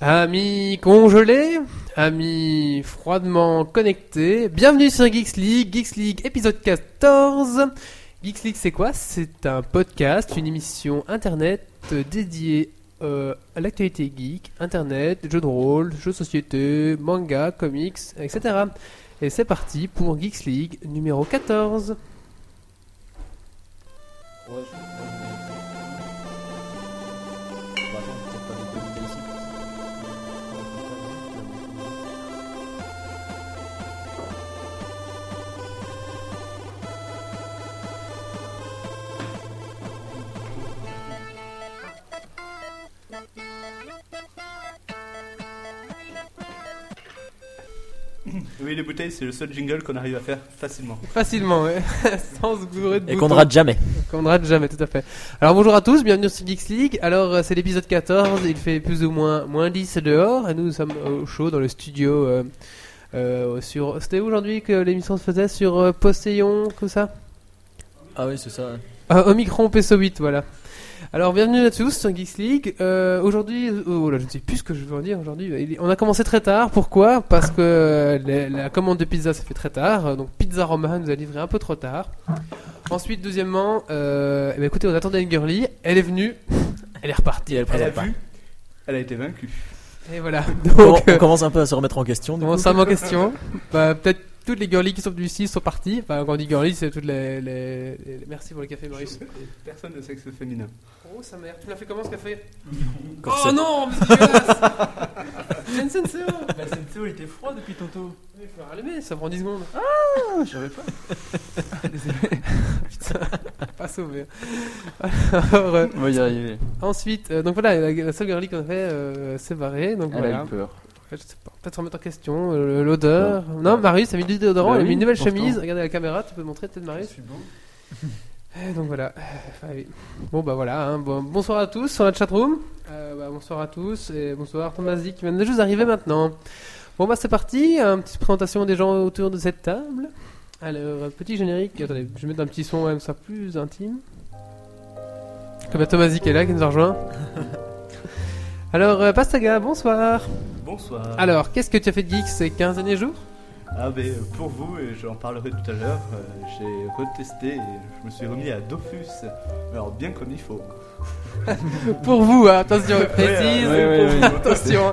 Amis congelés, amis froidement connectés, bienvenue sur Geeks League, Geeks League épisode 14. Geeks League c'est quoi C'est un podcast, une émission internet dédiée euh, à l'actualité geek, internet, jeux de rôle, jeux de société, manga, comics, etc. Et c'est parti pour Geeks League numéro 14. Ouais, je... Bah, attends, peut-être pas des comités ici. Oui, les bouteilles, c'est le seul jingle qu'on arrive à faire facilement. Facilement, ouais. sans se gourer de Et qu'on ne boutons. rate jamais. Qu'on ne rate jamais, tout à fait. Alors bonjour à tous, bienvenue sur Geeks League. Alors euh, c'est l'épisode 14, il fait plus ou moins moins 10 dehors, et nous, nous sommes au chaud dans le studio. euh, euh, sur... C'était où aujourd'hui que l'émission se faisait Sur euh, Postillon, comme ça Ah oui, c'est ça. Euh, Omicron PSO8, voilà. Alors bienvenue à tous sur Geeks League. Euh, aujourd'hui, oh là, je ne sais plus ce que je veux en dire aujourd'hui. Il est- On a commencé très tard. Pourquoi Parce que euh, la, la commande de pizza s'est fait très tard. euh, Donc Pizza Roma nous a livré un peu trop tard. Ensuite, deuxièmement, euh, eh ben, écoutez, on attendait une girly. Elle est venue. Elle est repartie. Elle, Elle a vu, elle a été vaincue. Et voilà. On, Donc, on euh, commence un peu à se remettre en question. du on coup. s'en met en question. Bah, peut-être toutes les girlies qui sont venues ici sont parties. Enfin, quand on dit girlies, c'est toutes les, les- les- Merci pour le café, Marius. Personne de sexe féminin. Oh, sa mère. Tu l'as fait comment ce café Corset. Oh non, mais c'est dégueulasse C'est une SNCO La CNCO était froid depuis tantôt. Il faut la rallumer, ça prend 10 secondes. Ah, je savais pas. Pas sauvé. Alors, euh, On va y arriver. ensuite, euh, donc voilà, la, la seule girlie qu'on a fait euh, s'est barrée, donc Elle voilà. a eu peur. Ouais, je sais pas, peut-être remettre en question euh, l'odeur. Non, Marius a mis du déodorant, Bah il a mis oui, une nouvelle pourtant. chemise. Regardez la caméra, tu peux montrer peut-être Marius Euh, Donc voilà. Euh, enfin, oui. Bon bah voilà, hein. Bon- bonsoir à tous sur la chatroom. Euh, bah, bonsoir à tous et bonsoir Thomasy qui vient de juste arriver maintenant. Bon bah c'est parti, une petite présentation des gens autour de cette table. Alors, un petit générique. Attendez, je vais mettre un petit son, même ça plus intime. Comme Thomasy qui est là, qui nous a rejoint. Alors, euh, Pastaga, bonsoir. Bonsoir. Alors, qu'est-ce que tu as fait de geek ces 15 derniers jours Ah, ben euh, pour vous, et j'en parlerai tout à l'heure, euh, j'ai retesté et je me suis remis à Dofus. Alors, bien comme il faut. Pour vous, hein, attention, précise, ouais, ouais, ouais, ouais. attention.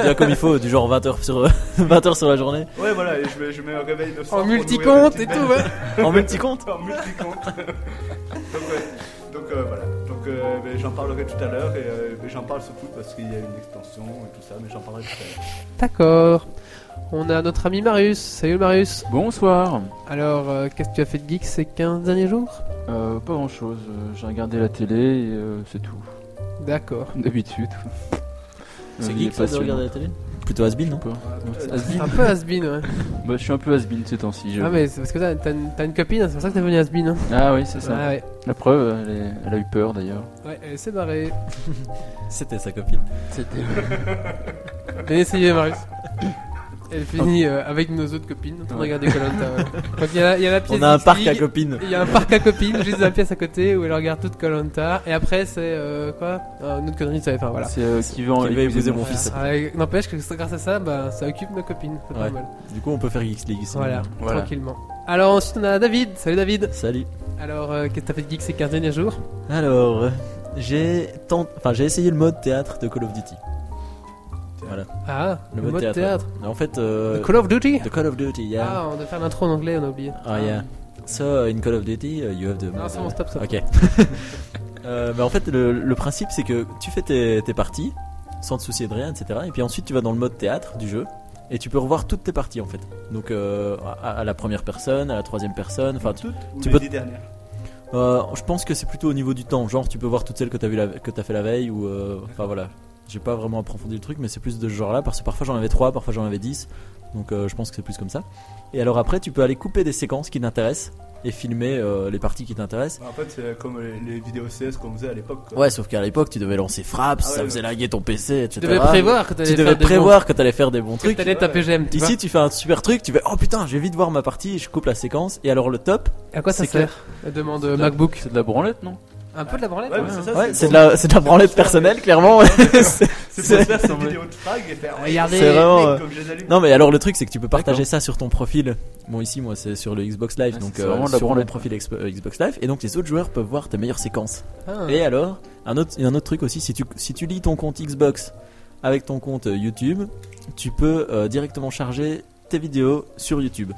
Bien comme il faut, du genre 20h sur, 20 heures sur la journée. Ouais, voilà, et je me, je me réveille le soir. En pour multicompte et nourrir la petite tout, hein. ouais. En multicompte bête. En multicompte. donc, ouais. donc euh, voilà. Donc, euh, ben, j'en parlerai tout à l'heure et euh, ben, j'en parle surtout parce qu'il y a une extension et tout ça, mais j'en parlerai tout à l'heure. D'accord. On a notre ami Marius. Salut Marius. Bonsoir. Alors, euh, qu'est-ce que tu as fait de geek ces 15 derniers jours Euh, pas grand chose. J'ai regardé la télé et euh, c'est tout. D'accord. Comme D'habitude. C'est Euh, geek ça de passionnant. regarder la Ah. télé Plutôt has non Quoi Ah, Ouais, Has-been Un peu has-been, ouais. Bah, je suis un peu has-been ces temps-ci. je- Ah, mais c'est parce que t'as, t'as une, t'as une copine, c'est pour ça que t'es venu has-been. hein. Ah oui, c'est ça. Ah, ouais. La preuve, elle, est- elle a eu peur d'ailleurs. Ouais, elle s'est barrée. C'était sa copine. C'était. Bien essayé, Marius. Elle finit euh, avec nos autres copines. On Ouais. regarde des colonnes. il y a, la- il y a la pièce On a un Geeks parc à League. copines. Il y a un parc à copines, juste la pièce à côté où elle regarde toute Colanta. Et après, c'est euh, quoi Ah, Une autre connerie, ça va faire, voilà. C'est euh, qui veut en- Qui veut épouser mon Voilà. fils. Ouais, N'empêche que ça- grâce à ça, bah, ça occupe nos copines. C'est pas Ouais. mal. Du coup, on peut faire Geeks League ici. Voilà, Voilà. tranquillement. Alors ensuite, on a David. Salut David. Salut. Alors, euh, qu'est-ce que t'as fait de geek ces 15 derniers jours Alors, euh, j'ai tent- enfin, j'ai essayé le mode théâtre de Call of Duty. Ah, Le mode théâtre. En fait, euh, The Call of Duty de Call of Duty, yeah. Ah, on doit faire l'intro en anglais, on a oublié. Ah, Ah, yeah. So, in Call of Duty, uh, you have the Non, mode, c'est bon, euh, stop, stop. Ok. Euh, bah, en fait, le, le principe, c'est que tu fais tes, tes parties sans te soucier de rien, etc. Et puis ensuite, tu vas dans le mode théâtre du jeu et tu peux revoir toutes tes parties en fait. Donc euh, à, à la première personne, à la troisième personne. Enfin, tu- Toutes ou tu les peux- dix dernières. euh, je pense que c'est plutôt au niveau du temps. Genre, tu peux voir toutes celles que t'as vu la, que t'as fait la veille ou. euh, Enfin voilà. J'ai pas vraiment approfondi le truc, mais c'est plus de ce genre-là parce que parfois j'en avais 3, parfois j'en avais 10. Donc euh, je pense que c'est plus comme ça. Et alors après, tu peux aller couper des séquences qui t'intéressent et filmer euh, les parties qui t'intéressent. Bah, En fait, c'est comme les, les vidéos CS qu'on faisait à l'époque. quoi. Ouais, sauf qu'à l'époque, tu devais lancer frappe, Ah ça ouais, faisait ouais. laguer ton PC, Tu etc. devais prévoir que t'allais Tu devais faire des prévoir que t'allais faire des bons bons- que trucs. t'allais taper GM. tu Ici, tu fais un super truc, tu fais oh putain, je vais vite voir ma partie, je coupe la séquence. Et alors, le top, vois. à quoi ça c'est sert Elle demande euh, C'est de- MacBook. C'est de la branlette, non Un peu de la branlette hein. Ouais, mais c'est ça, ouais, c'est c'est de la, c'est de la branlette personnelle, clairement. C'est- c'est C'est C'est- pour faire cette non, mais- vidéo de frag et faire. Regardez. C'est vraiment, mec, euh, comme je les allume. Non mais alors le truc c'est que tu peux partager ça sur ton profil. Bon ici moi c'est sur le Xbox Live Ah, donc euh, c'est vraiment de la sur mon branlette. profil exp- euh, Xbox Live et donc les autres joueurs peuvent voir tes meilleures séquences. Ah. Et alors un autre il y a un autre truc aussi si tu si tu lis ton compte Xbox avec ton compte euh, YouTube tu peux euh, directement charger tes vidéos sur YouTube.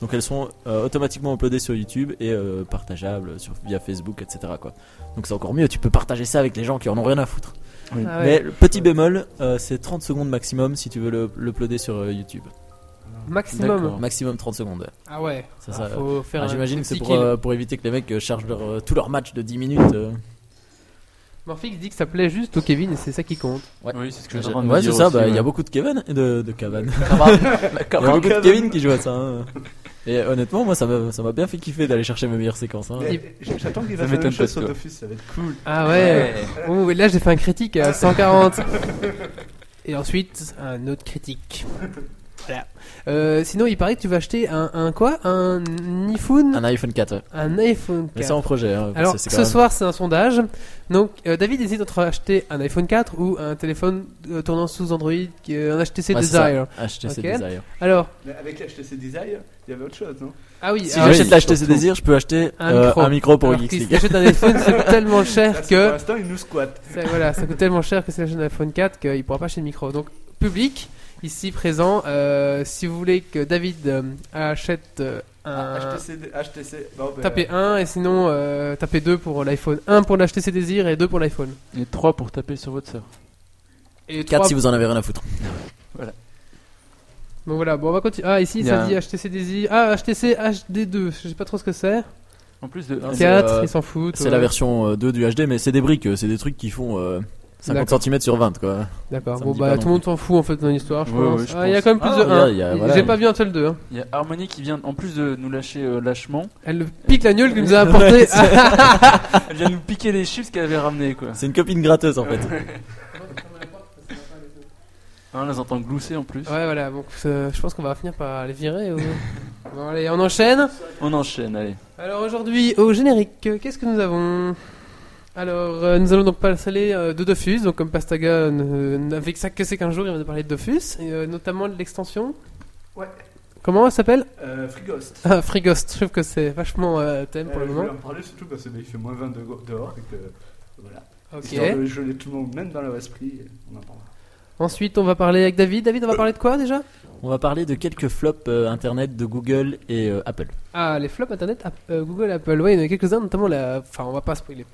Donc elles sont euh, automatiquement uploadées sur YouTube et euh, partageables sur, via Facebook etc quoi. Donc c'est encore mieux tu peux partager ça avec les gens qui en ont rien à foutre. Ah ouais. Mais le petit bémol, euh, c'est 30 secondes maximum si tu veux le- l'uploader sur euh, YouTube. Maximum. D'accord. Maximum 30 secondes. ouais. Ah ouais. Ça, Ah, ça, euh, faut faire ah, un J'imagine que petit c'est pour, kill. euh, pour éviter que les mecs euh, chargent leur, euh, tout leur match de 10 minutes. euh. Morphix dit que ça plaît juste au Kevin et c'est ça qui compte. Oui, c'est ce que Ouais, j'ai c'est envie de dire ça, aussi, bah, il y a ouais. beaucoup de Kevin. De, de Cavan. Il y a beaucoup de Kevin qui joue à ça. hein. Et honnêtement, moi, ça m'a ça m'a bien fait kiffer d'aller chercher mes meilleures séquences. hein. Mais J'attends qu'il va Ça faire m'étonne une chose pas, sur toi. Dofus, ça va être cool. Ah ouais. Oh, et là j'ai fait un critique à 140. et ensuite un autre critique. Voilà. Euh, sinon, il paraît que tu vas acheter un, un quoi Un iPhone Un iPhone 4. ouais. Un iPhone 4. Mais c'est en projet. hein, parce Alors, que c'est ce quand même- soir, c'est un sondage. Donc, euh, David hésite entre acheter un iPhone 4 ou un téléphone euh, tournant sous Android, euh, un HTC Ouais, c'est ça. Desire. HTC Ok. Desire. Alors, Mais avec l'HTC Desire, il y avait autre chose, non ah oui, Si alors, j'achète oui, l'HTC surtout. Desire, je peux acheter Un euh, micro. un micro pour alors Geeks qu'il League. achète un iPhone, ça coûte tellement cher Là, c'est- Pour que l'instant, il nous squatte. ça, voilà, ça coûte tellement cher que c'est la chaîne iPhone 4 qu'il pourra pas acheter le micro. Donc, public ici présent, euh, si vous voulez que David euh, achète euh, Ah, un HTC. HTC. non, mais, tapez 1 et sinon euh, tapez 2 pour l'iPhone, 1 pour l'HTC Desire et 2 pour l'iPhone. Et 3 pour taper sur votre sœur. Et 4 trois- si vous en avez rien à foutre. Bon voilà, bon on va continuer. Ah ici Il y ça a dit un- HTC Daisy. Ah HTC HD2, je sais pas trop ce que c'est. En plus de. Non, c'est, 4, euh, ils s'en foutent. C'est ouais. la version euh, 2 du HD, mais c'est des briques, euh, c'est des trucs qui font euh, 50 D'accord. cm sur 20 quoi. D'accord, ça bon me dit pas bah non tout le monde s'en fout en fait dans l'histoire, je Ouais, pense. ouais, je ah il y a pense. quand même plus Ah, de regarde, 1. il y a- voilà. J'ai pas vu un seul 2. Hein. Il y a Harmony qui vient, en plus de nous lâcher euh, lâchement, Elle le pique la gueule que nous a apporté. elle vient nous piquer les chips qu'elle avait ramenés quoi. C'est une copine gratteuse en fait. Hein, on les entend glousser en plus. ouais voilà, donc euh, je pense qu'on va finir par les virer. ou- bon allez, on enchaîne. On enchaîne, allez. Alors aujourd'hui au générique, euh, qu'est-ce que nous avons alors, euh, nous allons donc parler euh, de Dofus, donc comme Pastaga euh, n'avait que ça que c'est qu'un jour, il va nous parler de Dofus, et, euh, notamment de l'extension. Ouais. Comment elle s'appelle Euh, Freeghost. Ah, Free Ghost, je trouve que c'est vachement euh, thème pour Euh, le je moment. voulais en parler surtout parce qu'il fait moins 20 dehors- dehors et que. Voilà. Ok. Histoire de geler tout le monde, même dans leur esprit, on en parlera. Ensuite, on va parler avec David. David, on va parler de quoi déjà On va parler de quelques flops euh, internet de Google et euh, Apple. Ah, les flops internet, App- euh, Google, Apple. Ouais, il y en a quelques-uns, notamment la. Enfin, on va pas spoiler.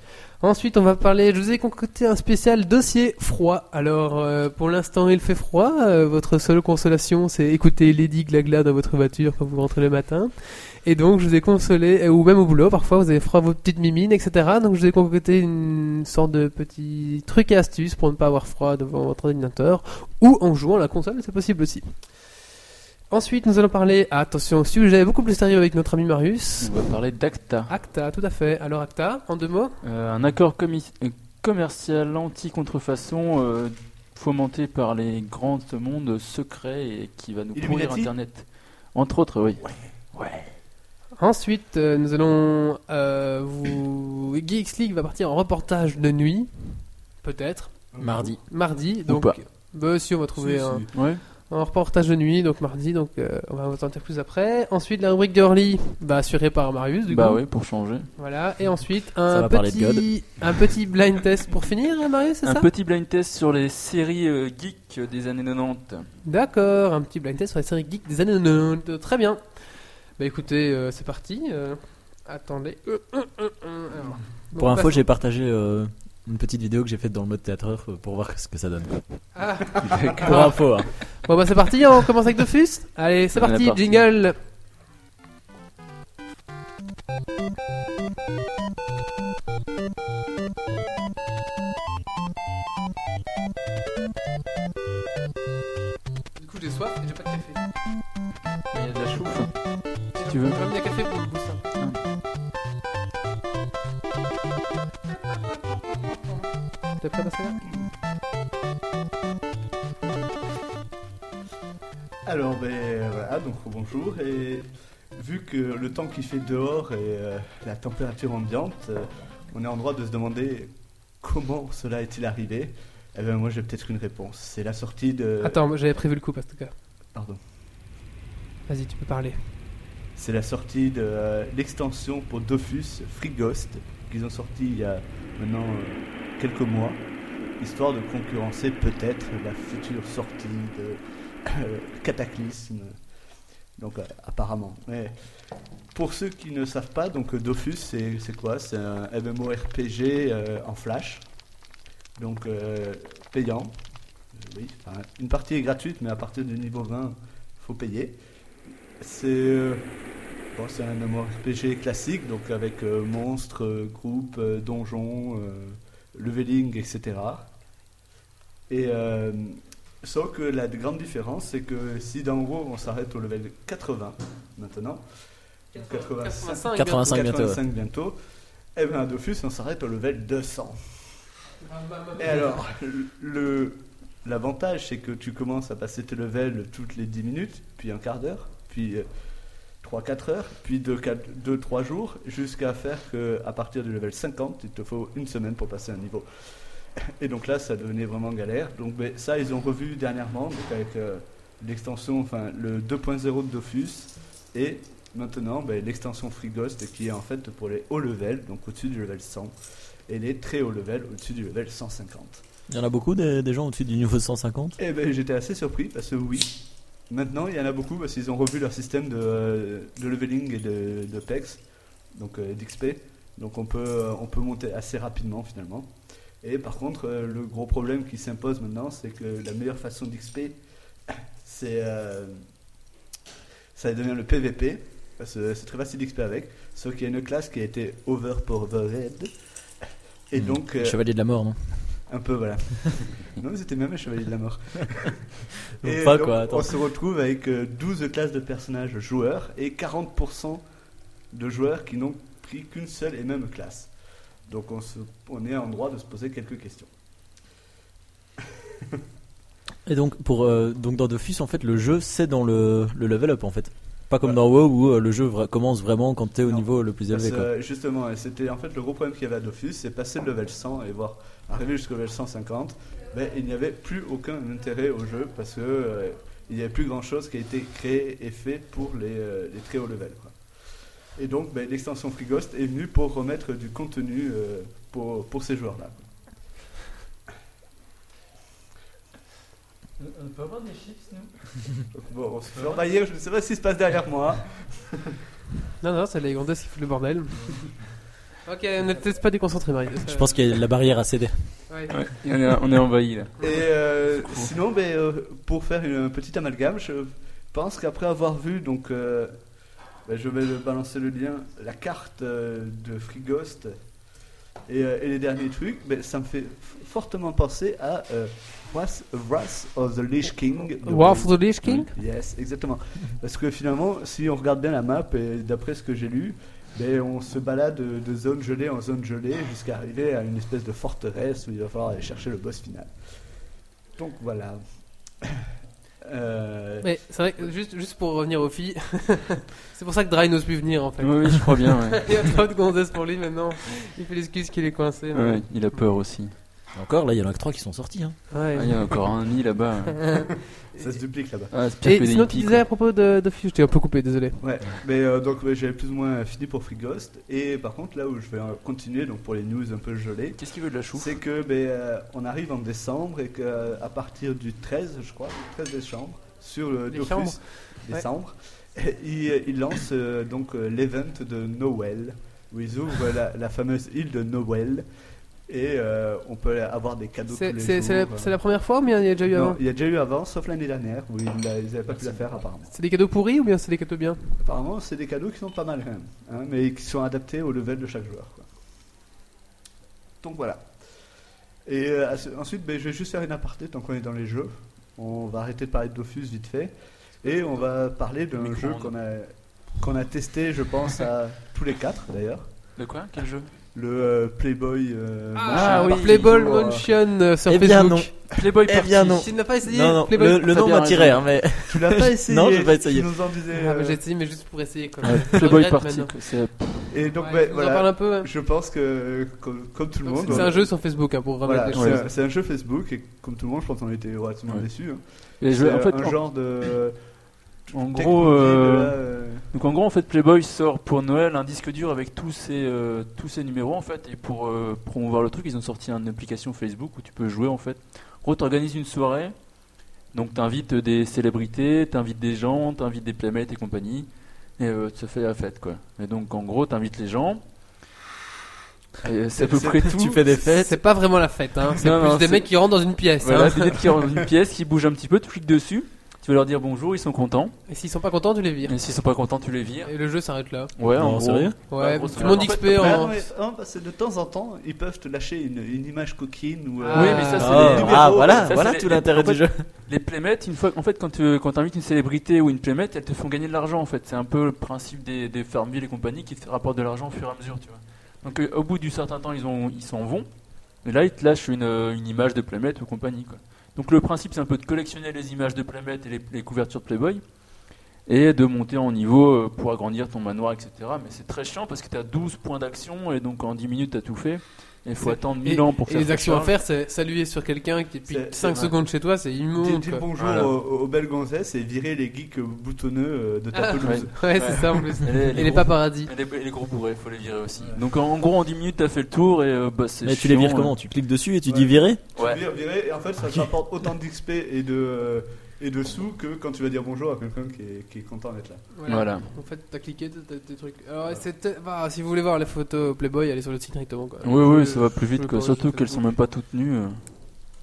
Ensuite, on va parler. Je vous ai concocté un spécial dossier froid. Alors, euh, pour l'instant, il fait froid. Euh, votre seule consolation, c'est écouter Lady Glagla dans votre voiture quand vous rentrez le matin. Et donc, je vous ai consolé, euh, ou même au boulot, parfois, vous avez froid à vos petites mimines, etc. Donc, je vous ai concocté une sorte de petit truc et astuce pour ne pas avoir froid devant votre ordinateur, ou en jouant à la console, c'est possible aussi. Ensuite, nous allons parler, attention, sujet beaucoup plus sérieux avec notre ami Marius. On va parler d'ACTA. Acta, tout à fait. Alors Acta, en deux mots. Euh, un accord commi- euh, commercial anti-contrefaçon euh, fomenté par les grands mondes secrets et qui va nous pourrir Illuminati Internet. Entre autres, oui. Ensuite, euh, nous allons euh, vous. Geeks League va partir en reportage de nuit, peut-être Mardi. mardi. Ou Donc, pas. Bah, si, on va trouver Si, un, si. Ouais. un reportage de nuit, donc mardi. Donc, euh, on va vous en dire plus après. Ensuite, la rubrique de Orly, bah, assurée par Marius, du Bah coup. oui, pour changer. Voilà. Et ensuite, Ça un va parler de petit, un petit blind test pour finir, hein, Marius, c'est Un ça petit blind test sur les séries euh, geeks euh, des années 90. D'accord, un petit blind test sur la série geek des années 90. Très bien. Bah écoutez, euh, c'est parti. euh, attendez. Euh, euh, euh, euh, alors. Pour Donc, info, passe- j'ai partagé euh, une petite vidéo que j'ai faite dans le mode théâtreur euh, pour voir ce que ça donne. Ah, Pour info, hein. bon bah c'est parti, on commence avec Dofus. Allez, c'est On est parti, parti. jingle. Du coup, j'ai soif et j'ai pas de café. Il y a de la chouffe. Tu veux Je vais amener un café pour le boussin. T'es prêt à passer là Alors, ben voilà, donc bonjour. Et vu que le temps qu'il fait dehors et euh, la température ambiante, euh, on est en droit de se demander comment cela est-il arrivé. Eh ben moi j'ai peut-être une réponse. C'est la sortie Euh. de. Attends, moi, j'avais prévu le coup, en tout cas. Pardon. Vas-y, tu peux parler. C'est la sortie de euh, l'extension pour Dofus, Free Ghost, qu'ils ont sorti il y a maintenant euh, quelques mois, histoire de concurrencer peut-être la future sortie de euh, Cataclysme. Donc euh, apparemment. Mais pour ceux qui ne savent pas, donc euh, Dofus c'est c'est quoi C'est un MMORPG euh, en flash, donc euh, payant. Euh, oui, enfin, une partie est gratuite, mais à partir du niveau 20, faut payer. C'est euh, bon, c'est un MMORPG classique, donc avec euh, monstres, euh, groupes, euh, donjons, euh, leveling, etc. Et euh, sauf que la grande différence, c'est que si d'en haut on s'arrête au level 80 maintenant, ou 85, 85 bientôt. 85 bientôt, eh bien à Dofus on s'arrête au level 200. Et alors, le, l'avantage, c'est que tu commences à passer tes levels toutes les 10 minutes, puis un quart d'heure, puis 3-4 heures, puis 2-3 jours, jusqu'à faire que à partir du level 50, il te faut une semaine pour passer un niveau. Et donc là, ça devenait vraiment galère. Donc ben, ça, ils ont revu dernièrement, donc avec euh, l'extension, enfin le 2.0 de Dofus, et maintenant ben, l'extension Free Ghost, qui est en fait pour les hauts levels, donc au-dessus du level 100 et les très hauts levels au-dessus du level 150. Il y en a beaucoup des, des gens au-dessus du niveau 150 Eh ben j'étais assez surpris parce que oui, maintenant il y en a beaucoup parce qu'ils ont revu leur système de, euh, de leveling et de, de PEX, donc euh, d'XP, donc on peut, euh, on peut monter assez rapidement finalement. Et par contre, euh, le gros problème qui s'impose maintenant, c'est que la meilleure façon d'XP, c'est euh, ça devient le PVP, parce que c'est très facile d'XP avec, sauf qu'il y a une classe qui a été overpowered, et Hmm. donc... euh, Chevalier de la mort, non un peu, voilà. non, mais c'était même un chevalier de la mort. Et pas, donc, quoi, attends. on se retrouve avec euh, 12 classes de personnages joueurs et 40% de joueurs qui n'ont pris qu'une seule et même classe. Donc on, se- on est en droit de se poser quelques questions. Et donc, pour, euh, donc dans Dofus, en fait, le jeu, c'est dans le, le level up, en fait. Pas comme dans WoW où euh, le jeu vra- commence vraiment quand t'es au Non. niveau le plus Parce, élevé. Quoi. euh, justement, et c'était en fait le gros problème qu'il y avait à Dofus, c'est passer le level 100 et voir arriver jusqu'au level 150, ben, il n'y avait plus aucun intérêt au jeu parce que euh, il n'y avait plus grand chose qui a été créé et fait pour les, euh, les très hauts levels. quoi. Et donc ben, l'extension Free Ghost est venue pour remettre du contenu euh, pour, pour ces joueurs-là. Euh, On peut avoir des chips, nous Donc, Bon, on se fait envahir, je ne sais pas ce qui se passe derrière moi. Non, non, c'est les gondas qui foutent le bordel. ok, ne te laisse pas déconcentrer, Marie. euh, Je pense qu'il y a la barrière à céder. Ouais. Ouais, on est- on est envahi là. Et euh, sinon, ben, euh, pour faire une, un petit amalgame, je pense qu'après avoir vu, donc, euh, ben, je vais le- balancer le lien, la carte euh, de Free Ghost et, euh, et les derniers trucs, ben, ça me fait f- fortement penser à euh, Wrath, Wrath of the Lich King. de War of the Lich King Yes, exactement. Parce que finalement, si on regarde bien la map, et d'après ce que j'ai lu, ben, on se balade de, de zone gelée en zone gelée jusqu'à arriver à une espèce de forteresse où il va falloir aller chercher le boss final. Donc voilà. Euh, Mais c'est vrai que juste, juste pour revenir aux filles, c'est pour ça que Dry n'ose plus venir en fait. Oui, oui, je crois bien. ouais. Il y a trop de gonzesses pour lui maintenant. Il fait l'excuse qu'il est coincé. Ouais, ouais, il a peur aussi. Et Encore, là, il y en a que 3 qui sont sortis. Hein. Ouais. Ah, il y en a encore un ami là-bas. ça se duplique là-bas. Ah, c'est pire que Et des sinon, tu hippies, disais à quoi. propos de, de filles, je t'ai un peu coupé, désolé. Ouais, mais euh, donc ouais, j'avais plus ou moins fini pour Free Ghost. Et par contre, là où je vais euh, continuer, donc pour les news un peu gelées, Qu'est-ce qu'il veut de la chou c'est que ben, euh, on arrive en décembre et qu'à partir du 13, je crois, du 13 décembre, sur le Les Dofus, chambres. Ouais. décembre, ils, ils lancent euh, donc euh, l'event de Noël, où ils ouvrent la, la fameuse île de Noël. Et euh, on peut avoir des cadeaux tous C'est les c'est- jours. c'est la, c'est la première fois ou bien il y a déjà eu Non, avant il y a déjà eu avant, sauf l'année dernière, où ils n'avaient pas pu la faire apparemment. C'est des cadeaux pourris ou bien c'est des cadeaux bien Apparemment, c'est des cadeaux qui sont pas mal, quand même, hein, mais qui sont adaptés au level de chaque joueur. quoi. Donc voilà. Et euh, à ce- ensuite, ben, je vais juste faire une aparté tant qu'on est dans les jeux. On va arrêter de parler de Dofus vite fait. Et on va parler d'un jeu qu'on a, qu'on a testé, je pense, à tous les quatre d'ailleurs. De quoi Quel jeu Eh Le euh, Playboy. euh, Ah Mansion, oui, Playball ou, euh, Mansion euh, sur Eh Facebook. bien, non. Playboy Eh Party. bien, non. Tu n'as pas essayé Non, non, Playboy le, le t'as nom bien m'attirait, hein, mais euh, Tu l'as pas essayé Non, j'ai pas essayé. Tu nous en disais. Ah, mais euh, J'ai essayé, mais juste pour essayer. Quoi. Ouais, Je Playboy regrette Party, maintenant. quoi, c'est Et donc, Ouais, ouais, on en voilà. parle un peu. hein. Je pense que, comme, comme tout le Donc, monde. c'est- C'est on- euh, un jeu sur Facebook hein, pour remettre voilà, les c'est choses. un- c'est un, jeu Facebook et comme tout le monde, je pense qu'on était relativement Ouais. déçus. hein. Et je- C'est en fait, un en- genre de. en technologie gros, de euh, la, euh, Donc en gros, en fait, Playboy sort pour Noël un disque dur avec tous ses, euh, tous ses numéros en fait. Et pour euh, promouvoir le truc, ils ont sorti une application Facebook où tu peux jouer en fait. En gros, t'organises une soirée. Donc t'invites des célébrités, t'invites des gens, t'invites des playmates et compagnie. Et euh, tu te fais la fête quoi. Et donc en gros, t'invites les gens. Et c'est à peu C'est- près tout. Tu fais des fêtes. C'est pas vraiment la fête, hein. c'est Non, plus non, des c'est- mecs qui rentrent dans une pièce. Voilà, hein. des mecs qui rentrent dans une pièce, qui bougent un petit peu, tu cliques dessus. Tu vas leur dire bonjour, ils sont contents. Et s'ils sont pas contents, tu les vires. Et s'ils sont pas contents, tu les vires. Et le jeu s'arrête là. Ouais, en Non, gros. sérieux Ouais, en gros, tout c'est le monde vraiment- XP Ah en. hein. non, mais- non, parce que de temps en temps, ils peuvent te lâcher une, une image coquine ou. euh, Ah. Oui, mais ça, c'est Ah, des numéros, ah, voilà, ça, c'est voilà les- tout l'intérêt en fait, du jeu. Les playmates, une fois, en fait, quand tu quand invites une célébrité ou une playmate, elles te font gagner de l'argent. En fait, c'est un peu le principe des, des Farmville et compagnie qui te rapportent de l'argent au fur et à mesure, tu vois. Donc, euh, au bout du certain temps, ils ont ils s'en vont. Et là, ils te lâchent une, euh, une image de playmate ou compagnie. Quoi. Donc, le principe, c'est un peu de collectionner les images de playmate et les, les couvertures de Playboy et de monter en niveau euh, pour agrandir ton manoir, etc. Mais c'est très chiant parce que tu as 12 points d'action et donc en 10 minutes, tu as tout fait. Et il faut C'est- attendre Et, 1000 ans pour que et ça les se actions à recharge. faire, c'est saluer sur quelqu'un qui depuis C'est- 5 c'est- secondes chez toi, c'est Dis, immonde. dis quoi. bonjour Voilà. aux, aux belles gonzesses et virer les geeks boutonneux euh, de ta Ah, pelouse. Ouais, c'est ça en plus. Et les- Et les les gros- paparazzi. Et les, et les gros bourrés, faut les virer aussi. Donc en en gros, en 10 minutes, t'as fait le tour et euh, bah, c'est Mais tu les chiant, vires hein. comment Tu cliques dessus et tu Ouais. dis virer Ouais. Tu vires, virer, et en fait, ça te rapporte autant d'XP et de. euh, et de sous que quand tu vas dire bonjour à quelqu'un qui est, qui est content d'être là. Voilà. En fait, t'as cliqué, t'as- t'as des trucs. Alors, c'était- bah, si vous voulez voir les photos Playboy, allez sur le site directement. Quoi. hein. Oui, Je- oui, ça va plus je vite vais que pas surtout rajouter qu'elles sont même pas toutes nues. euh.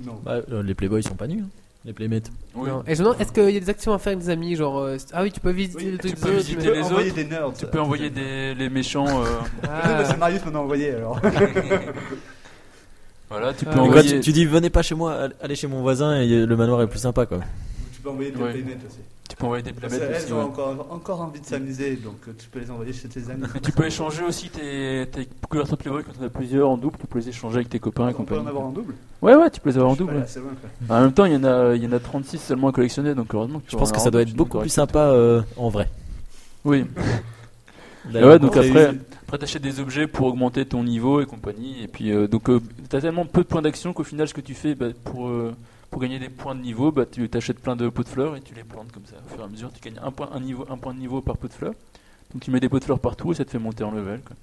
Non. Bah, euh, les Playboys sont pas nus, hein. les Playmates. Oui. Non. Et je me demande, est-ce qu'il y a des actions à faire avec des amis Genre, euh, ah oui, tu peux visiter Oui, le truc tu peux des autres, visiter mais- les envoyer autres, des nerds. Tu peux envoyer des, les méchants. euh, Ah. c'est Marius m'en a envoyé alors. voilà, tu Ah, mais peux Mais quoi, envoyer. tu, tu dis venez pas chez moi, allez chez mon voisin et le manoir est plus sympa quoi. tu peux envoyer des Ouais. playmates aussi. tu peux envoyer des Parce qu'elles playmates aussi. ont ouais. encore, encore envie de s'amuser, donc euh, tu peux les envoyer chez tes amis. Et tu peux échanger aussi tes, tes couvertures Playboy quand t'en as plusieurs en double. Tu peux les échanger avec tes copains et On peut compagnie. en avoir en double Ouais, ouais, tu peux les avoir en Je suis pas allé double. ouais. assez loin, quoi. En même temps, il y en a, il y en a 36 seulement à collectionner, donc heureusement. Je pense que ça doit être beaucoup plus sympa euh, en vrai. Oui. Là, Et ouais, donc on- après, après t'achètes des objets pour augmenter ton niveau et compagnie. Et puis, euh, donc, euh, t'as tellement peu de points d'action qu'au final, ce que tu fais bah, pour, euh, pour gagner des points de niveau, bah, tu t'achètes plein de pots de fleurs et tu les plantes comme ça. Au fur et à mesure, tu gagnes un point, un niveau, un point de niveau par pot de fleurs. Donc, tu mets des pots de fleurs partout et ça te fait monter en level. quoi.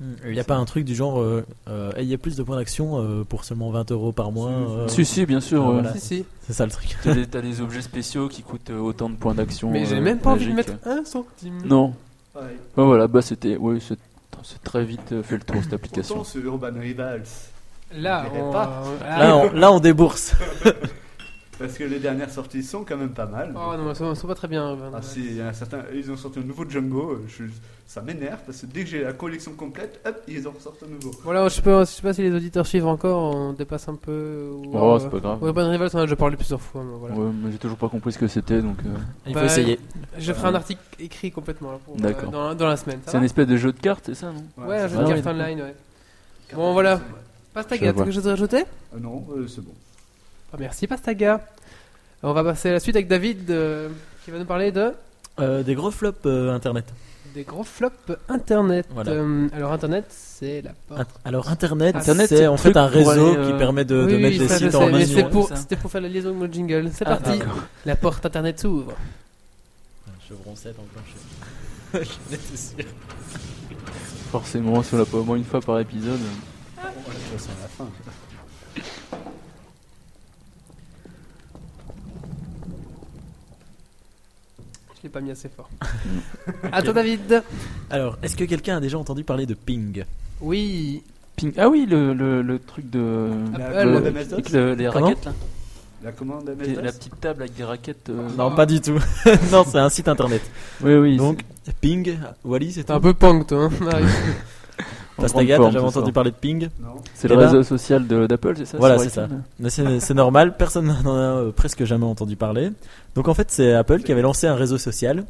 hmm, il y a pas un truc du genre, euh, euh, Hey, il y a plus de points d'action euh, pour seulement 20 euros par mois. euh, Si, si, bien sûr. Ah, ouais. voilà. Si, si. C'est ça le truc. T'as des, t'as des objets spéciaux qui coûtent euh, autant de points d'action. Mais j'ai euh, même pas envie de magiques. mettre un centime. Non. Ouais. Bah, voilà, bah, c'était. Ouais, c'est c'est très vite euh, fait le tour cette application. Pourtant, ce Urban Rivals. Là, Je dirais on... pas. Ah. Là on, là, on débourse. Parce que les dernières sorties sont quand même pas mal. Oh non, ils sont, ils sont pas très bien. Bernard. Ah, si, il y en a certains, ils ont sorti un nouveau Django, euh, je- ça m'énerve parce que dès que j'ai la collection complète, hop, ils en ressortent un nouveau. Voilà, je sais, pas, je sais pas si les auditeurs suivent encore, on dépasse un peu. Ou, Oh, euh, c'est pas grave. Ouais, Urban Rivals, on en a déjà parlé plusieurs fois. mais voilà. Ouais, mais j'ai toujours pas compris ce que c'était donc. euh, Il faut Bah, essayer. Je ferai un article écrit complètement là, pour, euh, D'accord. dans, la- dans la semaine. Ça C'est un va espèce de jeu de cartes, c'est ça, non Ouais, un jeu de Ah oui, cartes d'accord. online, ouais. Bon, voilà. Pastaga, Je t'as vois. quelque chose à rajouter Ah non, euh, c'est bon. Ah, Merci Pastaga. On va passer à la suite avec David euh, qui va nous parler de Euh, des gros flops euh, internet. des gros flops internet. Voilà. Euh, alors internet, c'est la porte. Int- Alors internet, Internet, c'est c'est en le fait truc un pour réseau aller, euh, qui permet de, de Oui, oui, mettre des ça, je sites sais, en mais ligne. c'est pour- ça. C'était pour, faire la liaison avec mon jingle. C'est Ah, parti. d'accord. La porte internet s'ouvre. Chevron 7 en plancher. Je l'étais sûr. Forcément, si on l'a pas au moins une fois par épisode. On la passe à la fin. Je l'ai pas mis assez fort. à toi David. Alors, est-ce que quelqu'un a déjà entendu parler de ping Oui. Ping. Ah oui, le, le, le truc de. Apple. Ah, La commande le- MS-DOS avec le- les Comment raquettes là. La commande Les- euh, La MS-DOS petite table avec des raquettes. euh, Non, pas du tout. non, c'est un site internet. Oui, oui. Donc, Ping, Wally, c'est T'es un peu punk toi. hein. c'est en Pastaga, grande t'as forme jamais ce entendu soir. parler de Ping Non. C'est le Eh ben- réseau social de- d'Apple, c'est ça Voilà, sur c'est ça. iTunes Mais C'est c'est normal, personne n'en a euh, presque jamais entendu parler. Donc en fait, c'est Apple qui avait lancé un réseau social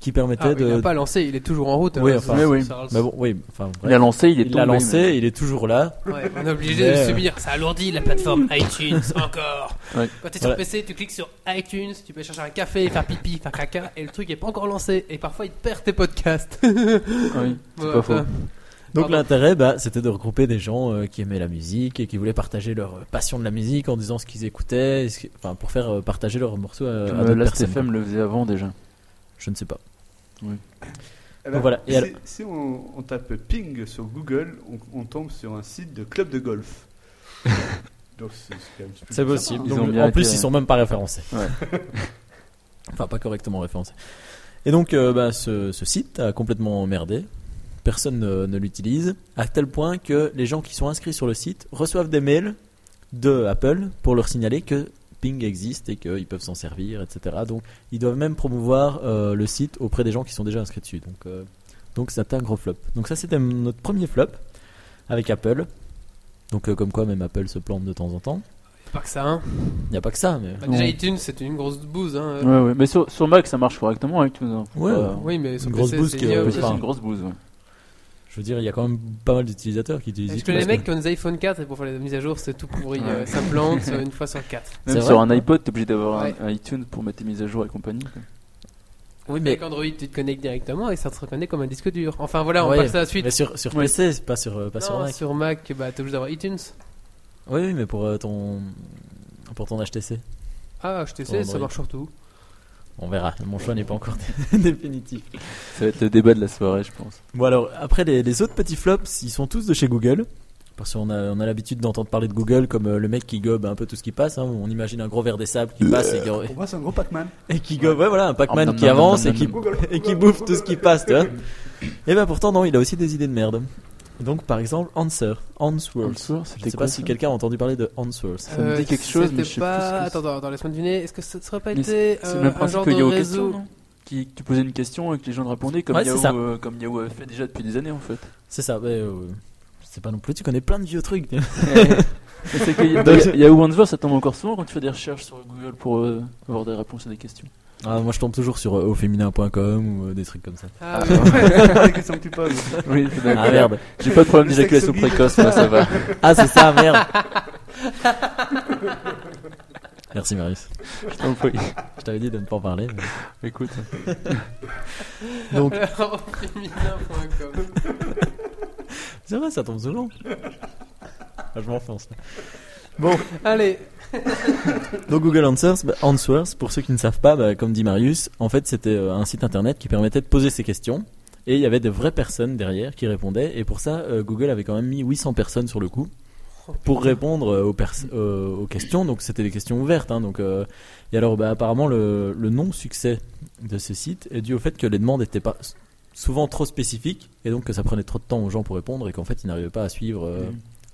qui Ah, permettait Il de. n'a pas lancé, il est toujours en route. Oui, hein, enfin, ça- Bah mais oui. ça- Mais bon, oui, enfin, bref. Il a lancé, il est Il l'a tombé, lancé, mais- il est toujours là. Ouais, on est obligé de Mais, euh, subir. Ça alourdit la plateforme iTunes encore. Ouais. Quand t'es sur Voilà. PC, tu cliques sur iTunes, tu peux chercher un café, faire pipi, faire caca, et le truc est pas encore lancé. Et parfois, il te perd tes podcasts. Oui, c'est Ouais, pas faux. enfin, Donc Pardon. l'intérêt, bah, c'était de regrouper des gens euh, qui aimaient la musique et qui voulaient partager leur euh, passion de la musique en disant ce qu'ils écoutaient, et ce qui- enfin pour faire euh, partager leurs morceaux à, à Comme, d'autres euh, Last personnes. FM le faisait avant déjà. Je ne sais pas. Eh Donc voilà, et si, alors- si on, on tape ping sur Google, on, on tombe sur un site de club de golf. Donc c'est c'est quand même plutôt C'est sympa, possible. hein. Ils Donc, ont bien en plus, été- ils sont même pas référencés. Ouais. enfin, pas correctement référencés. Et donc, euh, bah, ce, ce site a complètement emmerdé. Personne ne, ne l'utilise. À tel point que les gens qui sont inscrits sur le site reçoivent des mails de Apple pour leur signaler que Ping existe et qu'ils peuvent s'en servir, etc. Donc, ils doivent même promouvoir euh, le site auprès des gens qui sont déjà inscrits dessus. Donc, euh, donc c'est un gros flop. Donc, ça, c'était notre premier flop avec Apple. Donc, euh, comme quoi, même Apple se plante de temps en temps. pas que ça, hein. Il n'y a pas que ça, mais. Bah, déjà, Ouais. iTunes, c'est une grosse bouse. Hein. Ouais, ouais. Mais sur, sur Mac, ça marche correctement avec tout ça. Euh. Ouais. Euh, Oui, mais sur Une grosse PC, bouse c'est qui est- ignoble. ça, c'est une grosse bouse. ouais. Je veux dire, il y a quand même pas mal d'utilisateurs qui utilisent. Et Je parce connais les que- mecs qui ont des iPhone 4 et pour faire les mises à jour, c'est tout pourri. Ouais. euh, Ça plante euh, une fois sur quatre. Même C'est sur vrai. un iPod, t'es obligé d'avoir un- Ouais. un, iTunes pour mettre tes mises à jour et compagnie. quoi. Oui, mais, Avec Android, tu te connectes directement et ça te reconnaît comme un disque dur. Enfin voilà, on Ouais. passe à la suite. mais sur, sur Oui. PC, c'est pas sur, euh, pas sur Non, Mac. sur Mac, bah, t'es obligé d'avoir iTunes. Oui, oui, mais pour euh, ton. Pour ton HTC. Ah, Sur HTC, ça Android. marche surtout. On verra. Mon choix n'est pas encore définitif. Ça va être le débat de la soirée, je pense. Bon, alors, après, les, les autres petits flops, ils sont tous de chez Google. Parce qu'on a, on a l'habitude d'entendre parler de Google comme euh, le mec qui gobe un peu tout ce qui passe. hein. On imagine un gros verre des sables qui passe et qui, Pour moi, c'est un gros Pac-Man. et qui gobe. Ouais, voilà, un Ah, Pac-Man non, qui non, avance non, et non, qui Google. et qui bouffe tout ce qui passe, tu vois. Et ben pourtant, non, il a aussi des idées de merde. Donc, par exemple, Answer. Answers. Answer, Je c'était sais quoi pas si ça quelqu'un a entendu parler de Answers. Ça me dit quelque chose, Euh, mais je c'était sais pas... plus ce que c'est. Attends, attends, attends, laisse-moi deviner. Est-ce que ça ne serait pas Mais été C'est euh, le même un principe genre que de Yahoo réseau Questions, non qui, Tu posais une question et que les gens te répondaient comme, Ouais, c'est ça. Yahoo, euh, comme Yahoo a fait déjà depuis des années en fait. C'est ça, ouais. euh, je sais pas non plus, tu connais plein de vieux trucs. Mais c'est que dans Yahoo Answer, ça tombe encore souvent quand tu fais des recherches sur Google pour euh, avoir des réponses à des questions. Ah, moi, je tombe toujours sur euh, auféminin.com ou euh, des trucs comme ça. Ah, Ah, oui. C'est la question que tu poses. Oui, Ah merde. J'ai pas de problème Le d'éjaculation sexe au guide. précoce, moi ça va. Ah, c'est ça, merde. Merci, Marius. Je t'en prie. Je t'avais dit de ne pas en parler. mais- Écoute. Donc, Alors, féminin.com. c'est vrai, ça tombe souvent. Ah, je m'enfonce. là. Bon, Allez, Donc Google Answers, bah, Answers, pour ceux qui ne savent pas, bah, comme dit Marius, en fait c'était euh, un site internet qui permettait de poser ses questions et il y avait des vraies personnes derrière qui répondaient et pour ça euh, Google avait quand même mis 800 personnes sur le coup pour répondre euh, aux, pers- euh, aux questions. Donc c'était des questions ouvertes. hein, donc euh, et alors bah, apparemment le, le non succès de ce site est dû au fait que les demandes étaient pas souvent trop spécifiques et donc que ça prenait trop de temps aux gens pour répondre et qu'en fait ils n'arrivaient pas à suivre euh,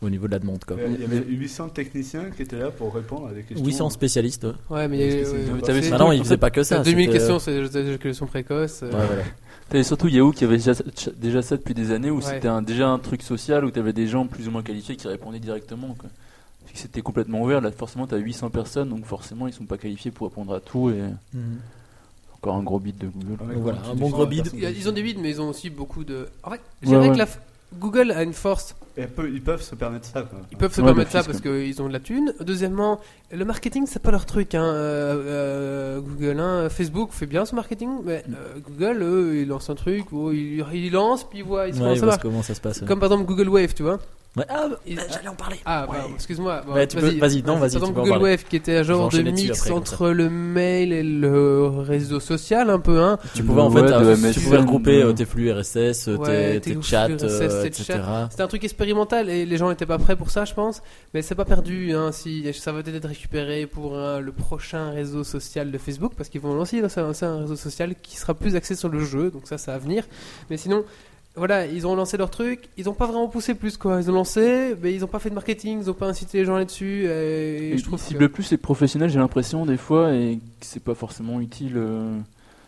au niveau de la demande. Quoi. Euh, Il y avait 800 techniciens qui étaient là pour répondre à des questions. 800 spécialistes. ouais. ouais, mais Parce que il y c'est- a. t'avais c'est- surtout- Bah non, ils en faisaient fait, pas que ça. 2000 c'était- euh, euh, questions, c'est des éjaculations précoces. euh. Ouais, voilà. T'avais surtout Yahoo qui avait déjà, déjà ça depuis des années où Ouais. c'était un- déjà un truc social où t'avais des gens plus ou moins qualifiés qui répondaient directement. Quoi. Vu que C'était complètement ouvert. Là, forcément, t'as 800 personnes donc forcément, ils sont pas qualifiés pour répondre à tout et encore un gros bid de Google. Ouais, Donc comment voilà, tu un défends bon la gros bide. personne Il y a- Ils ont des vides, mais ils ont aussi beaucoup de. En fait, je Ouais, dirais ouais. que la f- Google a une force. Et peu- Ils peuvent se permettre ça. quoi. Ils peuvent se Ouais, permettre ça d'office, parce qu'ils ont de la thune. Deuxièmement, le marketing, c'est pas leur truc. Hein. euh, euh, Google, hein. Facebook fait bien son marketing, mais euh, Google, eux, ils lancent un truc, oh, ils, ils lancent, puis ils voient, ils se Ouais, lancent, ils ça voient marche. comment ça se passe. ouais. Comme par exemple Google Wave, tu vois. Ouais, Ah, Ils- j'allais en parler. Ah, bah, excuse-moi. Bon, Ouais, tu peux- vas-y, non, Par vas-y, tu exemple, peux en Google parler. Wave qui était un vais genre de enchaîner dessus mix après, comme entre le mail et le réseau social, un peu, hein. Tu pouvais en Ouais, fait de euh, MSN, tu pouvais regrouper de- euh, tes flux RSS, euh, Ouais, tes tes- tes flux chats, RSS, euh, tes etc. C'était un truc expérimental et les gens n'étaient pas prêts pour ça, je pense. Mais c'est pas perdu, hein, si ça va peut-être être récupéré pour hein, le prochain réseau social de Facebook, parce qu'ils vont lancer, lancer un- un réseau social qui sera plus axé sur le jeu, donc ça, ça va venir. Mais sinon, voilà, ils ont lancé leur truc, ils ont pas vraiment poussé plus quoi. Ils ont lancé, mais ils ont pas fait de marketing, ils ont pas incité les gens là-dessus. Et, Et je trouve que- cible plus les professionnels, j'ai l'impression des fois, et que c'est pas forcément utile. euh,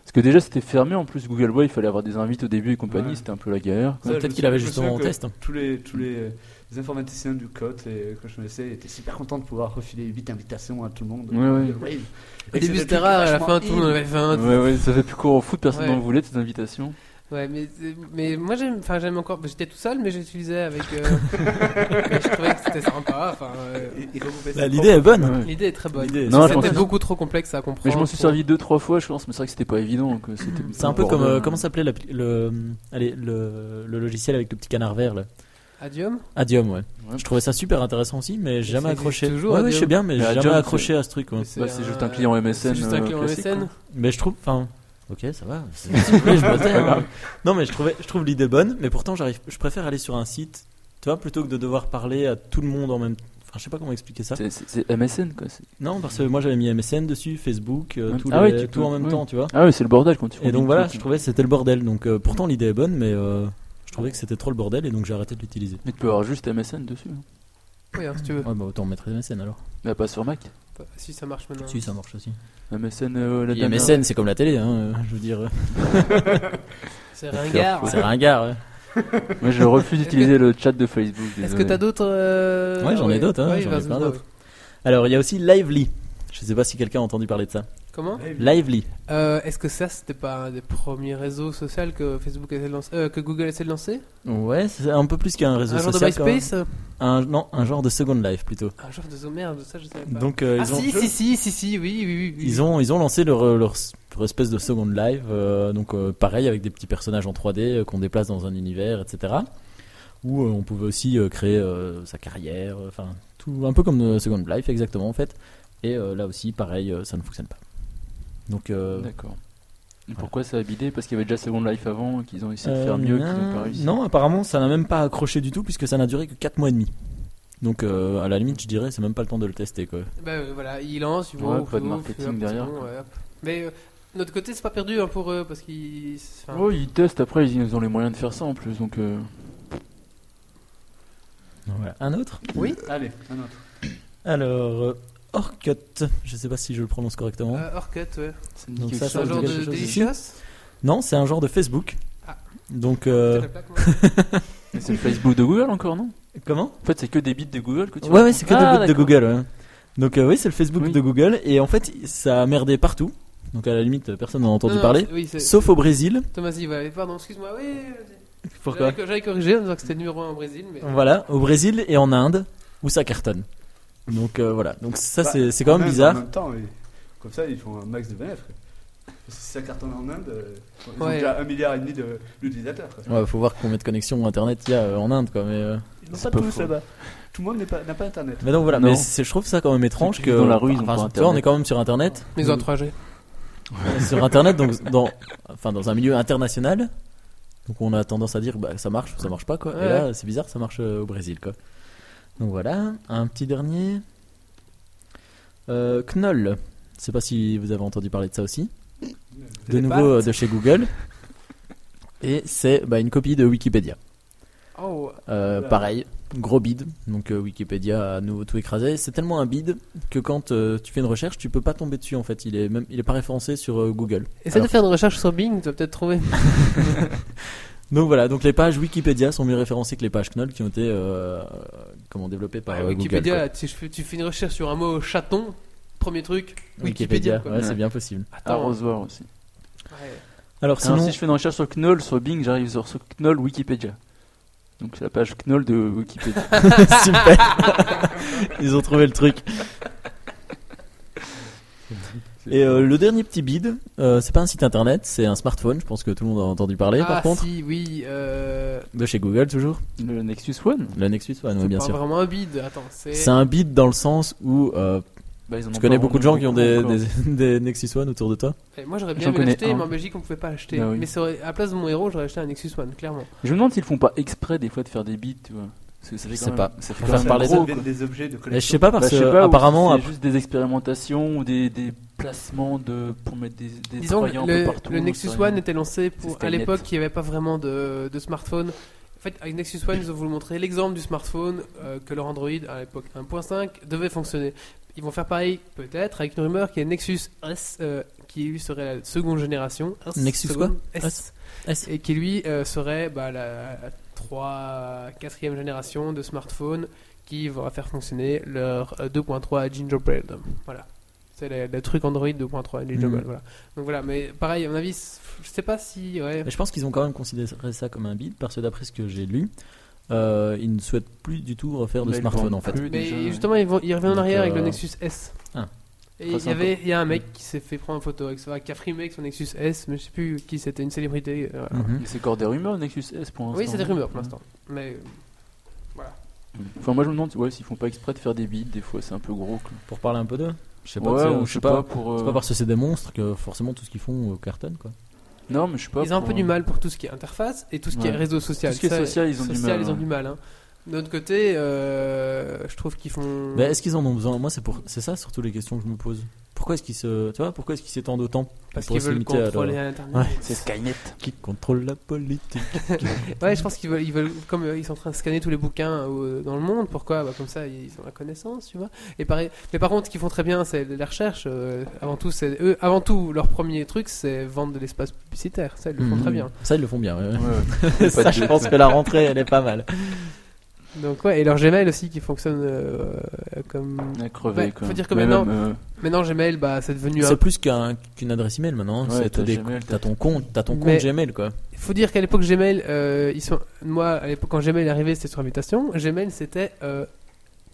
Parce que déjà c'était fermé en plus Google Boy, il fallait avoir des invites au début et compagnie, Ouais. c'était un peu la galère. Ouais, je me Peut-être qu'il avait souviens- je me justement en souviens que test. hein. Tous les, tous les, euh, les informaticiens du COT et, que je connaissais étaient super contents de pouvoir refiler 8 invitations à tout le monde. Ouais, ouais. Wave. Au Et début c'était c'était le truc rare, à la vachement fin tout le monde in. avait fait un Ouais, ouais, ça fait plus court au foot, personne Ouais. n'en voulait de cette invitation. Ouais, mais, mais moi j'aime, enfin j'aime encore. J'étais tout seul, mais j'utilisais avec. euh, mais je trouvais que c'était sympa. Enfin, euh, Et- et regrouper Bah, ça L'idée est bonne. Ouais. l'idée est très bonne. L'idée est- Non, je c'était pense- beaucoup trop complexe à comprendre. Mais je m'en suis pour- servi deux, trois fois, je pense, mais c'est vrai que c'était pas évident. que c'était- C'est un peu comme. bordel. euh, comment s'appelait l'appli- le, allez, le, le logiciel avec le petit canard vert là Adium. Adium, ouais. Ouais. Je trouvais ça super intéressant aussi, mais j'ai Ça jamais existe accroché. toujours, ouais, ouais, Adium je sais bien, mais Mais j'ai Adium, jamais c'est- accroché à ce truc. ouais. Bah, c'est juste un client MSN, C'est juste un euh, client classique, MSN. Mais je trouve, enfin, ok, ça va. c'est- s'il vous plaît, je bottais, hein. Non, mais je trouvais, je trouve l'idée bonne, mais pourtant j'arrive, je préfère aller sur un site, tu vois, plutôt que de devoir parler à tout le monde en même. Enfin, je sais pas comment expliquer ça. C'est- C'est c'est MSN quoi. c'est- Non, parce que moi j'avais mis MSN dessus, Facebook, euh, Ouais. tous Ah les- ouais, tu tout peux- en même ouais. temps, tu vois. Ah oui, c'est le bordel quand tu Et donc combines voilà, tout, je quoi. trouvais que c'était le bordel. Donc euh, pourtant l'idée est bonne, mais euh, je trouvais que c'était trop le bordel et donc j'ai arrêté de l'utiliser. Mais tu peux avoir juste MSN dessus. hein. Oui, hein, si tu veux. Bah, Ouais, bah autant mettre MSN alors. Mais pas sur Mac. Si ça marche maintenant. Si, ça marche aussi. MSN, euh, la Et dernière- MSN, c'est comme la télé, hein, euh, je veux dire. euh, C'est ringard. C'est ringard. ouais. Moi je refuse d'utiliser le chat de Facebook. Est-ce que désolé. t'as d'autres euh, Ouais, j'en ai d'autres, hein, ouais, j'en ai vas-y, plein vas-y. d'autres. Alors, il y a aussi Lively. Je sais pas si quelqu'un a entendu parler de ça. Comment Lively. Euh, Est-ce que ça, c'était pas un des premiers réseaux sociaux que Facebook essaie de lancer, euh, que Google essaie de lancer Ouais, c'est un peu plus qu'un réseau Un genre de social. quand même. MySpace un, Non, un genre de Second Life plutôt. Un genre de oh, merde, ça je savais pas. Donc, euh, ah ils, ont, si, si, si, si, si, oui, oui, oui. oui. ils, ont, ils ont lancé leur, euh, leur, leur espèce de Second Life. euh, donc, euh, pareil, avec des petits personnages en 3D euh, qu'on déplace dans un univers, etc. Où euh, on pouvait aussi euh, créer euh, sa carrière. euh, Enfin, tout un peu comme euh, Second Life, exactement, en fait. Et euh, là aussi, pareil, euh, ça ne fonctionne pas. Donc, euh, D'accord. Et Pourquoi ça a bidé Parce qu'il y avait déjà Second Life avant, qu'ils ont essayé de faire Euh, mieux, qu'ils non, n'ont pas réussi. Non, apparemment, ça n'a même pas accroché du tout, puisque ça n'a duré que 4 mois et demi. Donc, euh, à la limite, je dirais, c'est même pas le temps de le tester, quoi. Bah euh, voilà, ils lancent, ils Ouais, vont. pas de ils vont, marketing ils vont, derrière, ils vont, quoi. ouais, hop. Mais euh, de notre côté, c'est pas perdu hein, pour eux parce qu'ils. enfin, Oh, ils testent après, ils ont les moyens de faire ça en plus. Donc, euh, Voilà. Un autre Oui. Allez, un autre. Alors, euh, Orkut. Je sais pas si je le prononce correctement. Euh, Orcut, ouais. ça me dit Donc quelque ça, C'est ça un chose. vous genre dit de quelque chose delicious. Non, c'est un genre de Facebook. Ah. Donc, euh, T'as la plaque, moi Mais c'est le Facebook de Google encore, non comment En fait, c'est que des bits de Google que tu Ouais, vois. ouais, c'est que Ah, de, de d'accord. Google. ouais. Donc, euh, oui, c'est le Facebook Oui. de Google. Et en fait, ça a merdé partout. Donc, à la limite, personne n'en a entendu Non, non, parler. c'est- Oui, Euh, c'est- Sauf au Brésil. Thomas, il va aller. Pardon, excuse-moi. Oui. vas-y. Pourquoi J'avais- J'avais corrigé en disant que c'était numéro 1 au Brésil, mais. Voilà, au Brésil et en Inde, où ça cartonne. Donc euh, voilà, donc ça Bah, c'est c'est quand en même Inde, bizarre. En même temps, oui. comme ça, ils font un max de bénéfices. Si ça cartonne en Inde, euh, ils ont Ouais. déjà un milliard et demi de- d'utilisateurs. quoi. Ouais, faut voir combien de connexions internet il y a euh, en Inde quoi. Mais, euh, Ils n'ont C'est pas pas tous faux. là-bas. Tout le monde n'est pas- n'a pas Internet. mais donc voilà, Non. mais c'est- je trouve ça quand même étrange Ceux que. qui vivent dans la rue, ils ont enfin, pas tu vois, on Internet. est quand même sur internet. Mais ils ont 3G. Euh, sur internet, donc dans, enfin, dans un milieu international. Donc on a tendance à dire bah, ça marche ou ça marche pas quoi. Ouais. Et là c'est bizarre, ça marche euh, au Brésil quoi. Donc voilà, un petit dernier. Euh, Knoll, je sais pas si vous avez entendu parler de ça aussi. de Des nouveau euh, pâtes. de chez Google. Et c'est bah, une copie de Wikipédia. Oh, Euh, Oula. pareil, gros bid. Donc euh, Wikipédia a à nouveau tout écrasé. C'est tellement un bid que quand euh, tu fais une recherche, tu peux pas tomber dessus en fait. Il est même, il est pas référencé sur euh, Google. Essaye Alors- de faire une recherche sur Bing, tu vas peut-être trouver. Donc voilà, donc les pages Wikipédia sont mieux référencées que les pages Knoll qui ont été euh, comment développées par Ouais, euh, Ah, Wikipédia, Google. là, tu, fais- tu fais une recherche sur un mot chaton, premier truc, quoi. Wikipédia. quoi. ouais, c'est bien possible. Attends, Arrosoir Ah, aussi. ouais. Alors Ah, Alors, Ah, sinon, si je fais une recherche sur Knoll, sur Bing, j'arrive sur, sur Knoll Wikipédia. Donc, c'est la page Knoll de Wikipédia. Super. Ils ont trouvé le truc. Et euh, le dernier petit bid, euh, c'est pas un site internet, c'est un smartphone. Je pense que tout le monde a entendu parler. ah, par contre, si, oui, euh, de chez Google toujours, le Nexus One le Nexus One, ouais, c'est bien pas sûr. vraiment un bide. Attends, c'est. C'est un bid dans le sens où euh, bah, ils en ont tu pas connais beaucoup de gens vendu qui ont des, encore. des- des Nexus One autour de toi. Eh, Moi j'aurais bien J'en aimé connais l'acheter, un. mais en Belgique on pouvait pas acheter. Ah oui. Mais ça aurait- à la place de mon héros, j'aurais acheté un Nexus One, clairement. Je me demande s'ils font pas exprès des fois de faire des bits, tu vois. Parce que ça fait Je quand sais même- pas. Ça fait Faut quand faire même parler gros, des, quoi. des objets de Mais Eh, je collection. sais pas Bah, parce je sais que pas, ou apparemment, si app- c'est juste des expérimentations ou des, des placements de pour mettre des, des Disons que foyers un peu le, partout. euh, le j'en Nexus sais rien. One était lancé pour, C'était à net. l'époque il n'y avait pas vraiment de, de smartphone. En fait, avec Nexus One, ils ont voulu montrer l'exemple du smartphone euh, que leur Android à l'époque 1.5 devait fonctionner. Ils vont faire pareil peut-être avec une rumeur qui est Nexus S euh, qui qui lui serait la seconde génération. S, Nexus seconde, quoi S, S. Et qui lui euh, serait bah, la 3 quatrième génération de smartphone qui va faire fonctionner leur euh, 2.3 Gingerbread. Voilà. C'est le, le truc Android 2.3 Gingerbread. Mhm. Voilà. Donc voilà, mais pareil, à mon avis, c'est- je sais pas si. Ouais. Mais Eh, je pense qu'ils ont quand même considéré ça comme un bid parce que d'après ce que j'ai lu, euh, ils ne souhaitent plus du tout refaire de Mais ils smartphone vendent en fait. plus Mais déjà, justement, ils, vont, ils reviennent en Donc, arrière avec le euh, Nexus S. Ah. Et Très il y sympa. avait il y a un mec qui s'est fait prendre en photo avec ça, qui a filmé avec son Nexus S, mais je sais plus qui c'était, une célébrité. euh, voilà. Mhm. Mais c'est encore des rumeurs, Nexus S pour l'instant. Mm. Oui, c'est des rumeurs pour l'instant. Mais Enfin, moi je me demande ouais, s'ils font pas exprès de faire des bides, des fois c'est un peu gros. quoi. Pour parler un peu d'eux, je sais pas, ouais, tu sais, ou je sais pas. pour. C'est euh, pas parce que c'est des monstres que forcément tout ce qu'ils font euh, cartonne quoi. Non, mais je sais pas. ils ont un pour, peu du euh, mal pour tout ce qui est interface et tout ce qui Ouais. est réseau social. Tout ce qui est Ça, social, ils ont du mal, ils ont ouais. du mal. hein. De l'autre côté, euh, je trouve qu'ils font. Mais est-ce qu'ils en ont besoin Moi c'est pour c'est ça surtout les questions que je me pose. Pourquoi est-ce qu'ils se tu vois pourquoi est-ce qu'ils s'étendent autant Parce Pour qu'ils se veulent limiter à leur- contrôler à Internet. Ouais. C'est Skynet. qui contrôle la politique Ouais, je pense qu'ils veulent, ils veulent, comme euh, ils sont en train de scanner tous les bouquins euh, dans le monde, pourquoi bah, Comme ça, ils ont la connaissance, tu vois. Et pareil, mais par contre, ce qu'ils font très bien, c'est la recherche. euh, avant tout, c'est eux, avant tout, leur premier truc, c'est vendre de l'espace publicitaire. Ça, ils le font Mhm. très bien. Ça ils le font bien. ouais, ouais. Ouais, ça pas de je doute. pense que la rentrée elle est pas mal. Donc ouais, et leur Gmail aussi, qui fonctionne euh, euh, comme. Ouais, crevé, Ouais, quoi. faut dire que Mais maintenant- même, euh, Maintenant, Gmail, bah, c'est devenu. C'est Un... plus qu'un- qu'une adresse email maintenant. hein. Ouais, C'est- t'as t'as des- Gmail, t'as ton compte, t'as ton compte Mais- Gmail quoi. Faut dire qu'à l'époque Gmail, euh, ils sont. Moi, à l'époque quand Gmail est arrivé, c'était sur invitation. Gmail, c'était euh,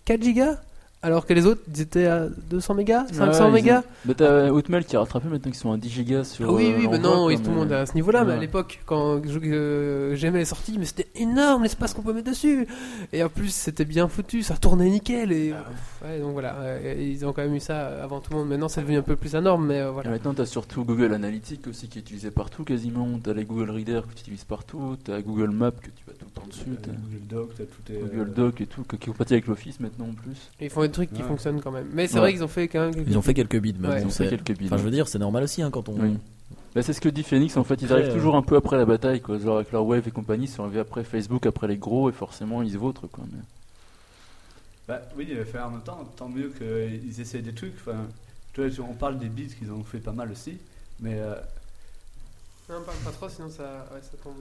4 gigas, alors que les autres, ils étaient à 200 mégas, 500 ouais, ils mégas. ont- Bah t'as Hotmail qui a rattrapé maintenant qu'ils sont à 10 gigas sur. Ah oui, oui, euh, l'envoi, maintenant quoi, oui, tout le mais- monde est à ce niveau-là, mais à Ouais. l'époque, quand je- euh, Gmail est sorti, mais c'était énorme l'espace qu'on pouvait mettre dessus. Et en plus, c'était bien foutu, ça tournait nickel. Et Ah ouais, donc voilà, euh, et ils ont quand même eu ça avant tout le monde. Maintenant, c'est devenu un peu plus la norme, mais euh, Et voilà. maintenant, tu as surtout Google Analytics aussi qui est utilisé partout quasiment. Tu as les Google Reader que tu utilises partout. Tu as Google Maps que tu vas tout le temps dessus. T'as Tu Euh, Google Doc, t'as tout est. euh, Google Doc et tout que- qui est compatible avec l'Office maintenant en plus. Ils font des trucs qui Ouais. fonctionnent quand même. Mais c'est Ouais. vrai qu'ils ont fait quand même. quelques- Ils ont fait quelques bids même. Ouais, ils Ils ont ont fait fait- quelques bilans. Enfin je veux dire c'est normal aussi hein, quand on. Oui. Bah, c'est ce que dit Phoenix en fait. Ils Après, arrivent euh, toujours un peu après la bataille. Quoi. Genre avec leur Wave et compagnie, ils sont arrivés après Facebook, après les gros et forcément ils se vautrent. Quoi. Mais- Bah oui, il va faire en même temps, tant mieux qu'ils essayent des trucs. Enfin, tu vois, on parle des beats qu'ils ont fait pas mal aussi, mais euh, Non, parle pas trop, sinon ça, ouais, ça tombe.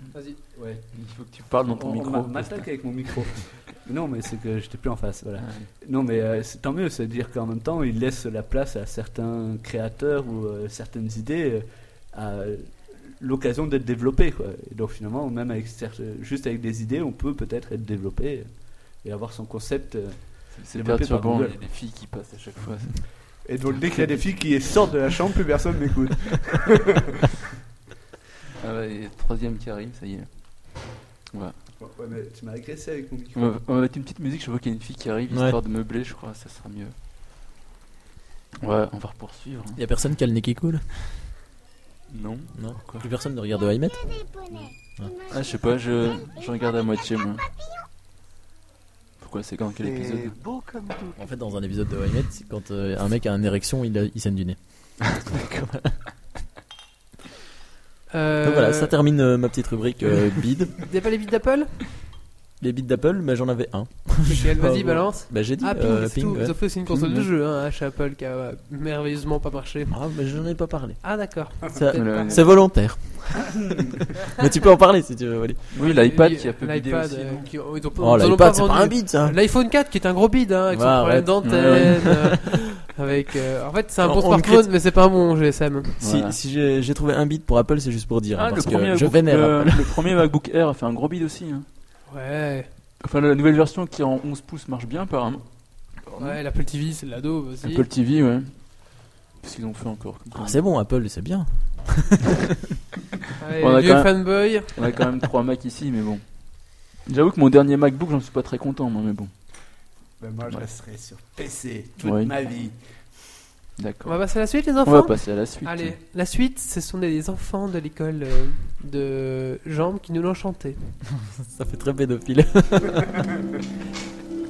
Mm. Vas-y. ouais. Il faut que tu parles dans ton On- on micro. m'a- m'attaque avec mon micro. non, mais c'est que j'étais plus en face, voilà. Ouais. Non, mais euh, c'est tant mieux, c'est-à-dire qu'en même temps, ils laissent la place à certains créateurs ou euh, certaines idées euh, à l'occasion d'être développées. Quoi. Et donc finalement, même avec certes- juste avec des idées, on peut peut-être être développé et avoir son concept. euh. C'est- C'est Développé par perturbant. Il Google. y a des filles qui passent à chaque fois. Et donc dès qu'il y a des filles qui sortent de la chambre, plus personne m'écoute. Ah ouais, et troisième qui arrive, ça y est. Ouais, ouais, mais tu m'as agressé avec mon micro. On va, on va mettre une petite musique, je vois qu'il y a une fille qui arrive, Ouais. histoire de meubler, je crois, ça sera mieux. Ouais, on va hein. poursuivre. Il y a personne qui a le nez qui coule Non Non. Pourquoi Plus personne ne regarde High Met Ah, je sais pas, je, je regarde à moitié, moi. Pourquoi c'est quand Quel épisode beau comme tout. En fait, dans un épisode de High Met, c'est quand euh, un mec a une érection, il, a- il saigne du nez. Donc voilà, ça termine euh, ma petite rubrique euh, bid. T'as pas les bits d'Apple Les bids d'Apple, mais j'en avais un. Lesquels pas, Vas-y, bon. balance. Bah j'ai dit Ah, Ping, euh, c'est tout. ouais. Mhm. Ils ont fait aussi une console Ping, de ouais. jeu hein, chez Apple qui a euh, merveilleusement pas marché. Ah, mais je n'en ai pas parlé. Ah, d'accord. Ça- Peut-être pas. C'est volontaire. mais tu peux en parler si tu veux, Wally. Oui, l'iPad qui a peu bidé l'iPad, aussi. euh, non qui- ils ont pas- Oh, ils en ont l'iPad, c'est vendu. pas un bid ça. L'iPhone 4 qui est un gros bid hein, avec Ouais, son problème arrête. d'antenne. euh, avec, euh, en fait, c'est un bon On- on ne smartphone, critique- mais c'est pas un bon GSM. Si, Voilà. si j'ai j'ai trouvé un bid pour Apple, c'est juste pour dire. hein, Ah, le parce que premier, euh, je MacBook- vénère le- Apple. le premier MacBook Air a fait un gros bid aussi. hein. Ouais, Enfin, la nouvelle version qui est en 11 pouces marche bien, apparemment. ouais l'Apple TV, c'est de la daube aussi. Apple TV, ouais. Qu'est-ce qu'ils ont fait encore Ah, c'est bon, Apple, c'est bien. Ouais, On a vieux quand même- fanboy. On a quand même 3 Macs ici, mais bon. J'avoue que mon dernier MacBook, j'en suis pas très content, moi, mais bon. Ben, moi, je Ouais. resterai sur PC toute Oui. ma vie. On D'accord. va passer à la suite, les On enfants va passer à la suite. Allez, la suite, ce sont des enfants de l'école euh, de Jambes qui nous l'ont chanté. Ça fait très pédophile.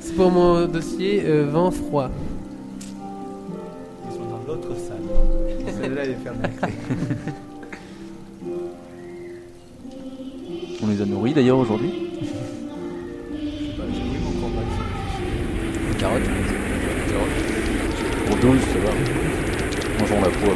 C'est pour mon dossier euh, vent froid. Ils sont dans l'autre salle. Celle-là, elle est fermée. On les a nourris d'ailleurs aujourd'hui. Je sais pas, j'ai oublié mon combat. Pour 12, ça va. Mangeons la peau.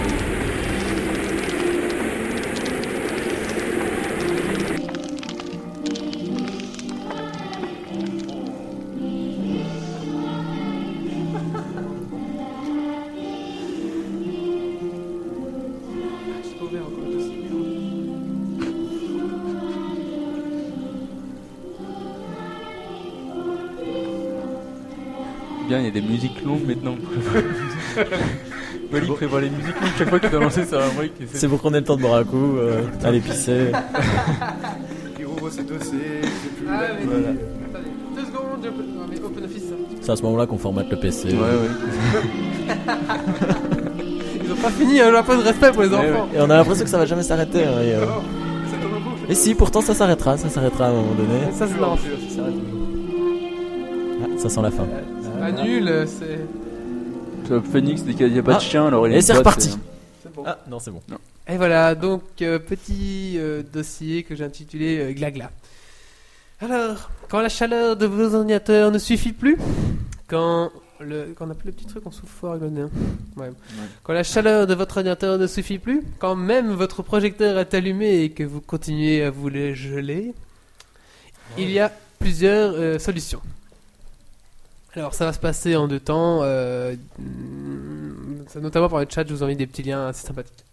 bien, il y a des musiques longues maintenant. Wally prévoit les musiques longues chaque fois qu'il doit lancer sa rubrique. et C'est pour qu'on ait le temps de boire un coup, euh, aller pisser. Qui rouvre ses dossiers, c'est plus Ah, mais- voilà. Attendez, deux secondes, je... non, mais Open Office, ça. C'est à ce moment-là qu'on formate le PC. Ouais, ouais. Ils ont pas fini, hein, j'ai un peu de respect pour les Ouais, enfants. Et on a l'impression que ça va jamais s'arrêter. hein, et, euh, Oh, ça tourne en boucle. et si, pourtant ça s'arrêtera, ça s'arrêtera à un moment donné. Ça se lance. Ah, ça sent la fin. C'est pas nul, euh, c'est. Top Phoenix, dès qu'il n'y a pas de Ah. chien, alors il est Et c'est pote, reparti. euh, c'est bon. Ah non, c'est bon. Et voilà, donc euh, petit euh, dossier que j'ai intitulé euh, Glagla. Alors, quand la chaleur de vos ordinateurs ne suffit plus, quand le quand on appuie le petit truc on souffle fort avec le nez, hein. Ouais. Quand la chaleur de votre ordinateur ne suffit plus, quand même votre projecteur est allumé et que vous continuez à vous le geler, il y a plusieurs euh, solutions. Alors ça va se passer en deux temps, euh, mm, ça, notamment par le chat, je vous envoie des petits liens assez sympathiques.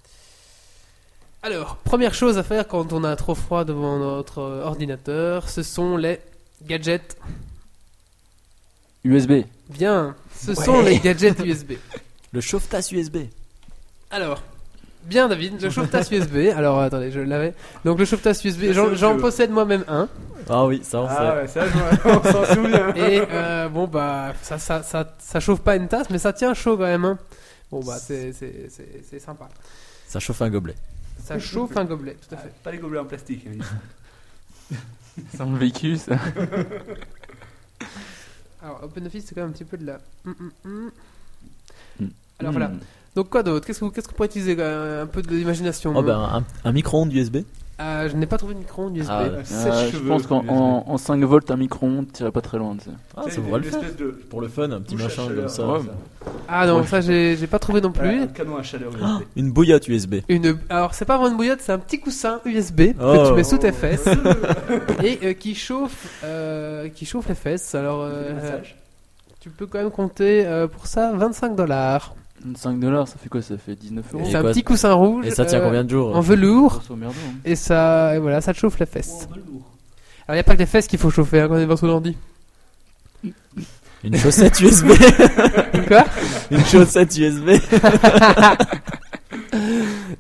Alors, première chose à faire quand on a trop froid devant notre euh, ordinateur, ce sont les gadgets. USB. Bien, ce sont les gadgets USB. Le chauffe-tasse USB. Alors, bien David, le chauffe-tasse USB. Alors attendez, je l'avais. Donc le chauffe-tasse USB, Ça, j'en- c'est j'en que- possède moi-même un. Ah oui, ça on Ah sait. ouais, ça, je- on s'en souvient. Et euh, bon bah ça, ça, ça, ça chauffe pas une tasse, mais ça tient chaud quand même. hein. Bon bah c'est c'est- c'est- c'est sympa. Ça chauffe un gobelet. Ça chauffe un gobelet, tout à fait. Pas les gobelets en plastique. hein. C'est dans le véhicule, ça. Alors OpenOffice c'est quand même un petit peu de la. Hum, hum, hum. Hum. Alors voilà. Hmm. Donc quoi d'autre Qu'est-ce que vous- qu'est-ce qu'on pourrait utiliser euh, Un peu de l'imagination. Oh ben, un, un micro-ondes USB. Euh, je n'ai pas trouvé de micro USB. Ah, Un Euh, je sèche-cheveux, pense qu'en USB. en, en 5 volts, un micro-ondes, t'irais pas très loin. tu sais. Ah, Tu sais, ça une pourrait le faire. espèce de Pour le fun, un petit bouche à machin chaleur, comme ça. ouais. Ah non, ça j'ai j'ai pas trouvé non plus. Voilà, un canon à chaleur USB. Ah, Une bouillotte USB. Une, alors c'est pas vraiment une bouillotte, c'est un petit coussin USB que Oh. tu mets sous tes Oh. fesses et euh, qui chauffe, euh, qui chauffe les fesses. Alors euh, Massage. tu peux quand même compter euh, pour ça 25 dollars. 5 dollars, ça fait quoi Ça fait 19 euros. Et C'est un quoi, petit coussin rouge. Et ça tient euh, combien de jours En velours Grosso merdo, hein. et ça, et voilà, ça te chauffe les fesses. Oh, velours. Alors il y a pas que les fesses qu'il faut chauffer hein, quand on est dans son ordi. Une chaussette USB. Quoi Une chaussette USB.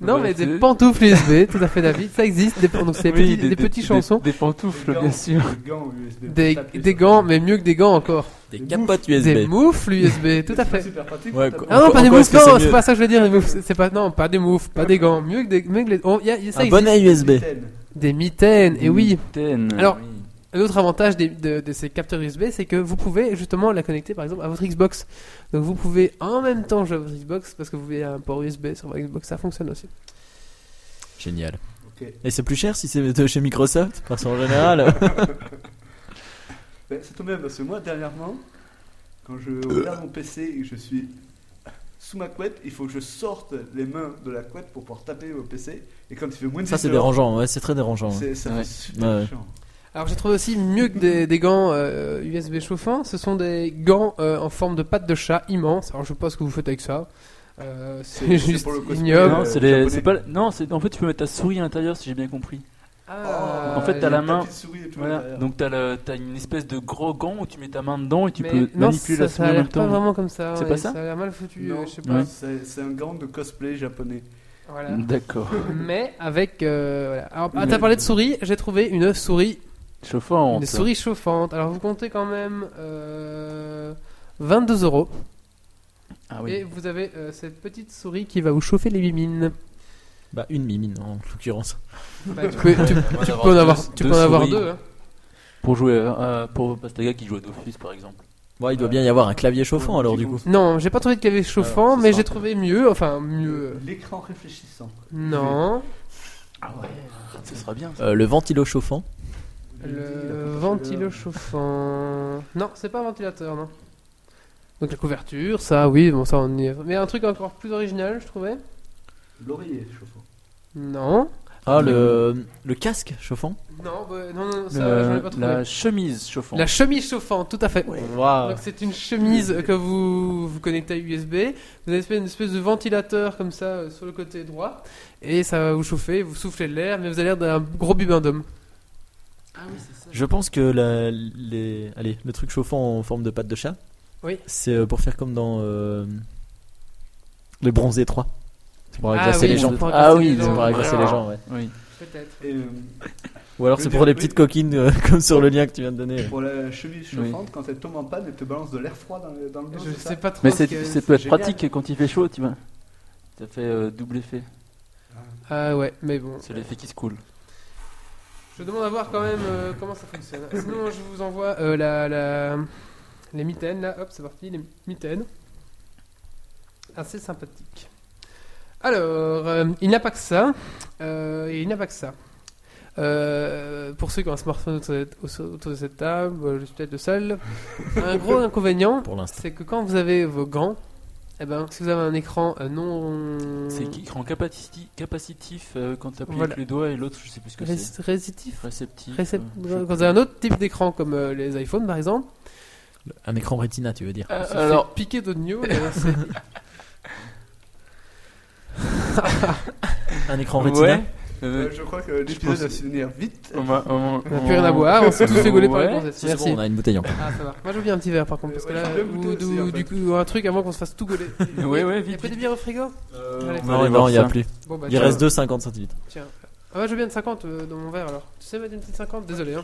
Non Bah, mais c'est- des pantoufles USB, tout à fait David, ça existe. Des, donc c'est des Oui, petits- des, petites chansons, Des, pantoufles, Des bien gants. sûr. Des gants USB. des, Taper des sur- gants, mais mieux que des gants encore. Des capotes USB. Des moufles USB, tout C'est à pas fait. super pratique. Ouais, quoi. pour taper. Ah non, Encore- pas des encore, moufles, est-ce que c'est non, c'est mieux pas ça que je veux dire, les moufles. C'est pas, non, pas des moufles, pas des gants. Mieux que des, mieux que les, on- y a- y a- ça Un existe. bonnet USB. Mitaine. Des mitaines, Mm. et oui. Mitaine, Alors- oui. L'autre avantage des- de, de ces capteurs USB, c'est que vous pouvez justement la connecter par exemple à votre Xbox. Donc vous pouvez en même temps jouer à votre Xbox parce que vous avez un port USB sur votre Xbox, ça fonctionne aussi. Génial. Ok. Et c'est plus cher si c'est de chez Microsoft, parce qu'en général. Ben, c'est tout même parce que moi, dernièrement, quand je regarde mon PC et que je suis sous ma couette, il faut que je sorte les mains de la couette pour pouvoir taper au PC. Et quand il fait moins de ça, 10 c'est heures, dérangeant, ouais, c'est très dérangeant. ouais. C'est ça Ouais. fait super Ouais. chiant. Alors j'ai trouvé aussi mieux que des, des gants euh, USB chauffants, ce sont des gants euh, en forme de patte de chat immense. Alors je sais pas ce que vous faites avec ça. Euh, c'est C'est- c'est juste pour le cosplay. ignoble. Non, Euh, c'est les- japonais. c'est pas. Non, c'est en fait tu peux mettre ta souris à l'intérieur si j'ai bien compris. Ah, En fait, t'as j'ai- la Le main. tapis de souris et tout Voilà. derrière. Donc t'as le- t'as une espèce de gros gant où tu mets ta main dedans et tu Mais peux non, manipuler ça, la ça souris a en même l'air pas temps. vraiment comme ça. C'est ouais, pas ça a l'air mal foutu, Non, euh, je sais pas. Ouais. Mm. c'est c'est un gant de cosplay japonais. Voilà. D'accord. Mais avec. euh, voilà. Alors, ah, Mais- t'as parlé de souris, j'ai trouvé une souris, Chauffant. une souris chauffante. Alors, vous comptez quand même euh, 22 euros. Ah oui. Et vous avez euh, cette petite souris qui va vous chauffer les mimines. Bah, une mimine en l'occurrence. Bah, tu peux, tu- tu On va peux en avoir, deux- tu peux en avoir souris. deux. hein. Pour jouer à- à- pour Pastaga qui joue à Dofus par exemple. Bon, il doit bien y avoir un clavier chauffant alors, du coup. Non, j'ai pas trouvé de clavier chauffant, ce mais sera j'ai un peu- trouvé mieux. Enfin, mieux. L'écran réfléchissant. Non. Ah ouais. Ce sera bien. ça. Euh, le ventilo chauffant. Le ventilo chauffant. Non, c'est pas un ventilateur, non. Donc la couverture, ça, oui, bon, ça on y est. Mais un truc encore plus original, je trouvais. L'oreiller chauffant. Non. Ah, le, le casque chauffant. Non, bah, non, non, ça, Le- j'en ai pas trouvé. la chemise chauffante. La chemise chauffante, tout à fait. Waouh. Donc c'est une chemise que vous, vous connectez à USB. Vous avez une espèce- une espèce de ventilateur comme ça euh, sur le côté droit. Et ça va vous chauffer, vous soufflez de l'air, mais vous avez l'air d'un gros bubin d'homme. Je pense que la- les, allez, le truc chauffant en forme de patte de chat, Oui. C'est euh, pour faire comme dans euh, Les Bronzés 3. C'est pour Ah agacer oui, les je gens. comprends Ah agacer les oui, c'est gens. pour agacer les gens, ouais. Oui. Peut-être. Et, euh, Ou alors Je c'est veux pour dire, les oui. petites coquines euh, comme sur le lien que tu viens de donner. pour la cheville chauffante, quand elle tombe en panne, elle te balance de l'air froid dans le, dans le dos. Je c'est ça sais pas trop. Mais ce c'est que- ça peut être génial. pratique quand il fait chaud, tu vois. Ça fait euh, double effet. Ah ouais, mais bon. C'est l'effet qui se coule. Je demande à voir quand même euh, comment ça fonctionne. Sinon, je vous envoie euh, la, la- les mitaines, là. Hop, c'est parti, les mitaines. Assez sympathique. Alors, euh, il n'y a pas que ça. Euh, il n'y a pas que ça. Euh, pour ceux qui ont un smartphone autour de- au- autour de cette table, euh, je suis peut-être le seul. Un gros inconvénient, Pour l'instant. c'est que quand vous avez vos gants, eh ben, si vous avez un écran euh, non C'est qui rend capaciti- capacitif euh, quand tu appuies Euh, Voilà. avec le doigt et l'autre, je sais plus ce que c'est. rés- résitif, Réceptif. Récep- euh, je- Quand vous avez un autre type d'écran comme euh, les iPhones par exemple, Un écran Retina, tu veux dire. Euh, alors alors, piqué d'oignons, euh, c'est- Un écran Retina. ouais, euh, Euh, je crois que l'épisode pense- va se venir vite. on m'a- on- on n'a plus rien à boire, on s'est tous égoulés par les gonzesses. Si c'est Merci. bon, on a une bouteille encore. Ah ça va. Moi j'ai bien un petit verre par contre parce que Ouais, là j'ai bien ou goûté du- aussi, en fait. du coup un truc avant qu'on se fasse tout gauler. Ouais, ouais, Il y a vite. pas de bière au frigo Allez. on va Non, aller non, voir il y a ça. plus. Bon bah Il tiens. reste 2,50 centilitres. Tiens. Ah ouais, je veux bien de 50 euh, dans mon verre alors. Tu sais mettre une petite 50 Désolé. hein.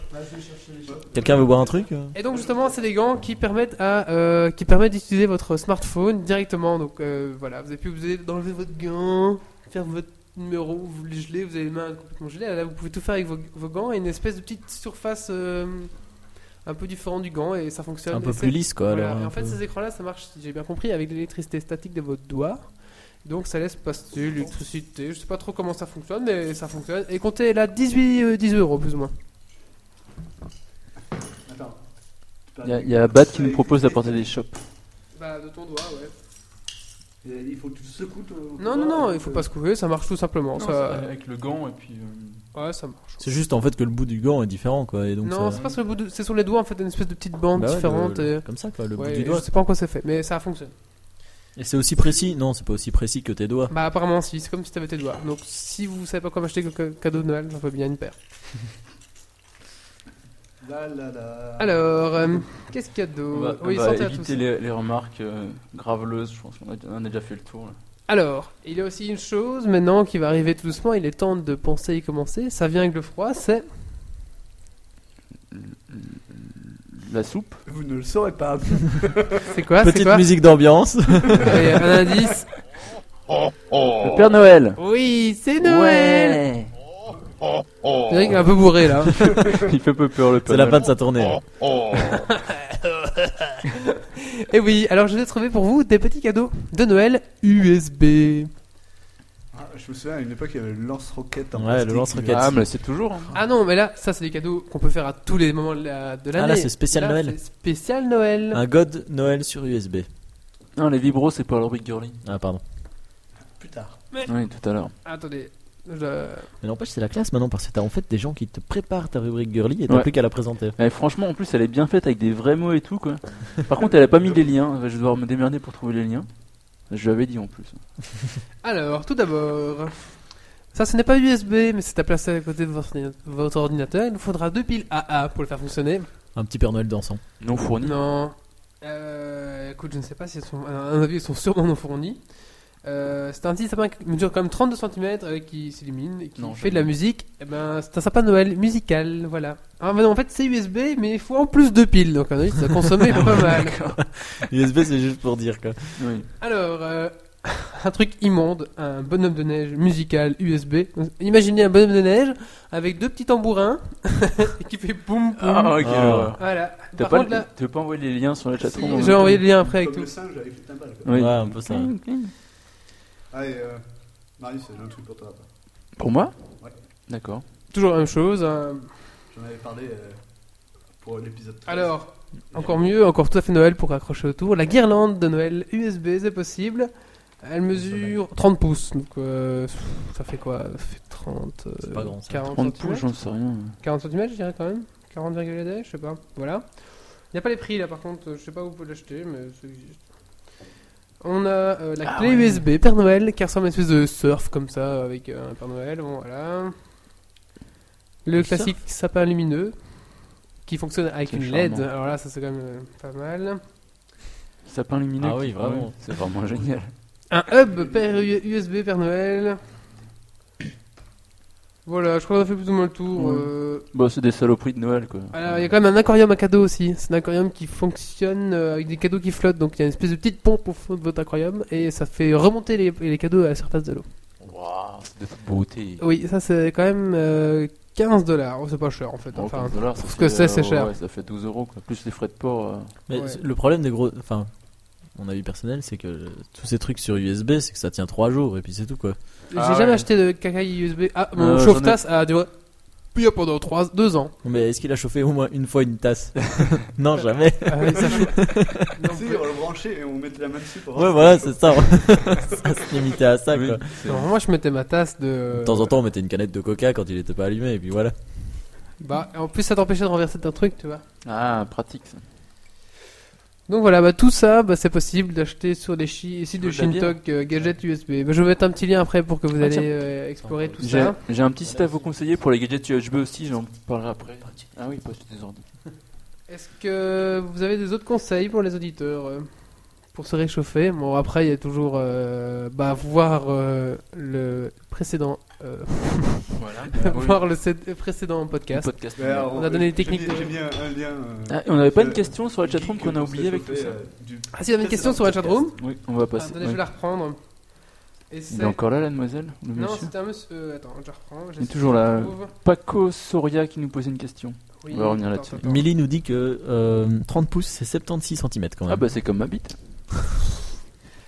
Quelqu'un veut boire un truc euh Et donc justement, c'est des gants qui permettent à euh, qui permettent d'utiliser votre smartphone directement. Donc euh, voilà, vous avez plus besoin d'enlever votre gant, faire votre numéro, vous les gelez, vous avez les mains complètement gelées. Là, vous pouvez tout faire avec vos, vos gants et une espèce de petite surface euh, un peu différente du gant et ça fonctionne. Un peu Et plus c'est- lisse, quoi. voilà. alors, Et un en fait, peu- ces écrans-là, ça marche, si j'ai bien compris, avec l'électricité statique de votre doigt. Donc ça laisse passer l'électricité. Je sais pas trop comment ça fonctionne, mais ça fonctionne. Et comptez là 18 euh, 10 euros plus ou moins. Attends. Il y a- il y a Bat qui nous propose d'apporter des chopes. Bah de ton doigt, ouais. Il faut que tu secoues ton- Non, non, euh, non, il faut pas se couper, ça marche tout simplement. ça... Avec le gant et puis. euh, Ouais, ça marche. C'est juste en fait que le bout du gant est différent, quoi. Et donc non, ça- c'est pas sur le bout, de... c'est sur les doigts en fait, une espèce de petite bande Bah ouais, différente. le- et- le- Comme ça, quoi, le Ouais, bout du et doigt. Je sais pas en quoi c'est fait, mais ça fonctionne. Et c'est aussi précis Non, c'est pas aussi précis que tes doigts. Bah, apparemment, si, c'est comme si t'avais tes doigts. Donc, si vous savez pas quoi m'acheter que cadeau de Noël, j'en veux bien une paire. Là, là, là. Alors, euh, qu'est-ce qu'il y a On d'autre va, Oui, on va santé à tous. éviter les, les remarques euh, graveleuses, je pense qu'on a, on a déjà fait le tour. là. Alors, il y a aussi une chose maintenant qui va arriver tout doucement, il est temps de penser et commencer. Ça vient avec le froid, c'est. La soupe Vous ne le saurez pas. C'est quoi Ah, C'est Petite quoi musique d'ambiance. Il y a Un indice. Oh. Le Père Noël Oui, c'est Noël Ouais. C'est vrai qu'il est un peu bourré là. Il fait peu peur le Père C'est la fin Noël. de sa tournée. Oh, Et Eh oui, alors je vais trouver pour vous des petits cadeaux de Noël USB. Ah, je me souviens, à une époque, il y avait le lance-roquette en Ouais, plastique. le lance-roquette. Ah, mais c'est toujours. hein. Ah non, mais là, ça c'est des cadeaux qu'on peut faire à tous les moments de la- de l'année. Ah, là, c'est spécial Là, Noël. c'est Spécial Noël. Un God Noël sur USB. Non, les vibros, c'est pas Ulrich Girling. Ah, pardon. Ah, Plus tard. Oui, tout à l'heure. Ah. Attendez. je- Mais n'empêche, c'est la classe maintenant parce que t'as en fait des gens qui te préparent ta rubrique girly et t'as Ouais. plus qu'à la présenter. Eh, franchement, en plus, elle est bien faite avec des vrais mots et tout, quoi. Par contre, elle a pas mis les liens. Je vais devoir me démerder pour trouver les liens. Je l'avais dit en plus. Alors, tout d'abord. Ça, ce n'est pas USB, mais c'est à placer à côté de votre ordina- votre ordinateur. Il nous faudra deux piles AA pour le faire fonctionner. Un petit Père Noël dansant. Non fourni. Non. Euh, écoute, je ne sais pas si elles sont. À mon avis, elles sont sûrement non fournies. Euh, c'est un petit sapin qui mesure quand même 32 cm qui s'illumine et qui Non, fait de jamais. la musique. Eh ben, c'est un sapin de Noël musical, voilà. Ah, mais non, en fait, c'est USB, mais il faut en plus deux piles, donc à mon avis, ça consommait pas Ah, mal. USB, c'est juste pour dire, quoi. Oui. Alors, euh, un truc immonde, un bonhomme de neige musical USB. Imaginez un bonhomme de neige avec deux petits tambourins qui fait boum boum. Ah, ok. Ah. alors. Voilà. T'as Par pas, contre, là, tu veux pas envoyer les liens sur la chatroom en j'ai même envoyé le lien après Comme avec tout. le singe avec le timbal. temps quoi. Oui. Ouais, un peu ça. Cling, cling. Allez, euh, Marius, j'ai un truc pour toi. là-bas. Pour moi Ouais. D'accord. Toujours la même chose. hein. un- J'en avais parlé euh, pour l'épisode 13. Alors, encore mieux, encore tout à fait Noël pour accrocher autour. La guirlande de Noël USB, c'est possible. Elle mesure 30 pouces, donc euh, ça fait quoi Ça fait 30, euh, pas grand, ça. 40 30 pouces, centimètres. j'en sais rien. 40 cm, je dirais quand même. 40,2, je sais pas. Voilà. Il n'y a pas les prix là, par contre, je sais pas où vous pouvez l'acheter, mais ça existe. On a euh, la Ah clé ouais. USB Père Noël qui ressemble à une espèce de surf comme ça avec euh, un Père Noël. Bon, voilà. Le Le surf classique sapin lumineux qui fonctionne avec C'est une charmant. LED. Alors là, ça c'est quand même euh, pas mal. sapins lumineux. Ah oui, qui- vraiment. ouais, C'est vraiment génial. Un hub Père U- USB Père Noël. Voilà, je crois qu'on a fait plus ou moins le tour. Ouais. euh. Bon, c'est des saloperies de Noël quoi. Alors, il y a quand même un aquarium à cadeaux aussi. C'est un aquarium qui fonctionne euh, avec des cadeaux qui flottent. Donc, il y a une espèce de petite pompe au fond de votre aquarium et ça fait remonter les, les cadeaux à la surface de l'eau. Waouh, c'est de toute beauté. Oui, ça c'est quand même euh, 15 dollars. c'est pas cher en fait. Bon, Enfin, 15 Oh, dollars, pour ça ce que fait, c'est, c'est euh, cher. ouais, ça fait 12 euros quoi. Plus les frais de port. euh. Mais Ouais. c'est- le problème des gros. Enfin, mon avis personnel, c'est que tous ces trucs sur USB, c'est que ça tient 3 jours et puis c'est tout quoi. j'ai Ah jamais ouais. acheté de cacaille USB. Ah, mon Euh, chauffe-tasse a duré puis pendant 3, 2 ans. Non, Mais est-ce qu'il a chauffé au moins une fois une tasse Non, jamais. Ah oui, ça chauffe. Non, Si, on le branchait et on mettait la main dessus pour Ouais, voilà, c'est ça. ça se limitait à ça Oui, quoi. c'est- non, moi je mettais ma tasse de. De temps en temps, on mettait une canette de coca quand il était pas allumé et puis voilà. Bah, en plus, ça t'empêchait de renverser ton truc, tu vois. Ah, pratique ça. Donc voilà, bah, tout ça, bah, c'est possible d'acheter sur les chi- sites de veux de la bière Shintok euh, Gadget USB. Bah, je vais mettre un petit lien après pour que vous Ah, allez tiens. euh, explorer tout J'ai ça. j'ai un petit site à vous conseiller pour les gadgets USB aussi, j'en parlerai après. Ah oui, poste des ordi. Est-ce que vous avez des autres conseils pour les auditeurs euh, pour se réchauffer Bon, après, il y a toujours euh, bah, voir euh, le précédent, euh, Voilà. voir le set- précédent podcast. podcast. Mais alors, Bah, On a donné les Ben, euh, j'ai techniques mis- de- J'ai mis un, un lien. euh, Ah, et on n'avait pas de- une question sur la chatroom geek qu'on a pour se oubliée avec tout chauffer, ça. euh, du- Ah, si, il y avait une question sur la chatroom Oui, on va Ah, passer. Attendez, je oui. vais la reprendre. Et Il c'est. est encore là, la demoiselle ou Le Non, monsieur c'était un monsieur. euh, attends, je la reprends. Il est toujours là. trouve. Paco Soria qui nous posait une question. Oui, On va revenir attends, là-dessus. attends. Millie nous dit que euh, 30 pouces, c'est 76 cm quand même. Ah bah c'est comme ma bite.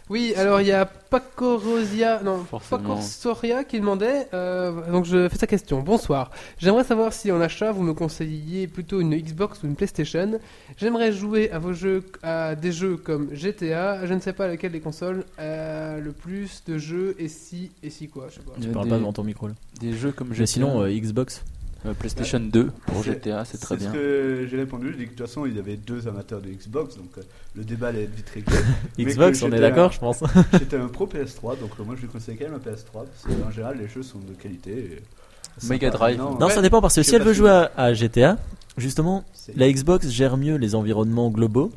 Oui, alors il y a Paco Rosia, non, Forcément. Paco Soria qui demandait, euh, donc je fais sa question. Bonsoir, j'aimerais savoir si en achat vous me conseilliez plutôt une Xbox ou une PlayStation. J'aimerais jouer à vos jeux, à des jeux comme GTA, je ne sais pas laquelle des consoles a le plus de jeux et si, et si quoi, je sais pas. Il y Tu a parles des, pas devant ton micro là. des jeux comme GTA. Mais sinon, euh, Xbox. euh, PlayStation 2 pour C'est- GTA, c'est très bien. ce que j'ai répondu. J'ai dit que de toute façon, il y avait deux amateurs de Xbox, donc euh, le débat allait être vite réglé. Mais Xbox, que on est j'étais d'accord, je pense. J'étais un pro PS3, donc euh, moi je lui conseille quand même un PS3, parce qu'en général, les jeux sont de qualité. et- Mega Drive. Non, Non, ouais, ça dépend parce que je si sais elle pas veut si- jouer à, à GTA, justement, c'est- la Xbox gère mieux les environnements globaux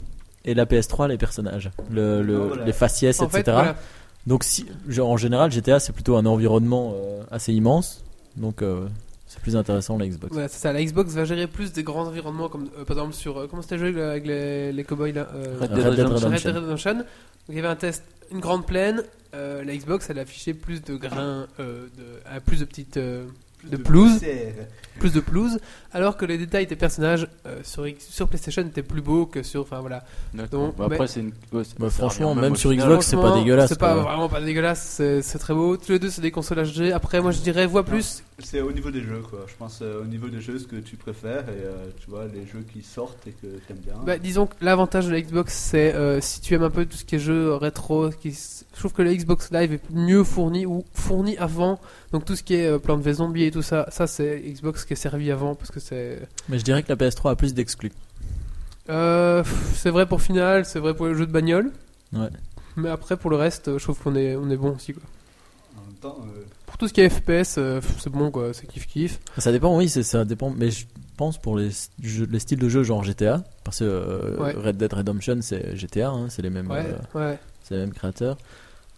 et la PS3 les personnages, le, le- Non, voilà. les faciès, Oh, En etc. fait, voilà. Donc, si, genre, en général, GTA c'est plutôt un environnement euh, assez immense, donc euh, c'est plus intéressant la Xbox. Voilà, c'est ça. La Xbox va gérer plus des grands environnements, comme euh, par exemple sur euh, comment c'était le jeu là, avec les, les cowboys là. euh, Red Red Dead sur Red Redemption. Dead Redemption. Donc, il y avait un test, une grande plaine. euh, la Xbox, elle affichait plus de grains, euh, de, à plus de petites, euh, de pelouse. poussière. plus de pelouse, alors que les détails des personnages euh, sur, X- sur PlayStation étaient plus beaux que sur, enfin voilà. D'accord. Donc, Bah mais- après c'est une. ouais, c'est- Bah, ça franchement, revient même au sur final. Xbox, c'est pas Franchement, dégueulasse, C'est pas quoi. vraiment pas dégueulasse, c'est c'est très beau. Tous les deux, c'est des consoles HD. Après, moi, je dirais vois plus. C'est au niveau des jeux, quoi. Je pense euh, au niveau des jeux, ce que tu préfères, et euh, tu vois, les jeux qui sortent et que t'aimes bien. Bah, disons que l'avantage de la Xbox, c'est euh, si tu aimes un peu tout ce qui est jeu rétro, qui... s- je trouve que la Xbox Live est mieux fournie ou fournie avant. Donc tout ce qui est euh, plan de V zombie et tout ça, ça c'est Xbox qui est servi avant parce que c'est. Mais je dirais que la PS3 a plus d'exclus. Euh, pff, c'est vrai pour Final, c'est vrai pour le jeu de bagnole. Ouais. Mais après pour le reste, euh, je trouve qu'on est, on est bon aussi quoi. En même temps, euh, Pour tout ce qui est FPS, euh, pff, c'est bon quoi, c'est kiff kiff. Ça dépend, oui, c'est- ça dépend. Mais je pense pour les, jeux- les styles de jeu genre GTA, parce que euh, Ouais. Red Dead Redemption c'est GTA, hein, c'est les mêmes, Ouais, euh, ouais. c'est les mêmes créateurs.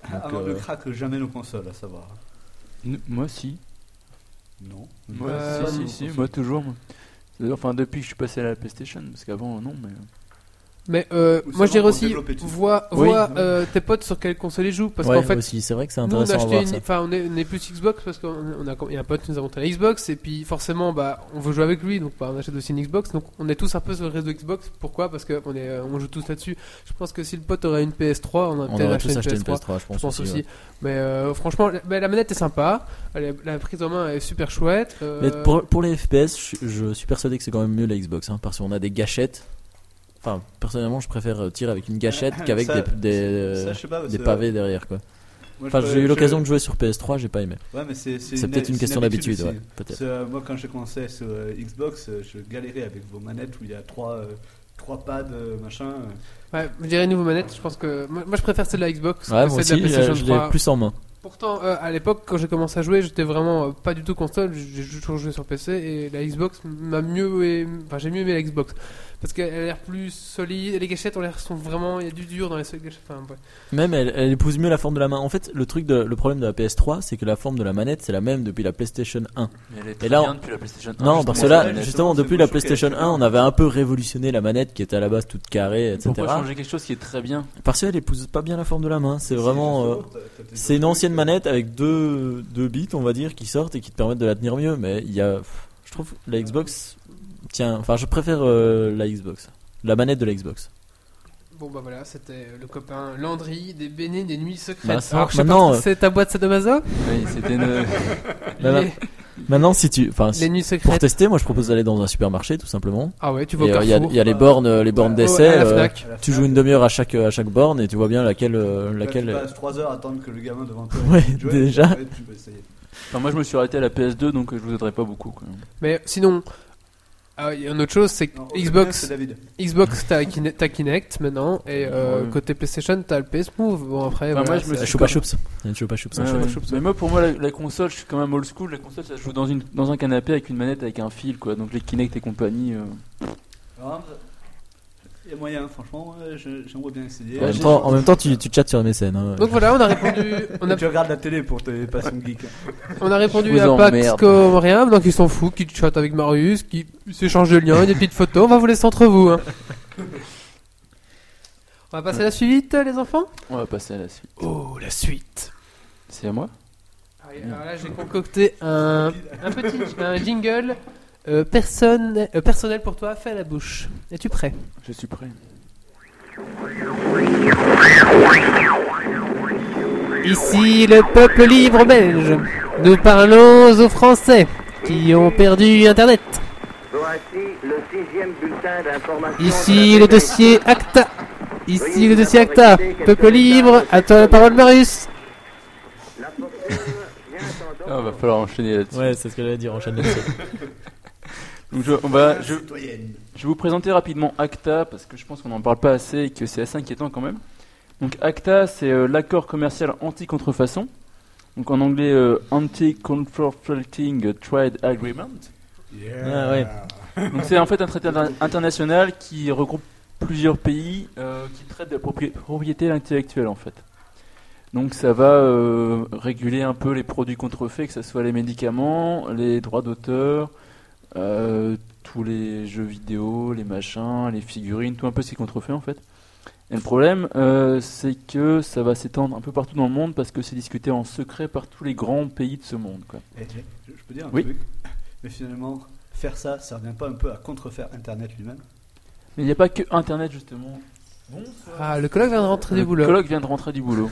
Donc, avant ne euh, craque jamais nos consoles, à savoir. N- Moi si. Non. Moi Euh, si, non, si, si, moi toujours. moi. C'est-à-dire, Enfin depuis que je suis passé à la PlayStation, parce qu'avant non mais. Mais euh, Ou moi je seulement dirais pour aussi, développer tout ça. vois, Oui, vois oui. euh, tes potes sur quelle console ils jouent parce Ouais, qu'en fait. aussi, c'est vrai que c'est Nous, on a intéressant à acheté voir une, ça. enfin, on est, on est plus Xbox parce qu'on on a, il y a un pote qui nous a monté la Xbox et puis forcément, bah, on veut jouer avec lui, donc bah, on achète aussi une Xbox. Donc, on est tous un peu sur le réseau Xbox. Pourquoi Parce qu'on est, euh, on joue tous là-dessus. Je pense que si le pote aurait une PS3, on aurait On peut-être aurait acheté tous une acheté PS3. une PS3, je pense, Je pense aussi. ouais. Mais euh, franchement, la, bah, la manette est sympa. Elle est- la prise en main est super chouette. euh, Mais pour, pour les FPS, je, je suis persuadé que c'est quand même mieux la Xbox, hein, parce qu'on a des gâchettes. Enfin, personnellement, je préfère euh, tirer avec une gâchette qu'avec Ça- des, des, euh, Ça, je sais pas, parce des que, pavés derrière, quoi. moi, je Enfin, peux- j'ai eu je- l'occasion de jouer sur PS3, j'ai pas aimé. Ouais, mais c'est c'est C'est peut-être une c'est question habitude d'habitude, aussi. ouais, peut-être. Parce que, euh, moi, quand j'ai commencé sur euh, Xbox, euh, je galérais avec vos manettes où il y a trois, euh, trois pads, euh, machin. ouais, je dirais une nouvelle manette. Je pense que moi, moi, je préfère celle de la Xbox. Ouais, que celle moi aussi, euh, de la je PlayStation je l'ai 3. plus en main. Pourtant, euh, à l'époque, quand j'ai commencé à jouer, j'étais vraiment euh, pas du tout console. J'ai j'ai toujours joué sur PC et la Xbox m'a mieux. aimé- Enfin, j'ai mieux aimé la Xbox parce qu'elle a l'air plus solide. Les gâchettes ont l'air sont vraiment. Il y a du dur dans les gâchettes. Enfin, ouais. Même elle, elle épouse mieux la forme de la main. En fait, le truc, de, le problème de la PS3, c'est que la forme de la manette, c'est la même depuis la PlayStation 1. Mais elle est très là, on- bien depuis la PlayStation 1. non, parce que là, justement, la justement, manette. Ah, justement, c'est depuis moi, la je trouve qu'elle est PlayStation très 1, bien. on avait un peu révolutionné la manette qui était à la base toute carrée, etc. Pourquoi changer quelque chose qui est très bien Parce qu'elle épouse pas bien la forme de la main. C'est vraiment. euh, justement, t'as- t'as- C'est une ancienne manette avec deux, deux bits, on va dire, qui sortent et qui te permettent de la tenir mieux. Mais il y a. pff, Je trouve la Xbox. Tiens, enfin, je préfère euh, la Xbox. La manette de la Xbox. Bon bah voilà, c'était le copain Landry des Béné des Nuits Secrètes. Bah, ça, Alors je sais maintenant, pas si euh, c'est ta boîte Sadomaso Oui, c'était une. Bah, bah, les, Maintenant, si tu. Enfin, si- les Nuits pour Secrètes. tester, moi je propose d'aller dans un supermarché, tout simplement. Ah ouais, tu Et, vois Oh, euh, Il y, a- il y a les Carrefour. bornes, euh, les bornes Ouais, d'essai. à la euh, Fnac. À la tu fin, joues une demi-heure à chaque, à chaque borne et tu vois bien laquelle. euh, là, laquelle... Tu passes 3 heures à attendre que le gamin devant toi. Ouais, joue, et déjà. après, tu peux essayer. Enfin, moi, je me suis arrêté à la PS2, donc euh, je vous aiderai pas beaucoup. quoi. Mais sinon, ah, il y a une autre chose, c'est que Non, au final, c'est Xbox, David. Xbox t'as Kine- t'as Kinect maintenant et euh, Ouais. côté PlayStation t'as le PS Move. Bon après, Bah, voilà, moi, je me c'est- La suis Choupa comme- Choups. La Choupa Choups, hein, Ouais, je sais pas. ouais. Mais moi, pour moi, la, la console, je suis quand même old school. La console, ça se joue dans, une, dans un canapé avec une manette, avec un fil, quoi. Donc les Kinect et compagnie. euh. Alors, Ah, Il y a moyen, franchement, ouais, je- j'aimerais bien essayer. En même J'ai- temps, en même temps, tu, tu chattes sur MSN. Hein. Donc voilà, on a répondu, on a, Tu regardes la télé pour tes passions geek. on a répondu Je vous à Pax emmerde. comme rien, donc ils s'en foutent, qui chatte avec Marius, qui s'échangent de liens, des petites photos, on va vous laisser entre vous. hein. On va passer à la suite, les enfants On va passer à la suite. Oh, la suite C'est à moi Allez, Ah Alors là, j'ai concocté un, un petit un jingle euh, personne- euh, personnel pour toi, fait à la bouche. Es-tu prêt Je suis prêt. Ici, le peuple libre belge. Nous parlons aux Français qui ont perdu Internet. Voici le sixième bulletin d'information. Ici, de la le BBC. dossier ACTA. Ici, le dossier ACTA. Peuple libre, à toi la parole, Marius. La fortune vient en don. Ah, va falloir enchaîner là-dessus. Ouais, c'est ce que j'allais dire, enchaîne là-dessus. Donc, je, on va, je, Citoyenne. Je vais vous présenter rapidement ACTA parce que je pense qu'on n'en parle pas assez et que c'est assez inquiétant quand même. Donc ACTA, c'est euh, l'accord commercial anti-contrefaçon. Donc en anglais, euh, Anti-Counterfeiting euh, Trade Agreement. Ah ouais. Donc c'est en fait un traité inter- international qui regroupe plusieurs pays euh, qui traitent de la propri- propriété intellectuelle en fait. Donc ça va euh, réguler un peu les produits contrefaits, que ce soit les médicaments, les droits d'auteur, euh, tous les jeux vidéo, les machins, les figurines, tout un peu ce qui est contrefait en fait. Et le problème, euh, c'est que ça va s'étendre un peu partout dans le monde parce que c'est discuté en secret par tous les grands pays de ce monde. Quoi. Eh, Je je peux dire un Oui. truc, mais finalement, faire ça, ça revient pas un peu à contrefaire Internet lui-même Mais il n'y a pas que Internet justement. Ah, le colloque vient de rentrer du Le boulot. colloque vient de rentrer du boulot.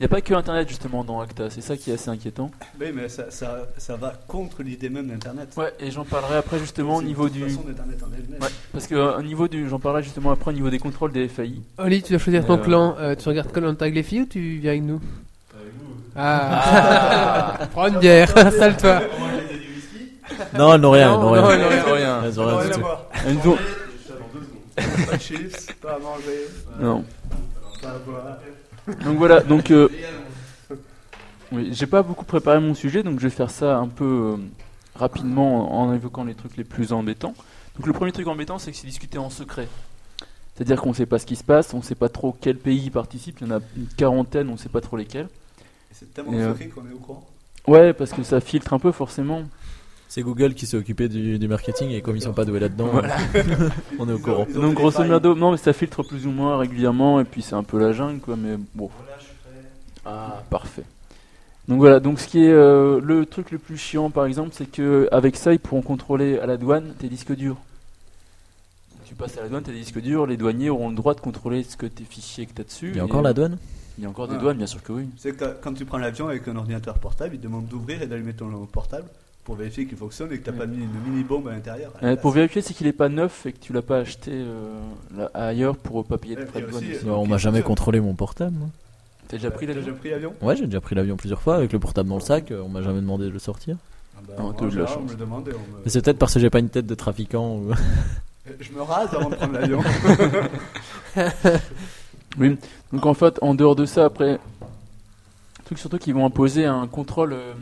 Il n'y a pas que Internet justement dans Acta, c'est ça qui est assez inquiétant. Oui, mais ça, ça, ça va contre l'idée même d'Internet. Ouais, et j'en parlerai après justement au C'est niveau une du. façon d'Internet en elle-même. Ouais, parce que euh, au niveau du, j'en parlerai justement après au niveau des contrôles des FAI. Oli, tu dois choisir ton Euh. clan. Euh, tu regardes Colin Tag les filles ou tu viens avec nous Ah, Prends une bière, installe-toi. Non, elles n'ont rien, elles Non, n'ont non, rien. elles n'ont rien. Ah. Elles n'ont rien du tout. Elles nous ont- Pas de chips, pas à manger, Non. pas à boire. Donc voilà, donc. euh, Oui, j'ai pas beaucoup préparé mon sujet, donc je vais faire ça un peu euh, rapidement en évoquant les trucs les plus embêtants. Donc le premier truc embêtant, c'est que c'est discuté en secret. C'est-à-dire qu'on sait pas ce qui se passe, on sait pas trop quel pays y participe, il y en a une quarantaine, on sait pas trop lesquels. Et C'est tellement Et, euh, secret qu'on est au courant. Ouais, parce que ça filtre un peu forcément. C'est Google qui s'est occupé du, du marketing et comme ils sont pas doués là-dedans, on est au courant. Ils ont Donc fait grosso des modo, non mais ça filtre plus ou moins régulièrement et puis c'est un peu la jungle quoi, mais bon. Ah parfait. Donc voilà, donc ce qui est euh, le truc le plus chiant par exemple, c'est que avec ça ils pourront contrôler à la douane tes disques durs. Tu passes à la douane tes disques durs, les douaniers auront le droit de contrôler ce que tes fichiers que t'as dessus. Il y et- a encore la douane Il y a encore des Ouais. douanes, bien sûr que oui. C'est que quand tu prends l'avion avec un ordinateur portable, il te demande d'ouvrir et d'allumer ton portable pour vérifier qu'il fonctionne et que t'as Oui. pas mis une mini bombe à l'intérieur. Euh, pour vérifier c'est qu'il est pas neuf et que tu l'as pas acheté euh, là- ailleurs pour euh, pas payer de Et frais de aussi, douane. euh, bah, Non, On m'a jamais contrôlé mon portable. moi. T'as déjà pris T'as l'avion déjà pris l'avion Ouais, j'ai déjà pris l'avion plusieurs fois avec le portable dans le sac, euh, on m'a jamais demandé de le sortir. Ah bah, Ah, moi, en t'as eu de la général, on chance. me le demande et on me- Mais c'est peut-être parce que j'ai pas une tête de trafiquant. ou- Je me rase avant de prendre l'avion. Oui, donc en fait, en dehors de ça, après, truc surtout qu'ils vont imposer un contrôle. euh,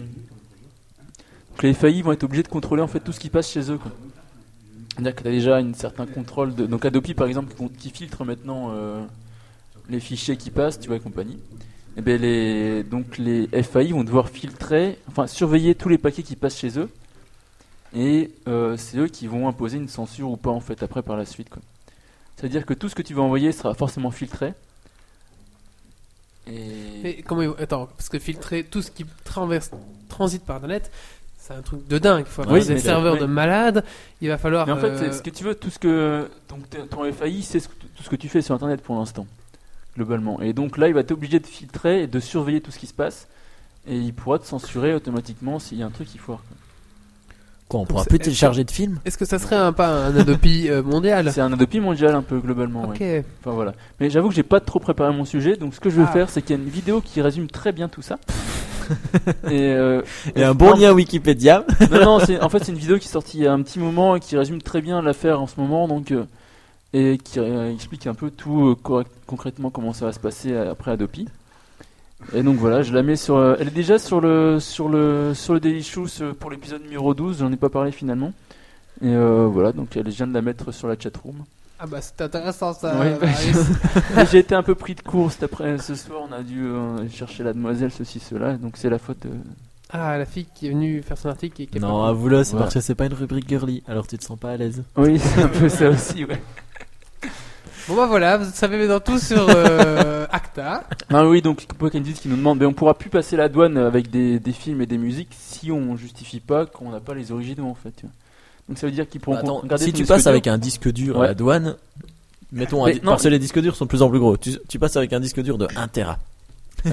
Donc les FAI vont être obligés de contrôler en fait tout ce qui passe chez eux. quoi. C'est-à-dire que tu as déjà un certain contrôle. De... Donc Adopi par exemple qui, qui filtre maintenant euh, les fichiers qui passent, tu vois, et compagnie. Et ben les... Donc les FAI vont devoir filtrer, enfin surveiller tous les paquets qui passent chez eux. Et euh, c'est eux qui vont imposer une censure ou pas en fait après par la suite. quoi. C'est-à-dire que tout ce que tu vas envoyer sera forcément filtré. Et... Mais comment ils- Attends, parce que filtrer tout ce qui traverse, transite par Internet, c'est un truc de dingue. Il faut avoir Oui, des mais- serveurs oui. de malades. Il va falloir. Mais en fait, euh, c'est ce que tu veux, tout ce que donc t- ton FAI, c'est ce que- tout ce que tu fais sur Internet pour l'instant, globalement. Et donc là, il va t'obliger de filtrer et de surveiller tout ce qui se passe, et il pourra te censurer automatiquement s'il y a un truc qui foire. quoi. Quoi, on pourra c'est- plus télécharger de films Est-ce que ça serait un pas un Adopi euh, mondial C'est un adopi mondial un peu globalement. Ok. ouais. Enfin voilà. Mais j'avoue que j'ai pas trop préparé mon sujet, donc ce que je vais Ah. faire, c'est qu'il y a une vidéo qui résume très bien tout ça. et euh, Et un bon lien Wikipédia. non, non, c'est- en fait, c'est une vidéo qui est sortie il y a un petit moment et qui résume très bien l'affaire en ce moment, donc, euh, et qui euh, explique un peu tout euh, correct- concrètement comment ça va se passer euh, après Adopi. Et donc voilà, je la mets sur. euh, elle est déjà sur le, sur le, sur le Daily Show ce- pour l'épisode numéro 12, j'en ai pas parlé finalement. Et euh, voilà, donc elle, je viens de la mettre sur la chatroom. Ah bah c'est intéressant ça. Ouais. Marius. Et J'ai été un peu pris de court cet après ce soir, on a dû euh, chercher la demoiselle, ceci, cela, donc c'est la faute. euh, ah la fille qui est venue faire son article et qui est Non, pas- avoue-le, c'est Voilà. parce que c'est pas une rubrique girly, alors tu te sens pas à l'aise. Oui, c'est un peu ça aussi, ouais. Bon bah voilà, vous savez maintenant tout sur euh, Acta. Non, oui, donc Pokémon Candice qui nous demande, mais on pourra plus passer la douane avec des, des films et des musiques si on justifie pas qu'on n'a pas les originaux en fait. tu vois. Donc ça veut dire qu'ils pourront Attends, garder si ton tu disque passes dur. avec un disque dur à Ouais. la douane, mettons, un Mais di- non, parce que les disques durs sont de plus en plus gros. Tu, tu passes avec un disque dur de 1 Tera.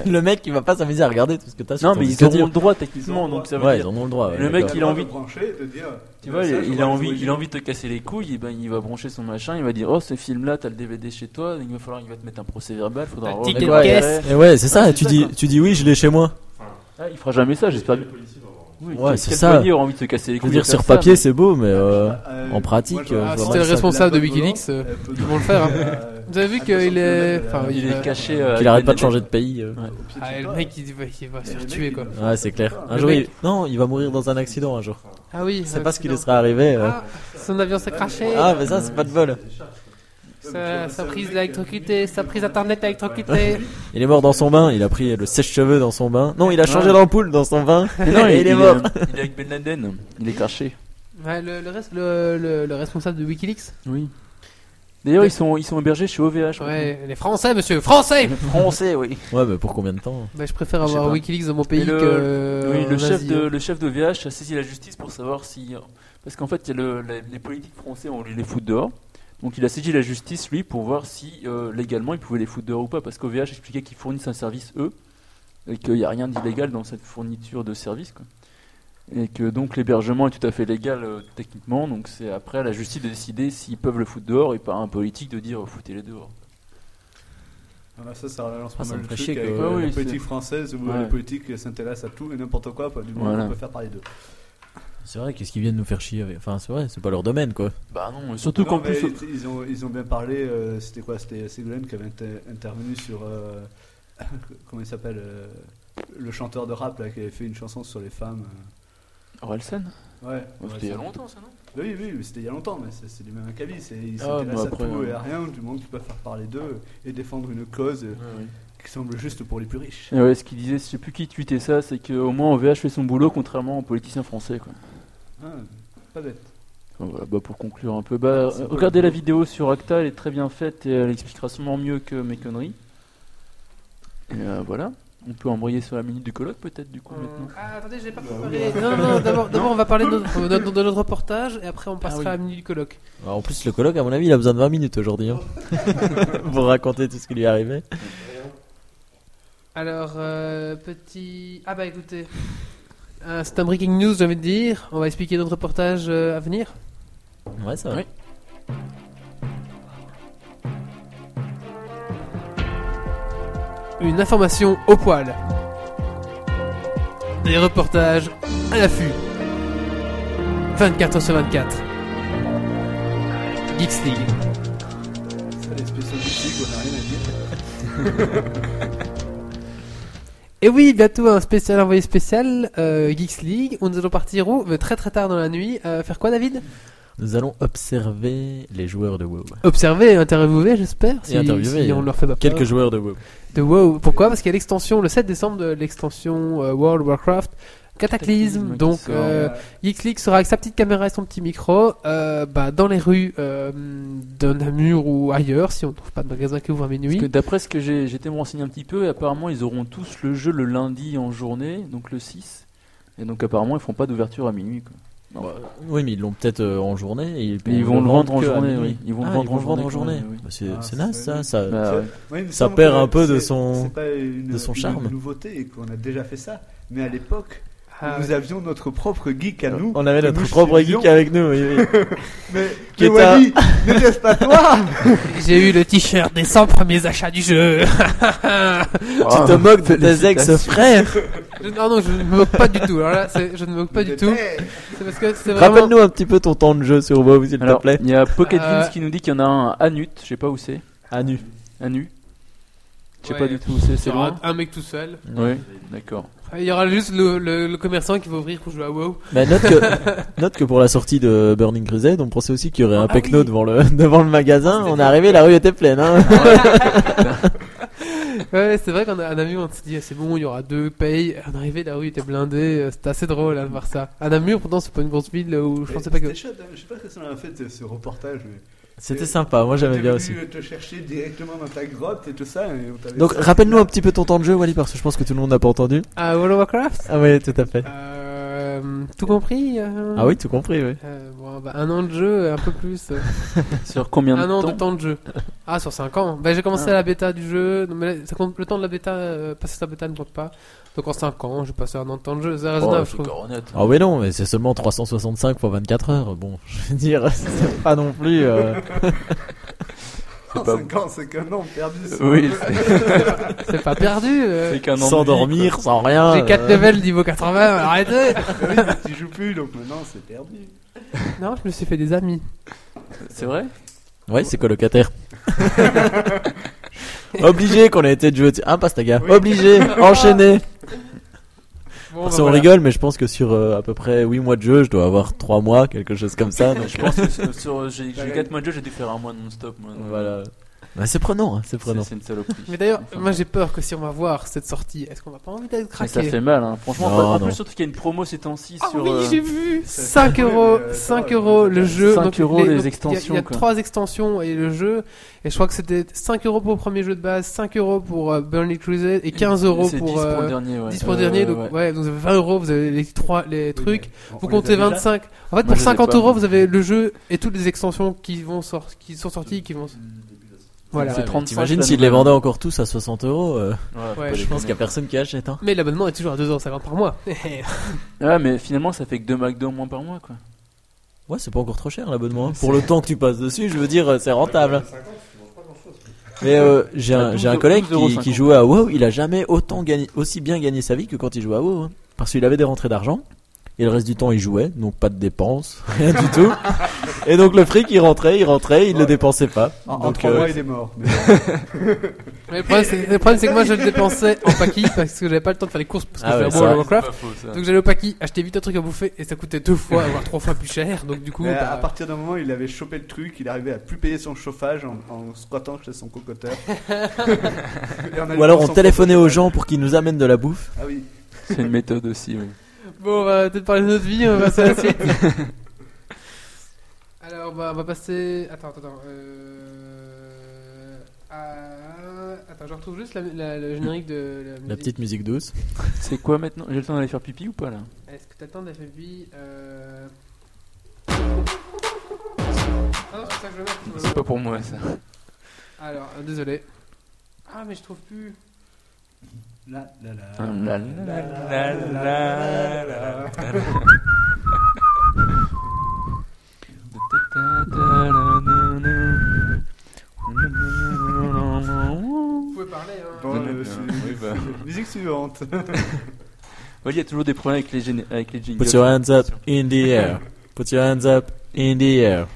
le mec, il va pas s'amuser à regarder tout ce que t'as sur non ton mais disque ils auront dur. le droit techniquement, Ils ont donc ça Ouais, veut ils dire. en ont le droit. ouais, Le mec, d'accord. il a envie- de brancher, de dire. Tu vois, ça, je il, vois il a les envie, il originaux. a envie de te casser les couilles, et ben il va brancher son machin, il va dire oh ce film-là, t'as le DVD chez toi, il va falloir, il va te mettre un procès verbal, faudra. Bah, Un regarder. ticket de Ouais. caisse. Et ouais, c'est ça, c'est tu, ça, dis, quoi. tu dis oui, je l'ai chez moi. Ah, il fera jamais ça, j'espère. bien. Oui, Ouais, quel- c'est quel ça. poignet aura envie de te casser les Je veux couilles. dire, de sur faire ça, papier, mais- c'est beau, mais. euh, Euh, en pratique, moi, je- euh, Ah, Ah, faut c'était si vraiment le que ça- responsable de la bonne Wikileaks. volonté, euh, elle peut- Ils vont le faire. hein. Euh, Vous avez vu qu'il est, enfin, Il est caché. euh, Qu'il arrête pas de Internet. changer de pays. euh. au pied de Ah, chez le toi. mec il va, il va se Et faire le tuer mec, quoi. il- Ouais, c'est clair. Un Le jour, mec- il- non, il va mourir dans un accident un jour. Ah oui. C'est euh, pas ce qui sinon- lui sera arrivé. euh. Ah, son avion s'est craché. Ah, mais ça, c'est pas de bol. Sa, sa prise d'électricité, sa prise internet électrocutée. Il est mort dans son bain, il a pris le sèche-cheveux dans son bain. Non, il a changé Ouais. d'ampoule dans son bain. Mais non, Et il, il est il mort. Il est avec Ben Laden, il est caché. Ouais, le, le, reste- le, le- le responsable de Wikileaks. Oui. D'ailleurs, ils sont, ils sont hébergés chez OVH. Ouais, les Français, monsieur, Français Français, oui. Ouais, mais pour combien de temps Bah, je préfère Je sais avoir pas. Wikileaks dans mon pays Mais le- que. oui, le en chef, Asie, de, hein. le chef d'OVH a saisi la justice pour savoir si. Parce qu'en fait, il y a le- les, les politiques français, on les fout dehors. Donc, il a saisi la justice, lui, pour voir si euh, légalement il pouvait les foutre dehors ou pas. Parce qu'OVH expliquait qu'ils fournissent un service, eux, et qu'il n'y a rien d'illégal dans cette fourniture de service. quoi. Et que donc l'hébergement est tout à fait légal euh, techniquement. Donc, c'est après à la justice de décider s'ils peuvent le foutre dehors et pas à un politique de dire euh, foutez-les dehors. Ah, bah, ça, ça relance Ah, pas ça mal me le fait truc chier avec euh, que- la Ouais, oui, politique française où Ouais. les politiques s'intéressent à tout et n'importe quoi, du moment Voilà. qu'on peut faire parler d'eux. C'est vrai, qu'est-ce qu'ils viennent nous faire chier avec Enfin, c'est vrai, c'est pas leur domaine quoi. Bah non, surtout Non, qu'en mais plus. ils, ils ont, ils ont bien parlé, euh, c'était quoi C'était Ségolène qui avait inter- intervenu sur. euh, comment il s'appelle euh, Le chanteur de rap là, qui avait fait une chanson sur les femmes. Orelsan euh. Ouais. C'était Ouais, il y a ça- longtemps ça, non Oui, oui, mais c'était il y a longtemps, mais c'est c'est du même acabit. c'est- Ils Ah, s'intéressent bah, après, à tout ouais. et à rien, du moment qu'ils peuvent faire parler d'eux et défendre une cause Ah, euh, qui semble juste pour les plus riches. Et ouais, ce qu'il disait, je sais plus qui tweetait ça, c'est qu'au moins OVH fait son boulot contrairement aux politiciens français. Quoi. Ah, pas bête. Enfin, voilà, bah, pour conclure un peu, bah, C'est euh, pas regardez le la boulot. vidéo sur Acta, elle est très bien faite et elle expliquera sûrement mieux que mes conneries. Et euh, voilà, on peut embrayer sur la minute du colloque peut-être du coup Euh, maintenant. Ah, attendez, j'ai pas préparé. Non, non, d'abord, d'abord, on va parler de notre, de notre- de notre reportage et après on passera oui. à la minute du colloque. Bah, en plus, le colloque, à mon avis, il a besoin de 20 minutes aujourd'hui hein, pour raconter tout ce qui lui est arrivé. Alors, euh, petit. Ah, bah écoutez, euh, c'est un breaking news, j'ai envie de dire. On va expliquer notre reportage euh, à venir. Ouais, ça va. Ouais. Une information au poil. Des reportages à l'affût. 24 heures sur 24. Geeks League. Ça, les spécialistes, on n'a rien à dire. Et oui, bientôt un spécial envoyé spécial euh, Geeks League. Où nous allons partir où Mais Très très tard dans la nuit. Euh, faire quoi, David Nous allons observer les joueurs de WoW. Observer, interviewer, j'espère. Si, interviewer, si on euh, leur fait pas peur. Quelques joueurs de WoW. de WoW. Pourquoi Parce qu'il y a l'extension le 7 décembre de l'extension euh, World of Warcraft Cataclysme. Cataclysme Donc qui sort, euh, Geekleak sera avec sa petite caméra et son petit micro euh, bah, dans les rues euh, de Namur ou ailleurs si on ne trouve pas de magasin qui ouvre à minuit. Parce que d'après ce que j'ai j'étais me renseigné un petit peu, apparemment ils auront tous le jeu le lundi en journée, donc le 6. Et donc apparemment ils font pas d'ouverture à minuit. Quoi. Oh. Non. Bah, Oui, mais ils l'ont peut-être euh, en journée. Et Mais ils vont le vendre en que à journée, minuit. oui. Ils vont le Ah, vendre en vendre en journée, journée. oui. Bah, C'est Ah, c'est naze, c'est ça. ça- nul. Bah, ouais. Ouais, il me Ça semble perd que un peu de c'est- son- c'est pas une- de son une charme. nouveauté et qu'on a déjà fait ça. Mais à l'époque, Ah, nous avions notre propre geek à nous. On avait que notre nous propre suivions. geek avec nous. oui, oui. Mais, Qui mais est un- Wally, n'était-ce pas toi J'ai eu le t-shirt des 100 premiers achats du jeu. Tu te moques de tes ex frères. Je- non non, je ne me moque pas du tout. Alors là, c'est- je ne me moque pas du tout. C'est parce que c'est vraiment Rappelle-nous un petit peu ton temps de jeu sur WoW, s'il te Alors, plaît. il y a Pocket Euh, Vince qui nous dit qu'il y en a un à Nut, je sais pas où c'est. À nu. À Nu Je sais Ouais. pas du tout où c'est, c'est Il y aura loin. un mec tout seul. Oui, d'accord. Il y aura juste le, le- le commerçant qui va ouvrir pour jouer à WoW. Bah, note, que, note que pour la sortie de Burning Crusade, on pensait aussi qu'il y aurait un Ah pecno oui. devant, le, devant le magasin. On est arrivé, la rue était pleine. Hein. Ouais, c'est vrai qu'on a un ami, on s'est dit, ah, c'est bon, il y aura deux payes. En arrivée, la rue était blindée. euh, C'était assez drôle hein, de voir ça. À Namur, pourtant, c'est pas une grosse ville euh, où je pensais pas que. C'était chouette, hein. je sais pas si on a fait euh, ce reportage. Mais... C'était sympa, moi j'aimais T'es bien aussi. venu te chercher directement dans ta grotte et tout ça. et on t'avait- Donc rappelle-nous un petit peu ton temps de jeu, Wally, parce que je pense que tout le monde n'a pas entendu. À World of Warcraft Ah oui, tout à fait. euh, Tout compris euh, Ah oui, tout compris, oui. Euh, bon, bah, un an de jeu, un peu plus. euh, Sur combien de un an temps de temps de jeu. Ah, sur 5 ans. Bah, j'ai commencé Ah. à la bêta du jeu. Non, mais là, ça compte le temps de la bêta. euh, passer sa bêta ne compte pas. Donc en 5 ans, j'ai passé un an de temps de jeu. C'est raisonnable, je trouve. Ah oui, non, mais c'est seulement 365 fois 24 heures. Bon, je veux dire, c'est pas non plus. euh, En pas- 5 ans, c'est qu'un an perdu. c'est Euh, Oui, pas- C'est pas perdu. euh. c'est qu'un an. sans de vie, dormir, sans rien. J'ai 4 euh, levels niveau 80, arrêtez Oui, mais tu joues plus, donc maintenant c'est perdu. Non, je me suis fait des amis. quoi. C'est vrai Euh, Ouais, c'est colocataire. Obligé qu'on ait été de jouer. Ah, passe ta gars. Oui. Obligé, enchaîné. Bon, Parce Ah, bah, qu'on voilà. rigole, mais je pense que sur euh, à peu près 8 mois de jeu, je dois avoir 3 mois, quelque chose comme ça. donc, Je pense que sur- sur- j'ai Pareil. 4 mois de jeu, j'ai dû faire un mois non-stop. moi. euh, voilà. Bah, c'est prenant, hein, c'est C'est prenant. c'est une saloperie. Mais d'ailleurs, Enfin. moi j'ai peur que si on va voir cette sortie, est-ce qu'on va pas envie d'être Mais Ah. ça craqué fait mal, hein. franchement. Non, en non. plus, surtout qu'il y a une promo ces temps-ci Ah sur. oui, euh, j'ai vu ça- 5 oui, euros, mais, euh, ça 5 va, euros mais le ça- jeu. 5 donc, euros les- donc, les il y a- Il y extensions, a quoi. 3 extensions et le jeu. Et je crois que c'était 5 euros pour le premier jeu de base, 5 euros pour euh, Burnley Crusade et 15 euros c'est 10 pour. pour euh, le dernier. Ouais. 10 pour le Euh, dernier, donc ouais. ouais, donc vous avez 20 euros, vous avez les, trois, les trucs. On- Vous on comptez les a déjà 25. En fait, Moi, pour je les ai 50 pas, euros, mais- vous avez le jeu et toutes les extensions qui, vont sort- qui sont sorties, qui vont. Mm, Voilà. C'est Ouais, 35, T'imagines la s'ils les nouvelle. vendaient encore tous à 60 euros euh, Ouais, faut Ouais, pas je Je pense déconner. qu'il y a personne qui achète. Hein. Mais l'abonnement est toujours à 2,50€ par mois. Ouais, mais finalement, ça fait que 2 McDo en moins par mois, quoi. Ouais, c'est pas encore trop cher l'abonnement. hein. Pour le temps que tu passes dessus, je veux dire, euh, c'est rentable. Mais euh, j'ai À un, 12 j'ai un collègue 12,50. qui, qui jouait à WoW, il a jamais autant gagné, aussi bien gagné sa vie que quand il jouait à WoW. hein. Parce qu'il avait des rentrées d'argent, et le reste du temps il jouait, donc pas de dépenses, rien du tout. Et donc le fric il rentrait, il rentrait, il ne le Ouais. dépensait pas. En, en donc trois euh, mois, il est mort. Mais Mais le problème, c'est, le problème, c'est que moi, je le dépensais en paquis parce que j'avais pas le temps de faire les courses parce que j'étais Ah ouais, à c'est World vrai. of Warcraft. faux, ça. Donc j'allais au paquis, acheter vite un truc à bouffer et ça coûtait deux fois, voire trois fois plus cher. Donc du coup, mais bah, à partir d'un moment, il avait chopé le truc, il arrivait à plus payer son chauffage en, en squattant chez son cocoteur. Et en ou allumant alors on son téléphonait propre aux gens pour qu'ils nous amènent de la bouffe. chauffage. Ah oui. C'est une méthode aussi, oui. bon, on va peut-être parler de notre vie, on va passer à la suite. Alors, bah, on va passer. Attends, attends, attends. Euh... à- Attends, je retrouve juste la- la- le générique de la musique. La petite musique douce. C'est quoi maintenant J'ai le temps d'aller faire pipi ou pas là Est-ce que t'attends des FFB euh... Ah non, c'est pour ça que je le mets. C'est pas pour moi ça. Alors, euh, désolé. Ah, mais je trouve plus. La, la, la. La, la, la, la, la. Vous pouvez parler, hein. Bon, euh, c'est- Oui, bah. Musique suivante. Ouais, il y a toujours des problèmes avec les, gén- avec les jingles. Put your hands up in the air. Put your hands up in the air.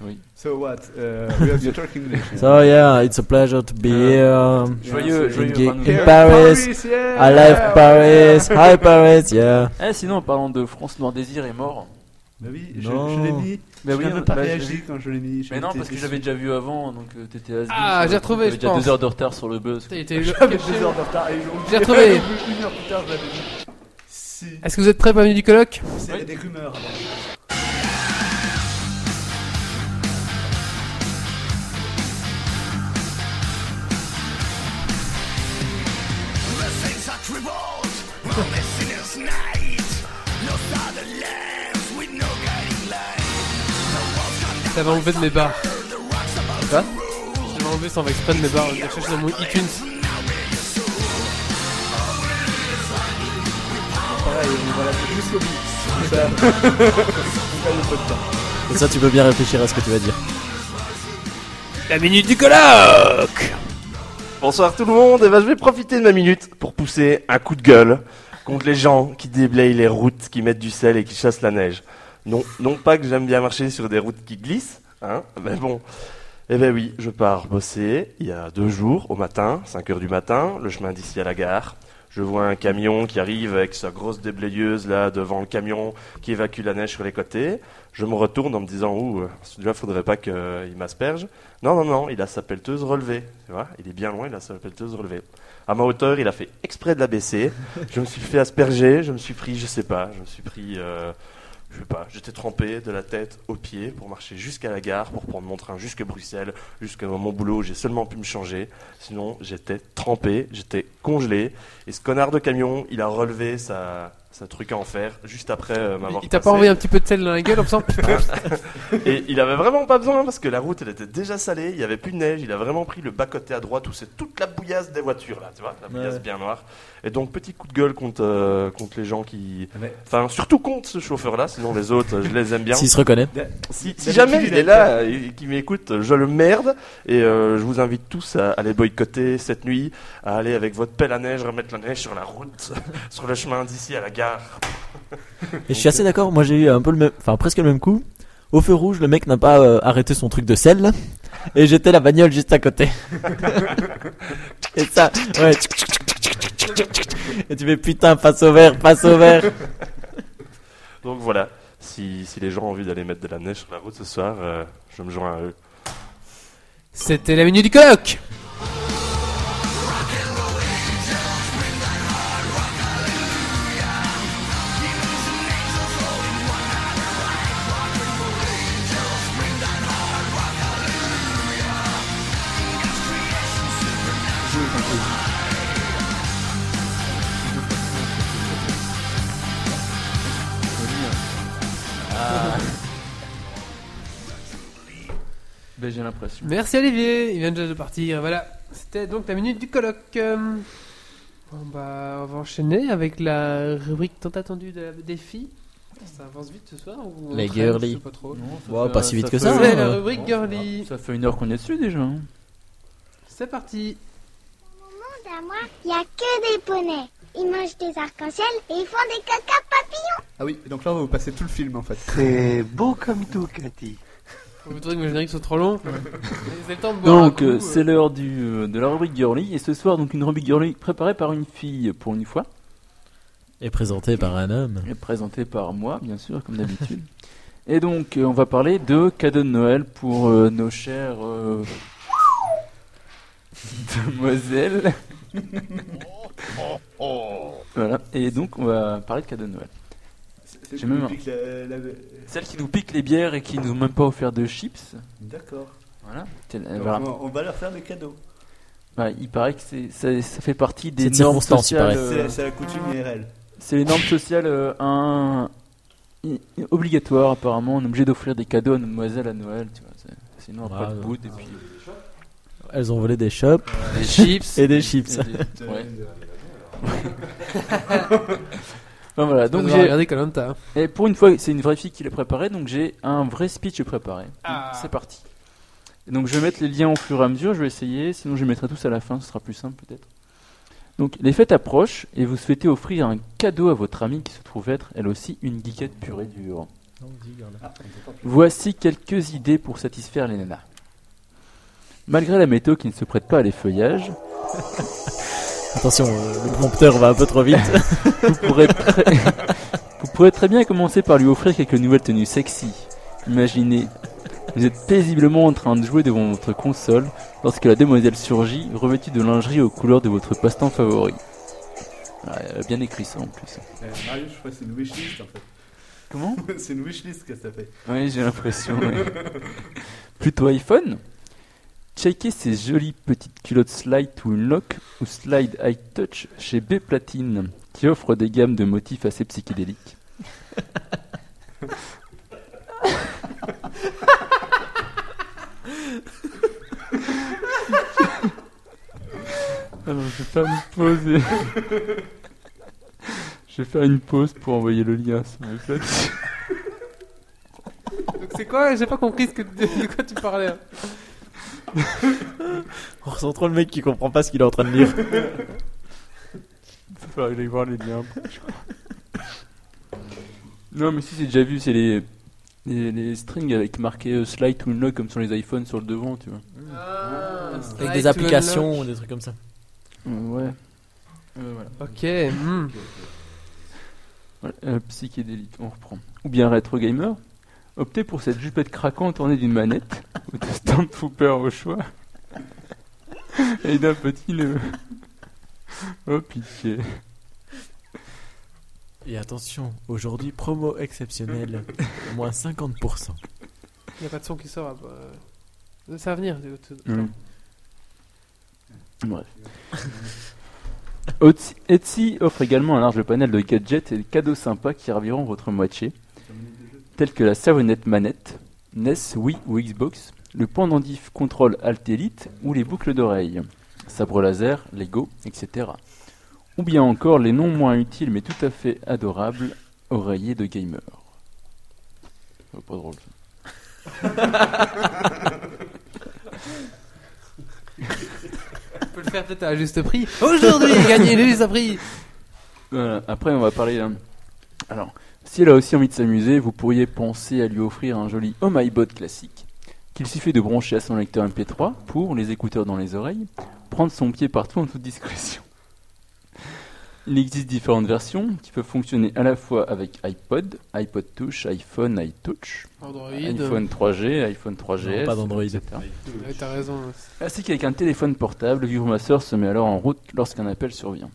Oui. So what? Uh, we have to talk English. now. So yeah, it's a pleasure to Ah. be here um, Joyeux, in, joyeux. Ge- Van in Gogh. Paris. yeah. Ah, I love Paris. Ah. Hi Paris, yeah. Eh, sinon, en parlant de France, Noir Désir est mort. Bah oui, je, Non. je l'ai mis. Bah je oui, n'avais pas bah, j'ai réagi vu. quand je l'ai mis. Mais non, parce que j'avais déjà vu avant, donc euh, t'étais has-been, Ah, ça, j'ai retrouvé, t'avais je déjà pense. deux heures de retard sur le buzz. quoi. T'as été- deux heures de retard. et ils l'ont- J'ai retrouvé. Une heure plus tard, je l'avais mis. Si, Est-ce que vous êtes prêts pour la nuit du colloque c'est Oui. des rumeurs. Ça m'a enlevé de mes bars. Quoi Ça m'a enlevé sans faire exprès de mes bars. Je cherche dans mon iTunes. Pareil, on va la faire jusqu'au bout. Ça, ça nous fait de temps. Et ça, tu peux bien réfléchir à ce que tu vas dire. La minute du colloque Bonsoir tout le monde, et ben, je vais profiter de ma minute pour pousser un coup de gueule contre les gens qui déblayent les routes, qui mettent du sel et qui chassent la neige. Non, non pas que j'aime bien marcher sur des routes qui glissent, hein, mais bon. Eh ben oui, je pars bosser il y a deux jours, au matin, 5 heures du matin, le chemin d'ici à la gare. Je vois un camion qui arrive avec sa grosse déblayeuse là devant le camion qui évacue la neige sur les côtés. Je me retourne en me disant Ouh, euh, celui-là faudrait pas qu'il m'asperge. Non, non, non, il a sa pelleteuse relevée. Tu vois, il est bien loin, il a sa pelleteuse relevée. À ma hauteur, il a fait exprès de la baisser. Je me suis fait asperger, je me suis pris, je sais pas, je me suis pris, euh, je sais pas, j'étais trempé de la tête aux pieds pour marcher jusqu'à la gare, pour prendre mon train jusque Bruxelles, jusqu'à mon boulot. J'ai seulement pu me changer. Sinon, j'étais trempé, j'étais congelé. Et ce connard de camion, il a relevé sa, sa truc à en fer juste après euh, m'avoir. Il t'a passé. pas envoyé un petit peu de sel dans la gueule, on sent Et il avait vraiment pas besoin parce que la route elle était déjà salée, il y avait plus de neige, il a vraiment pris le bas côté à droite où c'est toute la bouillasse des voitures là, tu vois, la bouillasse Ouais. bien noire. Et donc petit coup de gueule contre euh, contre les gens qui, Mais- enfin surtout contre ce chauffeur là, sinon les autres je les aime bien. S'il se reconnaît. Si, si jamais il est là et qu'il m'écoute, je le merde. Et euh, je vous invite tous à aller boycotter cette nuit, à aller avec votre pelle à neige remettre la neige sur la route, sur le chemin d'ici à la gare. Et je suis assez d'accord, moi j'ai eu un peu le même, enfin presque le même coup. Au feu rouge, le mec n'a pas euh, arrêté son truc de sel là, et j'étais la bagnole juste à côté. et ça, ouais. Et tu fais putain, passe au vert, passe au vert. Donc voilà, si, si les gens ont envie d'aller mettre de la neige sur la route ce soir, euh, je me joins à eux. C'était la minute du colloque Ben, j'ai l'impression. Merci Olivier, il vient déjà de partir. Voilà, c'était donc la minute du colloque. Euh, Bon bah, on va enchaîner avec la rubrique tant attendue de la défi. Ça avance vite ce soir ou on Les traîne, je girly. sais pas trop. Bon, bah, pas si vite que ça, C'est hein. la euh, rubrique girly. Ça fait une heure qu'on est dessus déjà. hein. C'est parti. À moi, il n'y a que des poneys. Ils mangent des arcs-en-ciel et ils font des caca Ah oui, donc là on va vous passer tout le film en fait. C'est beau comme tout, Cathy. Vous trouvez que mes génériques sont trop longs Vous avez le temps de boire un Donc, coup, euh, euh. c'est l'heure du, euh, de la rubrique girly. Et ce soir, donc, une rubrique girly préparée par une fille pour une fois. Et présenté par un homme. Et présentée par moi, bien sûr, comme d'habitude. et donc, euh, on va parler de cadeaux de Noël pour euh, nos chères. euh, demoiselles. voilà. Et donc, on va parler de cadeaux de Noël. C'est J'ai même un- public, la- la- Celles qui nous piquent les bières et qui nous ont même pas offert de chips. D'accord. Voilà. Tiens, euh, Ah Donc, voilà. On on va leur faire des cadeaux. Bah, il paraît que c'est, ça, ça fait partie des C'est de normes circonstance, il paraît. sociales. C'est euh, la- C'est la coutume IRL. c'est les normes sociales euh, un, i- obligatoires apparemment. On est obligé d'offrir des cadeaux à nos demoiselles à Noël. Tu vois, c'est- sinon après Ah, le ouais. bout et puis Elles ont volé des shops Des chips. et des chips. et des- ouais. Enfin, voilà. Donc Donc j'ai j'ai regardé Colanta. et pour une fois c'est une vraie fille qui l'a préparé donc j'ai un vrai speech préparé. Donc, Ah. C'est parti. Et donc je vais mettre les liens au fur et à mesure. Je vais essayer. Sinon je les mettrai tous à la fin. Ce sera plus simple peut-être. Donc les fêtes approchent et vous souhaitez offrir un cadeau à votre amie qui se trouve être elle aussi une geekette pure et dure. Voici quelques idées pour satisfaire les nanas. Malgré la météo qui ne se prête pas à l'effeuillage, Attention, euh, le prompteur va un peu trop vite. vous pourrez, très... vous pourrez très bien commencer par lui offrir quelques nouvelles tenues sexy. Imaginez, vous êtes paisiblement en train de jouer devant votre console lorsque la demoiselle surgit, revêtue de lingerie aux couleurs de votre passe-temps favori. Ah, elle a bien écrit ça en plus. Euh, Mario, je crois que c'est une wishlist en fait. Comment c'est une wishlist que ça fait. Oui, j'ai l'impression. ouais. Plutôt iPhone. Checkez ces jolies petites culottes Slide to Unlock ou Slide High Touch chez B Platine, qui offre des gammes de motifs assez psychédéliques. Alors, je vais faire une pause. et- je vais faire une pause pour envoyer le lien. Ça me fait- Donc c'est quoi J'ai pas compris ce que, de quoi tu parlais. hein. On ressent trop le mec qui comprend pas ce qu'il est en train de lire. Il faut aller voir les liens. non, mais si, j'ai déjà vu, c'est les, les, les strings avec marqué euh, slide to unlock comme sur les iPhones sur le devant, tu vois. Avec des applications ou des trucs comme ça. Euh, Ouais. Euh, Ok. hmm. Voilà, euh, psychédélique, on reprend. Ou bien rétro gamer, optez pour cette jupette craquante ornée d'une manette, ou de Stormtrooper au choix, et d'un petit nœud. Oh pitié. Et attention, aujourd'hui, promo exceptionnelle, moins 50%. Il y a pas de son qui sort. ah bah, euh, Ça va venir. Mm. Bref. Etsy- Etsy offre également un large panel de gadgets et de cadeaux sympas qui raviront votre moitié, tels que la savonnette manette, NES, Wii ou Xbox, le pendandif contrôle Alt Elite ou les boucles d'oreilles, sabre laser, Lego, etc. Ou bien encore les non moins utiles mais tout à fait adorables oreillers de gamer. Oh, pas drôle. ça. On peut le faire peut-être à juste prix. Aujourd'hui, gagnez le juste prix. Voilà, Euh, après, on va parler. hein. Alors, si elle a aussi envie de s'amuser, vous pourriez penser à lui offrir un joli Oh My Bod classique, qu'il suffit de brancher à son lecteur MP3 pour, les écouteurs dans les oreilles, prendre son pied partout en toute discrétion. Il existe différentes versions qui peuvent fonctionner à la fois avec iPod, iPod Touch, iPhone, iTouch, Android. iPhone 3G, iPhone 3GS, Non, pas d'Android. etc. euh, Ouais, T'as raison. Ainsi qu'avec un téléphone portable, Vibromasseur se met alors en route lorsqu'un appel survient.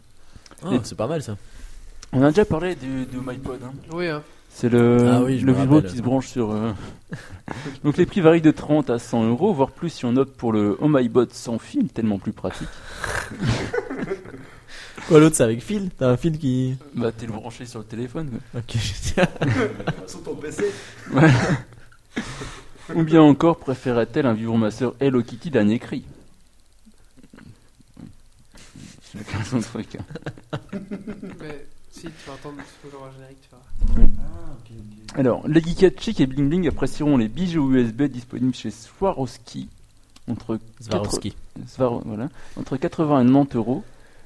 Ah, c'est pas mal ça. On a déjà parlé du, du MyPod, hein Oui. Hein. C'est le, Ah oui, je le me vibro rappelle. qui se branche sur. euh, Donc les prix varient de 30 à 100 euros, voire plus si on opte pour le Oh My Bot sans fil, tellement plus pratique. Quoi l'autre, c'est avec fil T'as un fil qui. Bah t'es le branché sur le téléphone. quoi. Ok, je ah, Sur ton PC, Ou bien encore préférait-elle un vibromasseur Hello Kitty dernier cri Chacun son truc. hein. Mais si tu vas entendre ce que j'aurai générique, tu verras. Alors, les geekettes chic et bling bling apprécieront les bijoux USB disponibles chez Swarovski entre Swarovski. Svaro- voilà, entre 80 et 90 euros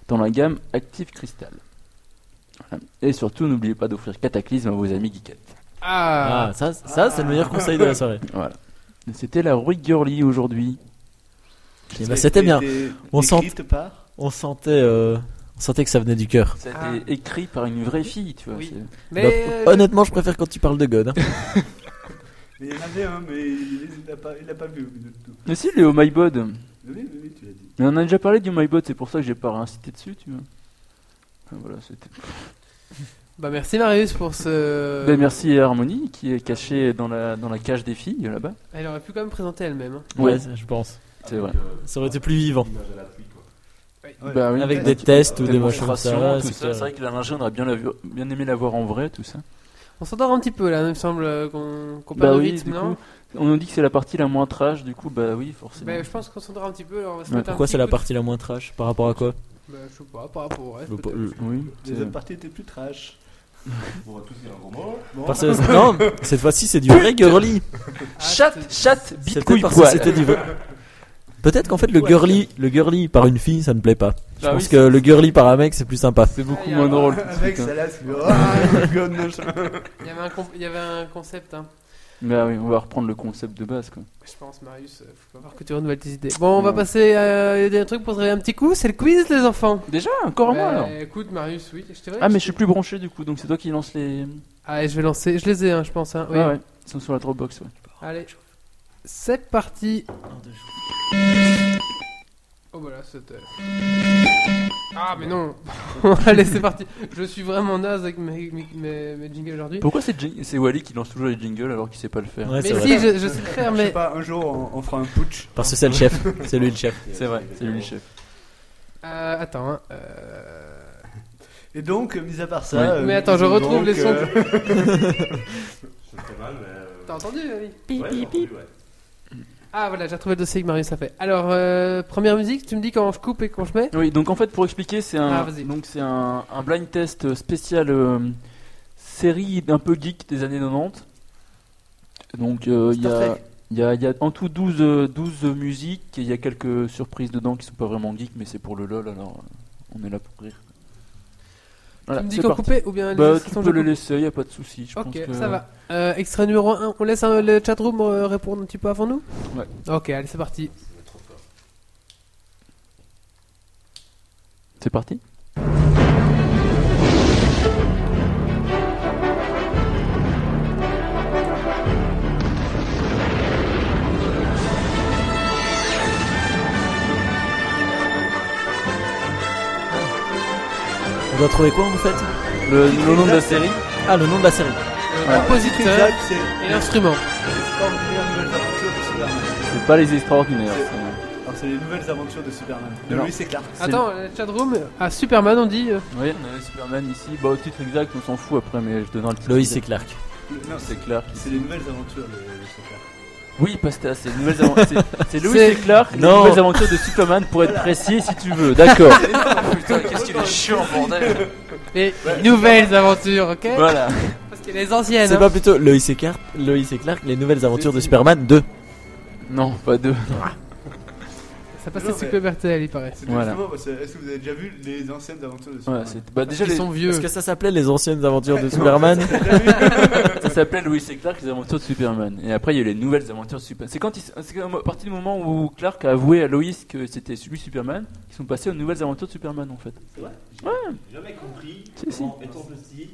dans la gamme Active Crystal. Voilà. Et surtout, n'oubliez pas d'offrir Cataclysme à vos amis geekettes. Ah. Ah, ça, ça c'est le meilleur conseil de la soirée. Voilà. C'était la rubrique girly aujourd'hui. Et bah, c'était bien. On On sent- s'en. par. On sentait, euh, on sentait que ça venait du cœur. Ça Ah. a été écrit par une vraie fille, tu vois. Oui. c'est- Mais. euh, Bah, honnêtement, je préfère quand tu parles de God. hein. Mais il y en avait un, mais il l'a pas, il l'a pas vu au bout de tout. Mais si, le Oh My Bod. Oui, oui, oui, tu l'as dit. Mais on a déjà parlé du Oh My Bod, c'est pour ça que j'ai pas réincité dessus, tu vois. Ah, Voilà, c'était- Bah merci Marius pour ce. Ben, merci à Harmonie qui est cachée dans la, dans la cage des filles là-bas. Elle aurait pu quand même présenter elle-même. hein. Ouais. Ouais, ça, je pense. C'est vrai. Ça aurait été plus vivant. Ouais. Bah oui. Avec des tests ou des machins comme ça. Démonstration, ouais, tout c'est ça. clair. C'est vrai que la lingerie, on aurait bien, la vu- bien aimé la voir en vrai, tout ça. On s'endort un petit peu là, il me semble euh, qu'on qu'on Bah perd le oui, rythme, du non coup, on nous dit que c'est la partie la moins trash, du coup, bah oui, forcément. Bah, je pense qu'on s'endort un petit peu. alors on va se Ouais, mettre un Pourquoi petit c'est la coup de- partie la moins trash Par rapport à quoi Bah, je sais pas, par rapport au reste. Le- peut-être. le- Oui, c'est- Les autres parties étaient plus trash. bah, On va tous dire un gros mot. parce que- Non, cette fois-ci c'est du vrai girly. Ah, Chat, c'est- chat, bite C'était couille parce que poil. c'était du vrai. Peut-être qu'en fait le girly, le girly par une fille, ça ne plaît pas. Je Bah Ah pense oui, que le girly par un mec, c'est plus sympa. C'est beaucoup Ah, moins il y a- drôle. tout de Avec suite, hein. ça là, c'est. Ah, le gomme de chat. Il y avait un, con- il y avait un concept, hein. Mais ah oui, on va reprendre le concept de base. Quoi. je pense, Marius. euh, Faut pas voir que tu renouvelles tes idées. Bon, on va passer à des trucs pour se réveiller un petit coup. C'est le quiz, les enfants. Déjà, encore Bah, moi alors. Écoute, Marius, oui. Je t'ai vrai Ah, que mais je... je suis plus branché du coup, donc c'est toi qui lance les. Allez, je vais lancer. Je les ai, hein, je pense. Hein. Oui. Ah ouais, ils sont sur la Dropbox. Ouais. Allez, c'est parti. Oh bah là, c'était. Ah mais non. Allez, c'est parti. Je suis vraiment naze avec mes, mes, mes- mes jingles aujourd'hui. Pourquoi c'est Jing- c'est Wally qui lance toujours les jingles alors qu'il sait pas le faire Ouais, c'est mais vrai. si, je, je sais faire, Je sais mais pas, un jour on, on fera un putsch. Parce que c'est le chef. C'est lui le chef. C'est vrai, c'est lui le chef. Euh, attends. hein, euh, Et donc, mis à part ça. euh, Oui. Mais attends, je donc, retrouve les sons. euh, T'as entendu oui Pip, pip. Ah voilà, j'ai retrouvé le dossier que Marius a fait. Alors euh, première musique, tu me dis quand je coupe et quand je mets. Oui, donc en fait, pour expliquer, c'est Ah, un, vas-y. donc c'est un, un blind test spécial euh, série un peu geek des années 90. Donc euh, il y, Star a, Trek. il y, a, il y a en tout 12, euh, 12 musiques et il y a quelques surprises dedans qui sont pas vraiment geeks, mais c'est pour le lol alors euh, on est là pour rire. Voilà, tu me dis c'est quand parti. couper ou bien les Bah, tu instructions, peux je le coupe laisser, y a pas de souci. je pense Ok, que- ça va. Euh, extrait numéro 1, on laisse euh, le chatroom euh, répondre un petit peu avant nous Ouais. Ok, allez, c'est parti. C'est parti. On doit trouver quoi en fait Le, le nom de la série Ah, le nom de la série. Euh, Compositeur Jack, c'est. et l'instrument. C'est pas les nouvelles aventures de Superman. C'est pas les extraordinaires. C'est- c'est- Alors, c'est les nouvelles aventures de Superman. De Non. Louis et Clark. c'est- Attends, le chatroom à Superman, on dit. euh, Oui, on avait Superman ici. Bah, au titre exact, on s'en fout après, mais je donnerai le titre. Loïs et exact. Clark. Le- Non, c'est. c'est Clark. C'est les nouvelles aventures de Louis et Clark. Oui, Pasta, c'est les nouvelles aventures. C'est Louis C'est- et Clark, les Non. nouvelles aventures de Superman pour être précis si tu veux, d'accord. Putain, qu'est-ce qu'il est chiant, bordel Les nouvelles aventures, ok voilà. Parce qu'il y a les anciennes. C'est hein. pas plutôt Loïs et Clark, Loïs et Clark, les nouvelles aventures de Superman 2. Non, pas deux. Ça passe Non, à mais- Cyclo Bertel, il paraît. C'est Voilà. justement, parce que- est-ce que vous avez déjà vu les anciennes aventures de Voilà, Superman c'est- bah, déjà, Ils les- sont Est-ce vieux. que ça s'appelait les anciennes aventures de Superman ça s'appelait Louis et Clark, les aventures de Superman. Et après, il y a eu les nouvelles aventures de Superman. C'est quand il s- c'est à partir du moment où Clark a avoué à Lois que c'était lui Superman, ils sont passés aux nouvelles aventures de Superman en fait. Jamais compris. Si, si. comment, étant petit-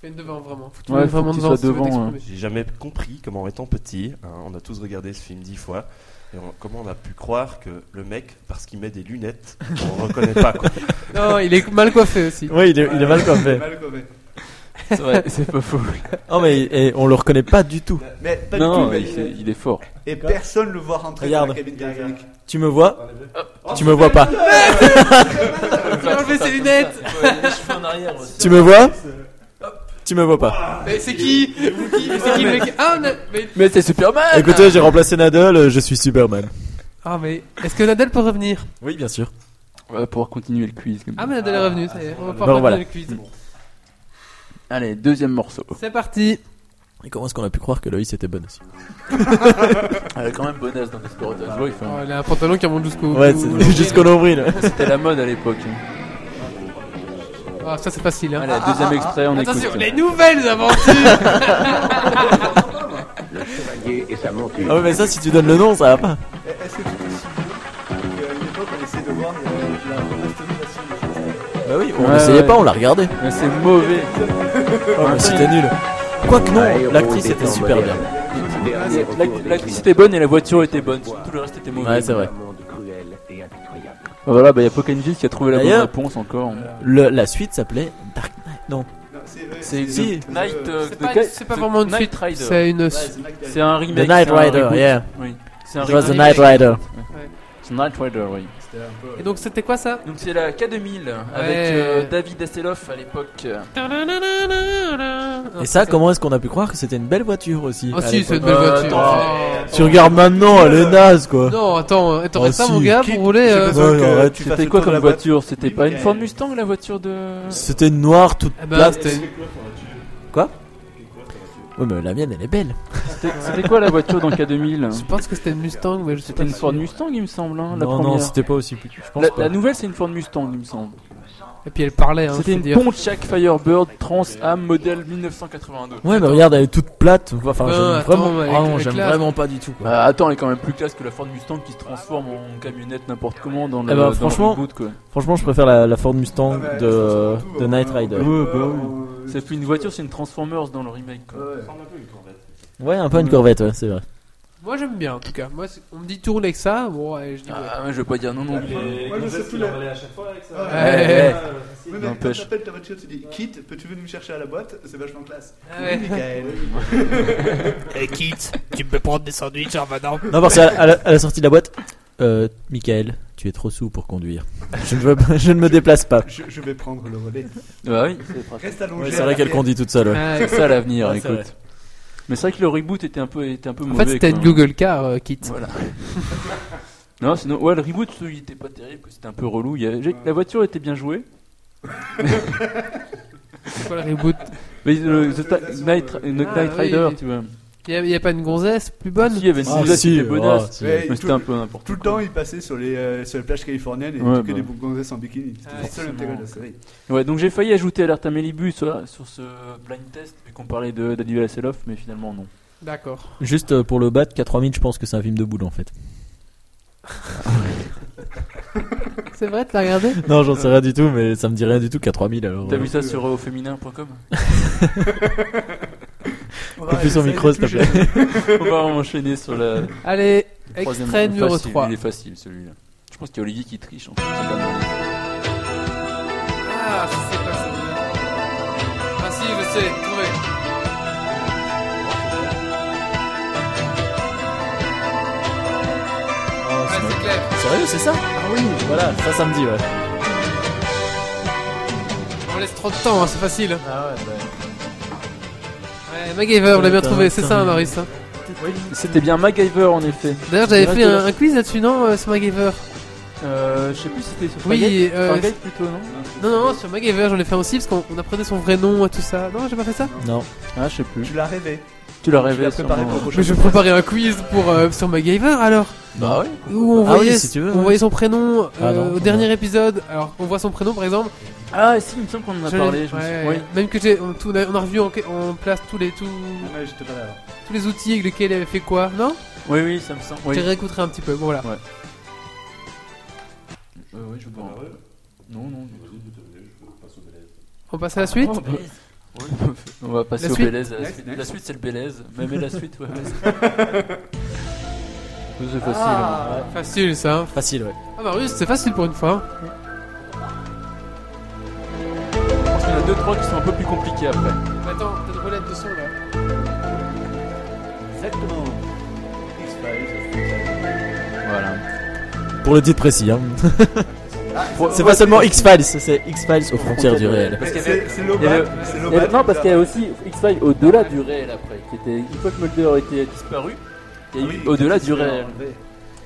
Fais une devant, vraiment. Faut que tu Ouais, mettes faut vraiment que tu devant. sois si tu veux devant, t'exprimer. J'ai jamais compris comment, étant petit, hein, on a tous regardé ce film dix fois, et on- comment on a pu croire que le mec, parce qu'il met des lunettes, on reconnaît pas. Quoi. hein. Non, il est mal coiffé aussi. Oui, il est, il est mal coiffé. Mal coiffé. C'est vrai, c'est pas faux. Oh, mais et on le reconnaît pas du tout. Mais pas du tout, Non, mais- il, est- il est fort. Et personne le voit rentrer dans la Regarde. cabine téléphonique. Tu me vois Oh. Tu me vois pas. Il a enlevé ses lunettes. Tu me vois Tu me vois pas. Mais c'est qui C'est qui Mais c'est qui le mec Ah, on a- mais. Mais c'est Superman Écoutez, j'ai remplacé Nadal, euh, je suis Superman. Ah, mais. Est-ce que Nadal peut revenir Oui, bien sûr. On va pouvoir continuer le quiz. comme Ah, ça. mais Nadal est revenu, ça y est. On va Bon, pouvoir voilà. continuer le quiz. Allez, deuxième morceau. C'est parti. Et comment est-ce qu'on a pu croire que Loïs était bonne aussi Elle est quand même bonasse dans Desperate Housewives. hein. Oh, il a un pantalon qui remonte jusqu'au. Ouais, au- c'est jusqu'au nombril. C'était la mode à l'époque. hein. Ah, ça c'est facile. Hein. Allez, deuxième extrait, on Attention, écoute. les nouvelles aventures Chevalier et sa monture. Ah ouais, mais ça, si tu donnes le nom, ça va pas. Et Est-ce que tu te souviens qu'à Euh, une époque, on essayait de voir euh, la remasterisation des choses Bah oui, on Ouais, essayait ouais. pas, on l'a regardé. Mais c'est mauvais. Oh, mais c'était nul. Quoique non, l'actrice était super bien. L'ac- L'actrice était bonne et la voiture était bonne. sinon Tout le reste était mauvais. Ouais, c'est vrai. Voilà, bah y'a Pokenji qui a trouvé la bonne D'ailleurs- réponse encore. Le- la suite s'appelait Dark Knight. Non, Non, c'est vrai. c'est Si, si. Night. euh, C'est the pas, Ca- c'est pas the vraiment une Knight suite, Rider. c'est une... Ouais, c'est Mac Daddy. C'est un remake. The Knight c'est un Rider, reboot. yeah. Oui. C'est un It was remake. the Knight Rider. C'est Knight Rider, oui. C'était un peu. Et donc c'était quoi ça Donc c'est la K2000 avec Ouais. euh, David Asseloff à l'époque. Et Et ça, comment est-ce qu'on a pu croire que c'était une belle voiture aussi Oh à si, l'époque c'est une belle Euh, voiture attends. Tu regardes maintenant, elle est naze quoi. Non, attends, euh, t'aurais Oh, ça si. mon gars Qui- pour rouler... j'ai euh, besoin Ouais, que arrête. tu fasses C'était le tour quoi de comme la boîte. voiture C'était Oui, pas mais une Ford elle- Mustang la voiture de. C'était noir toute Eh ben, plate. c'était- Ouais, mais la mienne elle est belle. C'était c'était quoi la voiture dans K2000 Je pense que c'était une Mustang, mais je sais C'était pas. une sûr. Ford Mustang, il me semble, hein, la non, première. non, c'était pas aussi. Je pense la, pas. la nouvelle, c'est une Ford Mustang, il me semble. Et puis elle parlait, hein, C'était faut une dire. Pontiac Firebird Trans Am modèle 1982. Ouais, mais regarde, elle est toute plate. Enfin, Ben, j'aime attends, vraiment, elle est ah non, toute j'aime classe. vraiment pas du tout. Quoi. Bah attends, elle est quand même plus classe que la Ford Mustang qui se transforme en camionnette n'importe comment dans le, Eh ben, dans le franchement, reboot, quoi. Franchement, je préfère la, la Ford Ah Mustang bah, de, euh, de hein. euh, Knight Rider. bah C'est plus une voiture, c'est une Transformers dans le remake. quoi. Euh, Ouais, un peu une Corvette, ouais, c'est vrai. Moi j'aime bien en tout cas. Moi, c'est- on me dit tourne avec ça. Bon, ouais, je dis ouais. Ah ouais, je vais pas dire non non. Euh, Moi, je sais plus la. Ouais. Mais même quand N'empêche. t'appelles ta voiture, tu dis Kit, peux-tu venir me chercher à la boîte C'est vachement classe. Ouais. Michael. Non, parce qu'à à la, à la sortie de la boîte, euh, Michael, tu es trop sous pour conduire. Je ne, veux pas- je ne me déplace pas. Je, je vais prendre le relais. Bah oui, Reste allongé. Ouais, à c'est vrai qu'elle l'arrière. conduit toute seule. Ouais. Ouais. c'est ça l'avenir, Ouais, c'est écoute. Mais c'est vrai que le reboot était un peu, était un peu En mauvais. fait, c'était une quoi. Google Car euh, kit. Voilà. non, sinon, ouais, le reboot, celui, il était pas terrible, c'était un peu relou. Il y avait- La voiture était bien jouée. C'est quoi le reboot Mais le, The Ta- Knight, le Ah, Knight oui. Rider, tu vois. Il y a, y a pas une gonzesse plus bonne Si, il y avait une Ah, Lisa qui si, était bonasse, ah, si. Ouais, mais tout, c'était un peu n'importe tout le temps, il passait sur les, euh, sur les plages californiennes et Ouais, tout que bah. des gonzesses en bikini. C'était Ouais, le seul forcément. intérêt de la série. Ouais, donc j'ai failli ajouter Alerte à Malibu sur, sur ce blind test, vu qu'on parlait de d'Adi Vasselhoff, mais finalement non. D'accord. Juste euh, pour le battre, K3000, je pense que c'est un film de boule en fait. C'est vrai, tu l'as regardé Non, j'en sais rien du tout, mais ça me dit rien du tout. K3000 alors. T'as euh, vu ça sur euh, auféminin.com Coupe son micro, s'il te plaît. On va enchaîner sur la Allez, troisième. extrait numéro Facile, 3. Il est facile celui-là. Je pense qu'il y a Olivier qui triche. En fait. C'est pas mal. Ah, je sais pas ça. Ah si, je sais, trouvé. Oh, c'est Ouais, vrai. c'est clair. Sérieux, c'est ça Ah oui Voilà, ça samedi, ouais. On laisse trop de temps, hein, c'est facile. Ah ouais, bah. Ouais, MacGyver, on l'a bien Putain, trouvé, c'est ça, putain. Maris. hein. C'était bien MacGyver en effet. D'ailleurs, j'avais fait Directeur. un, un quiz là-dessus, non, euh, sur MacGyver Euh, je sais plus si c'était sur Fargate. Oui, euh, Fargate plutôt, non non, non, sur MacGyver, j'en ai fait un aussi parce qu'on on apprenait son vrai nom et tout ça. Non, j'ai pas fait ça Non. Ah, je sais plus. Tu l'as rêvé. Tu l'as Tu l'as rêvé préparé sûrement. pour le prochain. Mais je vais préparer un quiz pour, euh, sur MacGyver alors. Bah ouais. Où on Ah oui, voyait, si tu veux, on ouais. voyait son prénom euh, Ah non, au non. dernier épisode. Alors, on voit son prénom par exemple. Ah, si, il me semble qu'on en a Je l'ai- parlé. je me ouais, suis- ouais. Même que j'ai, on, tout- on a, on a revu en, en place tous les, tous, Ouais, Ah j'étais pas là. tous les outils avec lesquels il avait fait quoi, non Oui, oui, oui, ça me semble. Oui, Je réécouterai un petit peu. Bon, voilà. Euh, oui, je vois. Non, non, du tout. On passe à la suite. Ah, Oh, Bélez. Ouais, on va passer La au suite. Bélez. à La Next, suite, next. La suite, c'est le Bélez. Même la suite, ouais. ouais. c'est facile. hein. Ah. Facile ça. hein. Facile, ouais. Ah, Marius, c'est facile pour une fois. hein. Je pense qu'il y en a deux, trois qui sont un peu plus compliqués après. Attends, t'as une relève de son là. Exactement. X-Files. Voilà. Pour le titre précis, hein. C'est pas seulement X-Files, c'est X-Files aux frontières du réel. Parce qu'il y avait- C'est c'est il y avait- Lobat. C'est il y avait- Lobat. non, parce qu'il y a aussi X-Files au-delà du réel après. Qui était, une fois que Mulder était disparu, il y Ah a eu au-delà du réel.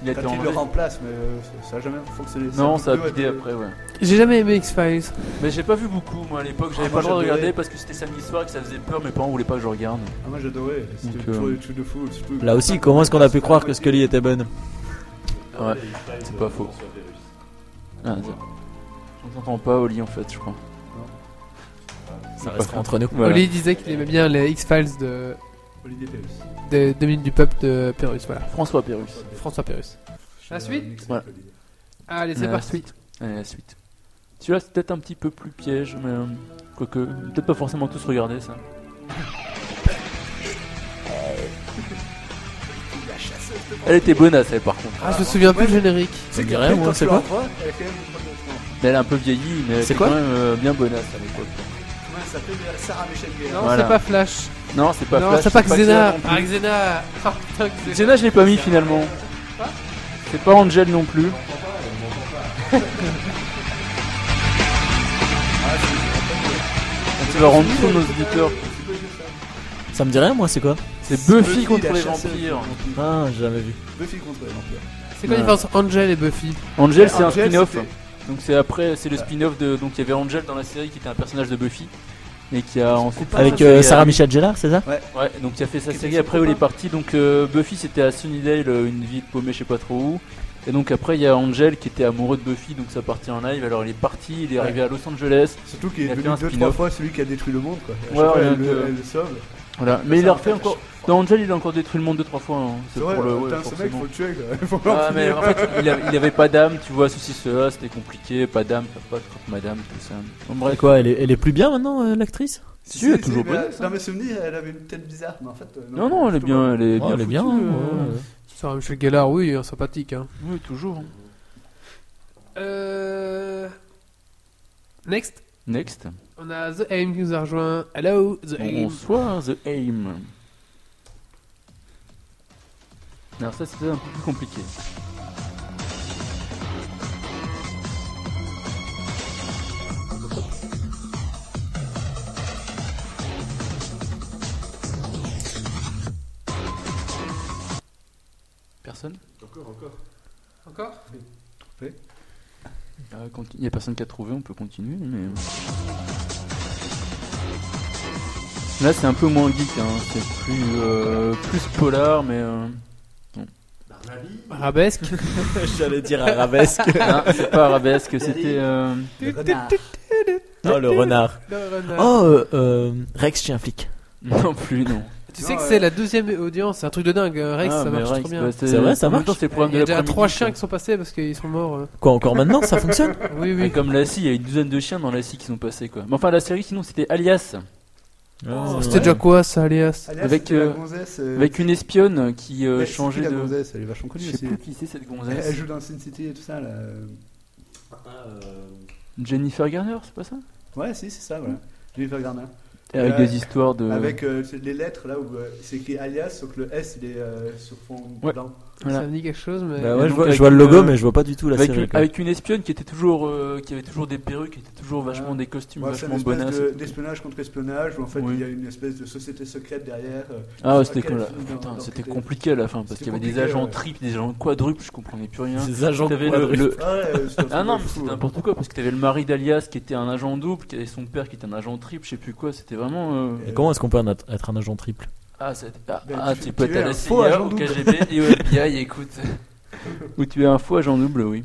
Il a été Quand il le enlevé. remplace, mais euh, ça- ça a jamais fonctionné. Non, ça a plutôt bidé été- après, ouais. J'ai jamais aimé X-Files. Mais j'ai pas vu beaucoup, moi, à l'époque. J'avais Ah, pas moi, le droit de j'adorais. regarder parce que c'était samedi soir et que ça faisait peur. Mes parents voulaient pas que je regarde. Ah, Moi j'adorais. C'était Donc, toujours euh, des trucs de fou. surtout- Là aussi, comment est-ce qu'on a pu croire que Scully était bonne Ouais, c'est pas faux. Ah, ça. On t'entend pas au lit en fait, je crois. Ça restera Ah, entre nous. Voilà. Oli disait qu'il aimait bien les X-Files de, Olivier Pérus. de 2 minutes du peuple de Pérus. Voilà. François Pérus. François Pérus. La suite Un excellent Voilà. Olivier. Allez, c'est La parti. suite. Allez, la suite. Celui-là, c'est peut-être un petit peu plus piège, mais. euh, Quoique, peut-être pas forcément tous regarder ça. Elle était bonasse, elle, par contre. Ah, je me souviens plus du générique. Ça me dit rien, moi, c'est Quand quoi tu la revois, elle est quand même complètement- Mais Elle a un peu vieilli, mais elle C'est était quoi quand même euh, bien bonasse à l'époque. Comment elle s'appelle euh, Sarah Michel Gellar. Non, Voilà. c'est pas Flash. Non, c'est pas non, Flash, c'est pas Xena Xena. non plus. Ah, Xena. Ah, putain, Xena. Xena, je l'ai pas mis finalement. C'est pas Angel non plus. Tu vas rendre tous nos auditeurs. Ça me dit rien, moi, c'est quoi C'est Buffy contre la les chasseuse. vampires. Ah, j'ai jamais vu. Buffy contre les vampires. C'est quoi la différence entre Angel et Buffy Angel, c'est un Angel, spin-off. c'était- Donc c'est après, c'est le spin-off de. Donc il y avait Angel dans la série qui était un personnage de Buffy. et qui a ensuite Avec sa euh, série, Sarah Michel Gellar, c'est ça Ouais, donc qui a fait sa Qui série était après où sympa. il est parti. Donc euh, Buffy c'était à Sunnydale, euh, une ville paumée, je sais pas trop où. Et donc après il y a Angel qui était amoureux de Buffy, donc ça partit en live. Alors il est parti, il est arrivé à Los Angeles. Surtout qu'il Il a est fait un devenu deux trois spin-off. fois celui qui a détruit le monde quoi. Et à Ouais, chaque fois, ouais, elle le- donc, euh, elle le sauve. Voilà. Mais il a refait m'intéresse. encore. Dans Angel il a encore détruit le monde deux trois fois. hein. C'est C'est vrai, euh, pour le. ouais, putain, ce mec forcément. faut le tuer quoi. Faut Ouais, l'en mais finir. en fait, il, a- il avait pas d'âme, tu vois, ceci, cela, c'était compliqué, pas d'âme, pas de propre madame, tout ça. En Et bref, quoi, elle est, elle est plus bien maintenant, euh, l'actrice Si, tu es si, toujours mais bonne, elle- Dans mes souvenirs, elle avait une tête bizarre, mais en fait. euh, Non, non, elle est bien, elle Ouais, est bien. Oh, Elle est foutue, bien. euh, ouais, ouais. Sarah Michel Gellar, oui, hein, sympathique. Hein. Oui, toujours. hein. Euh... Next, Next. on a The Aim qui nous a rejoint. Hello, The Aim. Bonsoir, The Aim. Alors, ça, c'était un peu plus compliqué. Personne Encore Euh, conti- Il n'y a personne qui a trouvé, on peut continuer. Mais... euh. Là, c'est un peu moins geek, hein. c'est plus, euh, plus polar, mais. euh, Arabesque. euh. J'allais dire arabesque. non, c'est pas arabesque, c'était. euh, oh, le renard. Oh, Oh, euh, euh, Rex, chien flic. Non plus, non. tu non, sais que euh, c'est la deuxième audience, c'est un truc de dingue. euh, Rex, Ah, ça mais marche Rex, trop bien. bah, C'est vrai, ça en même marche. temps, c'est le Il problème y a de déjà la trois chiens qui sont passés parce qu'ils sont morts. euh. Quoi, encore maintenant, ça fonctionne Oui, Oui, oui. Ah, comme la scie, il y a une douzaine de chiens dans la scie qui sont passés quoi. Mais enfin, la série, sinon, c'était Alias, Oh, Ah, C'était déjà quoi ça, alias Alias, Avec, c'était la euh, gonzesse, euh, avec une espionne qui euh, mais c'est changeait qui, La de. gonzesse, Eh, elle est vachement Je connue sais aussi. plus qui c'est cette Elle, elle gonzesse. joue dans Sin City et tout ça là. euh, Jennifer Garner, c'est pas ça Ouais, si, c'est ça, Mm. voilà. Jennifer Garner. Et Avec Ouais. des histoires de. Avec euh, c'est les lettres là où euh, c'est écrit alias, sauf que le S il est euh, sur fond Ouais. blanc. Voilà. Ça me dit quelque chose, mais. Bah ouais, je donc vois, avec je vois le une, logo, euh, mais je vois pas du tout la avec, série. une, quoi. avec une espionne qui était toujours, euh, qui avait toujours des perruques, qui était toujours vachement Ouais. des costumes, Ouais, c'est une vachement espèce bonasses. de- d'espionnage contre espionnage où en fait Oui. il y a une espèce de société secrète derrière. euh, Ah ouais, sur c'était laquelle comme là. elle finit dans- Putain, dans- c'était dans- compliqué à la fin parce euh, C'était qu'il y avait des compliqué, agents ouais. triples, des agents quadruples, je comprenais plus rien. Des agents T'avais le- quadruples. le- Ah, ouais, c'était un Ah truc de non, mais fou, hein. c'était ouais. n'importe quoi parce que t'avais le mari d'Alias qui était un agent double, qui avait son père qui était un agent triple, je sais plus quoi, c'était vraiment. euh, Euh, Comment est-ce qu'on peut en être être un agent triple Ah, c'est- ah, Ben, ah, tu- tu, peux tu être es à un la faux CIA, agent au double. KGB et au FBI, écoute. Ou tu es un faux agent double, oui.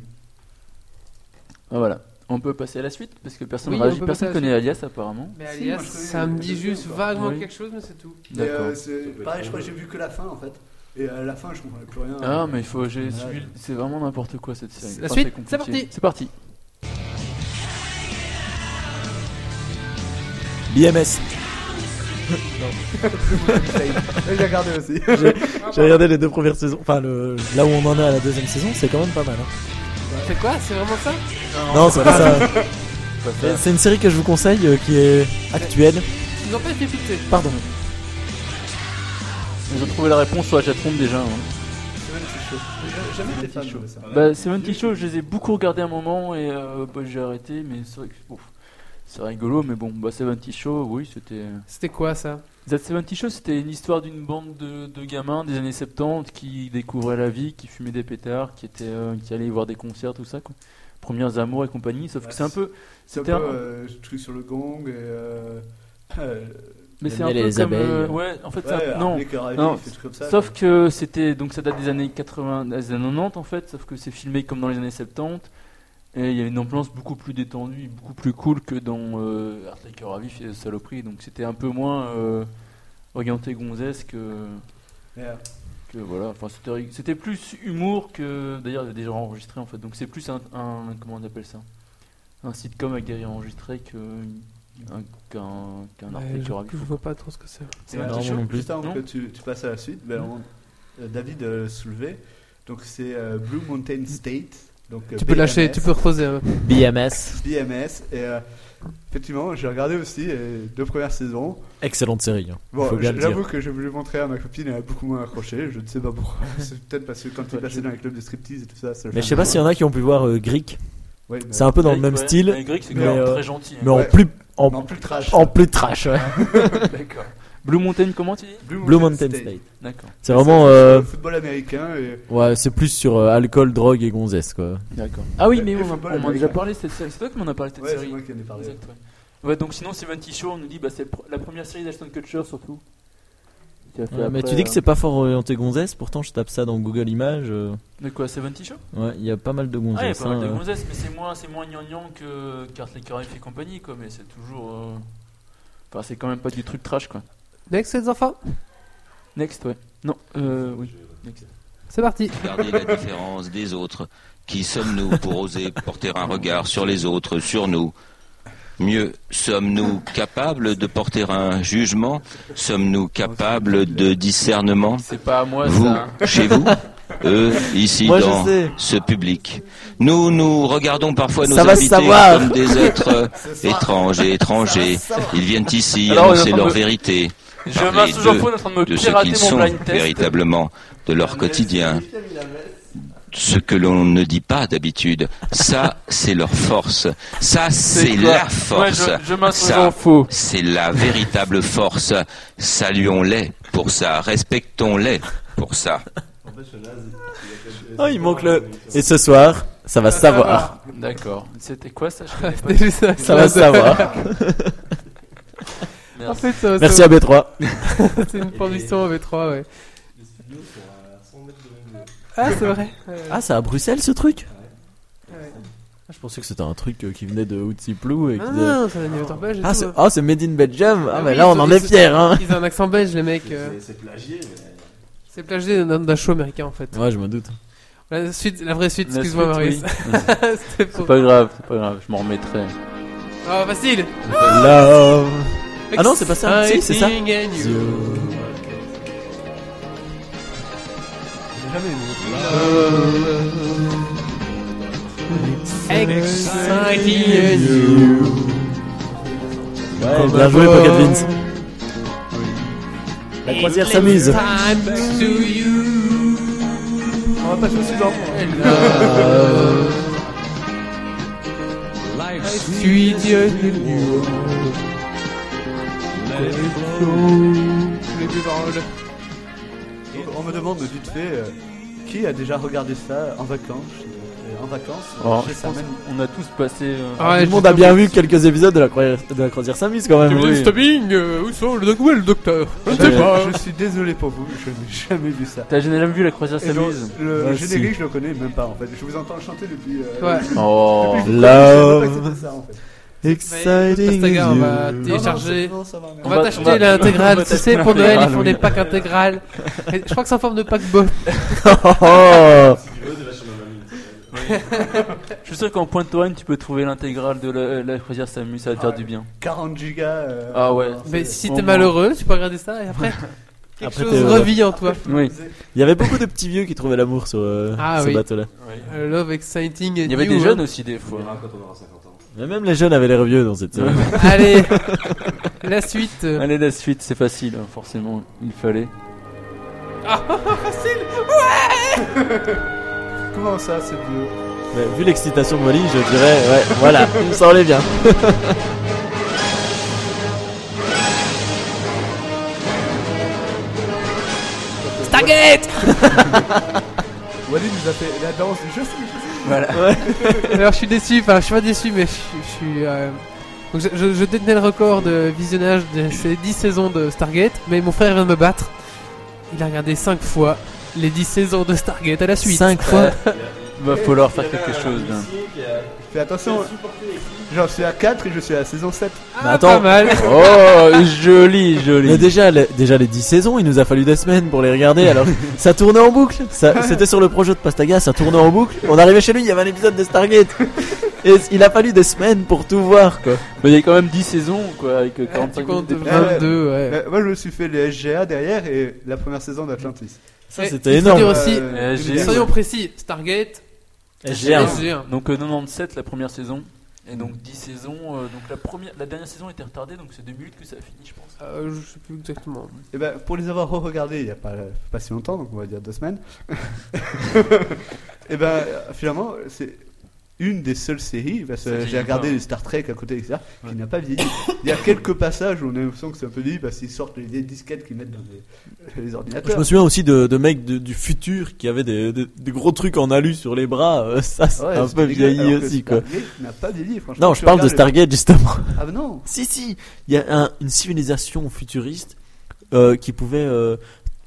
Ah, voilà. On peut passer à la suite parce que personne Oui, ne on réagit, peut personne passer à connaît Alias apparemment. Mais Si, moi, alias, je connais ça me les dit deux, juste quoi. vaguement Oui. quelque chose, mais c'est tout. Et, euh, D'accord. c'est- pareil, je crois que j'ai vu que la fin en fait. Et à la fin, je comprenais plus rien. Ah mais il faut, j'ai Ouais. suivi, c'est vraiment n'importe quoi cette série. La suite, compliqué. c'est parti. C'est parti. BMS. Et j'ai regardé aussi. Ah, J'ai regardé les deux premières saisons. Enfin, le, là où on en est à la deuxième saison, c'est quand même pas mal. hein. C'est quoi C'est vraiment ça Non, c'est pas ça. Pas ça. Mais C'est une série que je vous conseille euh, qui est actuelle. Ils n'ont pas été fixés. Pardon. Ils ont trouvé la réponse sur la chatroom déjà. hein. Jamais été fan de ça. Bah Seventy Show, je les ai beaucoup regardés à un moment et euh, bah, j'ai arrêté, mais c'est vrai que bon, c'est rigolo, mais bon, bah Seventy Show, oui, c'était. euh, C'était quoi ça That 70 Show, c'était une histoire d'une bande de, de gamins des années 70 qui découvraient la vie, qui fumaient des pétards, qui, étaient, euh, qui allaient voir des concerts, tout ça, quoi. Premières amours et compagnie, sauf Ouais, que c'est un peu. C'est un C'était peu un- euh, ce truc sur le gong et. euh, euh, Mais le c'est un peu miel et les comme. abeilles. euh, ouais, en fait, c'est un- ouais, non. Arnaque, Ravi, non, fait des trucs comme ça, Sauf que c'était donc ça date des années 80, des années 90 en fait, sauf que c'est filmé comme dans les années 70 et il y a une ambiance beaucoup plus détendue, beaucoup plus cool que dans euh, Art Taker à vif et Saloperie, donc c'était un peu moins euh, orienté gonzesse que, Mais, euh, que voilà, enfin c'était rig- c'était plus humour que d'ailleurs il y a déjà enregistré en fait, donc c'est plus un, un- comment on appelle ça, un sitcom avec des enregistrés que un- qu'un qu'un Art Ouais, Euh, Je Taker à je vif. vois pas trop ce que c'est. C'est Ouais, un non, petit moi show. non plus. Juste avant Non. que tu, tu passes à la suite, ben, on- euh, David euh, soulevé. Donc c'est euh, Blue Mountain State. Donc, euh, Tu peux lâcher, BMS, tu peux reposer. hein. BMS. BMS. Et euh, effectivement, j'ai regardé aussi euh, deux premières saisons. Excellente série. hein. Bon, Faut bien le dire. j'avoue que je voulais montrer à ma copine, elle a beaucoup moins accroché. Je ne sais pas pourquoi. c'est peut-être parce que quand tu passais dans les clubs de striptease et tout ça. ça le Mais fait je sais pas un s'il y en a qui ont pu voir euh, Greek. peu- Ouais, mais- C'est un peu dans le Greg, même ouais. style, Ouais, Greg, c'est mais, quand même euh, très gentil. hein. mais en Ouais. plus, mais en en, plus trash. en plus trash. ouais. D'accord. Blue Mountain, comment tu dis Blue Mountain State. D'accord. C'est vraiment. euh, Le football américain et ouais, c'est plus sur euh, alcool, drogue et gonzesse quoi. D'accord. Ah oui, mais Et on, football on m'en a américain. déjà parlé de cette série. C'est toi qui m'en as parlé de cette Ouais, c'est série. moi qui en ai parlé. Exact, ouais. Ouais, donc sinon, Seventy Show, on nous dit, bah, c'est le pr- la première série d'Ashton Kutcher surtout. Qui a fait Ouais, mais après, tu dis que euh, c'est pas fort orienté gonzesse, pourtant je tape ça dans Google Images. euh, De quoi, Seventy Show ouais, il y a pas mal de Ah, il y a gonzesses. pas mal de hein, euh. gonzesses, mais c'est moins, c'est moins gnangnan que Cartley Carife et compagnie, quoi. Mais c'est toujours. euh, Enfin, c'est quand même pas du truc trash, quoi. Next, les enfants, Next, ouais. Non, euh, oui. Next. c'est parti. Regardez la différence des autres. Qui sommes-nous pour oser porter un regard sur les autres, sur nous Mieux, sommes-nous capables de porter un jugement Sommes-nous capables de discernement C'est pas à moi, Vous, ça. hein. chez vous Eux, ici, Moi, je dans sais. ce public. Nous, nous regardons parfois nos Ça va se invités savoir. comme des êtres euh, étranges et étrangers. Ils viennent ici Alors, on est en annoncer train leur de- vérité Je Parlez m'insurge en d'eux, faune en train de me de ce pirater qu'ils mon sont blind test. véritablement, de leur quotidien. Ce que l'on ne dit pas d'habitude, ça c'est leur force, ça c'est quoi la force, Ouais, je, je m'insurge en ça faux. c'est la véritable force. Saluons-les pour ça, respectons-les pour ça. Ah, il manque le. Et ce soir, ça va savoir. D'accord. C'était quoi ça Je connais pas. C'était juste Ça va savoir. En fait, ça va Merci à B3. savoir. C'est une production en V3, ouais. Les studios sont à 100 mètres de Ah, c'est vrai. Ouais. Ah, c'est à Bruxelles ce truc Ouais. Ah, Je pensais que c'était un truc euh, qui venait de Outsiplou et qui. Ah, de- non, c'est un animateur belge. et Ah, tout, c'est hein. ah, c'est Made in Belgium. Ah, Ah mais oui, là, on ils- en ils- est fiers, hein. Ils ont un accent belge, les mecs. euh. C'est plagié, mais. C'est plagié d'un d'un show américain, en fait. Ouais, je me doute. La suite, la vraie suite, La excuse-moi, suite, Maurice. C'était C'est pour. pas grave, c'est pas grave, je m'en remettrai. Oh, facile. Love. Ah non, c'est pas ça. Si, c'est ça. Exciting and you. Exciting and you. Ouais, bien joué, Pocket Vince. La croisière s'amuse. Time back to you. On va passer au suivant. Euh, Sweet you. Les deux paroles. Donc, on me demande vite fait euh, qui a déjà regardé ça en vacances. euh, en vacances, Oh. Alors, chez je sa pense mamie. qu'on a tous passé. euh, Ah ouais, Tout le monde a bien vu quelques épisodes de la croisière, de la croisière s'amuse quand même. Capitaine oui. Stubbing, euh, où sont le, où est le docteur Je ne Je, sais pas. je suis désolé pour vous, je n'ai jamais vu ça. T'as jamais vu la croisière Et donc, s'amuse le Moi aussi. générique, je le connais même pas en fait. Je vous entends chanter depuis. euh, Ouais. depuis- Oh. depuis- Love. je savais pas que c'était ça, en fait. Exciting. Pastaga, on va you. Et chargé. Non, non, ça va, On merci. va va- on t'acheter va- on l'intégrale, va tu sais, t'acheter pour Noël, ils l'intégrale, font oui. des packs intégrales. Et je crois que c'est en forme de paquebot. Oh, oh. Je suis sûr qu'en pointe Touraine, tu peux trouver l'intégrale de la, la croisière s'amuse, ça va te faire Ouais. du bien. 40 gigas. euh, Ah ouais. en Mais fait. si Au t'es moins. malheureux, tu peux regarder ça et après, quelque Après, chose t'es heureux. revit en toi. Oui. Il y avait beaucoup de petits vieux qui trouvaient l'amour sur euh, Ah ce oui. bateau-là. Euh, Love exciting. and Il y avait new, des hein. jeunes aussi des fois. Mais même les jeunes avaient l'air vieux dans cette euh, série. Allez, la suite. euh, Allez, la suite, c'est facile, hein, forcément, il fallait. Comment ça, c'est vieux Mais vu l'excitation de Molly, je dirais, ouais, voilà, on s'en est bien. Stargate Wally nous a fait la danse du jeu, c'est le jeu. Alors je suis déçu, enfin je suis pas déçu, mais je, suis- je suis. euh, Donc, je, je- je détenais le record de visionnage de ces 10 saisons de Stargate, mais mon frère vient de me battre. Il a regardé 5 fois les 10 saisons de Stargate à la suite. Euh, Cinq fois. Va falloir faire quelque chose. hein. Fais attention. J'en suis à 4 et je suis à la saison 7. Ah, Mais attends. Pas mal. Oh, joli, joli. Mais déjà, les, déjà les 10 saisons, il nous a fallu des semaines pour les regarder, alors ça tournait en boucle. Ça- C'était sur le projet de Pastaga, ça tournait en boucle. On arrivait chez lui, il y avait un épisode de Stargate. Et il a fallu des semaines pour tout voir, quoi. Mais il y a quand même 10 saisons, quoi, avec euh, Tu 45 comptes minutes. d'épisode. 22, ouais. Euh, moi, je me suis fait les SGA derrière et la première saison d'Atlantis. Ça, Et c'était il faut dire énorme. aussi, Euh, j'ai- l'univers. soyons précis, Stargate, SG1. SG1. Donc euh, 97, la première saison. Et donc 10 saisons. euh, donc la, première, la dernière saison était retardée, donc c'est 2 minutes que ça a fini, je pense. Euh, je sais plus exactement. Eh ben, pour les avoir re-regardés il n'y a pas, pas si longtemps, donc on va dire deux semaines, et ben, euh, finalement, Eh c'est une des seules séries, parce que Ça vieillit j'ai regardé pas, les Star Trek à côté, etc., qui n'a pas vieilli. Il y a quelques passages où on a l'impression que c'est un peu vieilli parce qu'ils sortent les vieilles disquettes qu'ils mettent dans les, les ordinateurs. Je me souviens aussi de, de mecs de- du futur qui avaient des, des- des gros trucs en alu sur les bras. euh, ça, c'est Ouais, un c'est peu dégueulasse, vieilli alors que aussi, quoi. Stargate n'a pas vieilli, franchement. Non, je Tu parle de regardes les- Stargate justement. Ah bah non Si, si, il y a un- une civilisation futuriste euh, qui pouvait euh,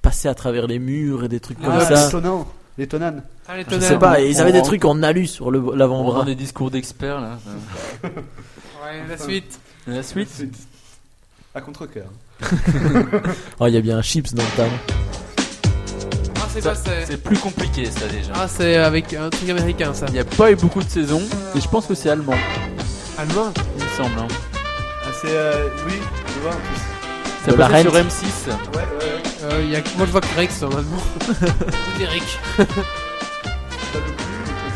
passer à travers les murs et des trucs comme Ah, ça. les Tonans, les Tonanes. Ah, les Je tonnerres. sais pas, et ils avaient des On- trucs en alu sur le- On l'avant-bras. rend des discours d'experts là. euh, Ouais, la suite. La suite C'est- À contre-coeur. Oh, il y a bien un chips dans le tas. hein. Ah, c'est Ça, quoi c'est C'est plus compliqué ça déjà. Ah, c'est avec un truc américain ça. Il n'y a pas eu beaucoup de saisons et je pense que c'est allemand, Allemand il me semble. hein. Ah, c'est. euh, oui, je vois en plus. Ça De la passait sur Rent. M6. Ouais, ouais, ouais. euh, il y a... Moi je vois que Rex en allemand. Ou Eric. Pas le plus, le truc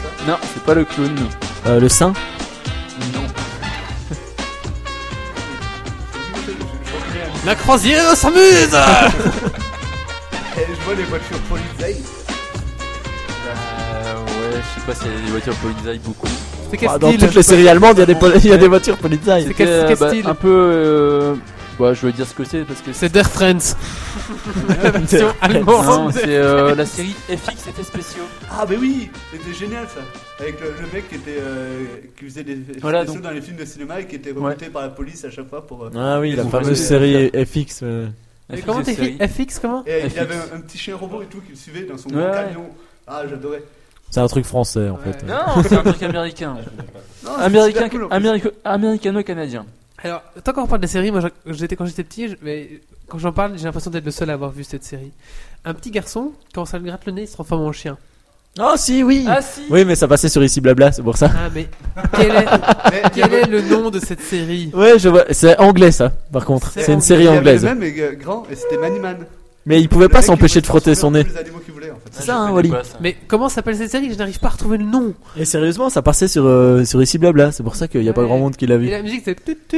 ça. Non, c'est pas le clown. Euh, le sein Non. La croisière s'amuse Bah, Eh, je vois les voitures policières. Euh, ouais, je sais pas s'il y a des voitures Polizei beaucoup. C'est quel Bah, Dans style toutes les séries allemandes, il y a des, pol- il y a des voitures C'est policières. quel- C'était, quel bah, style Un peu. euh, Bah, je veux dire ce que c'est parce que C'est Dear Friends. la version Non, allemande. c'est euh, la série FX effets spéciaux. Ah, mais oui C'était génial ça Avec le, le mec qui, était, euh, qui faisait des des Voilà, spéciaux donc- dans les films de cinéma et qui était recruté par la police à chaque fois pour. euh, Ah oui, la Ils ont fameuse passé- série FX. euh. Mais FX comment de série. t'écris FX comment Et il FX. avait un, un petit chien robot et tout qui le suivait dans son Ouais, ouais. camion. Ah, j'adorais. C'est un truc français en Ouais. fait. Non, c'est un truc américain. Non, c'est Américain, super cool, en plus. américo- américano-canadien. Alors, tant qu'on parle des séries, moi je- j'étais quand j'étais petit, je- mais quand j'en parle, j'ai l'impression d'être le seul à avoir vu cette série. Un petit garçon, quand ça lui gratte le nez, il se transforme en chien. Oh, si, oui Ah si Oui, mais ça passait sur Ici Blabla, c'est pour ça. Ah mais quel est, Mais il y quel avait- est le nom de cette série Ouais, je vois. C'est anglais ça, par contre. C'est une série Il y anglaise. avait le même mais, euh, grand et c'était Maniman. Mais il pouvait pas s'empêcher de frotter son nez. Les animaux qu'il voulait en fait. C'est Ah, ça, je hein, connais Wally. pas ça. Mais comment s'appelle cette série Je n'arrive pas à retrouver le nom. Et sérieusement, ça passait sur, euh, sur Ici Blabla, c'est pour ça qu'il n'y a pas Ouais. grand monde qui l'a Et vu. la musique c'est.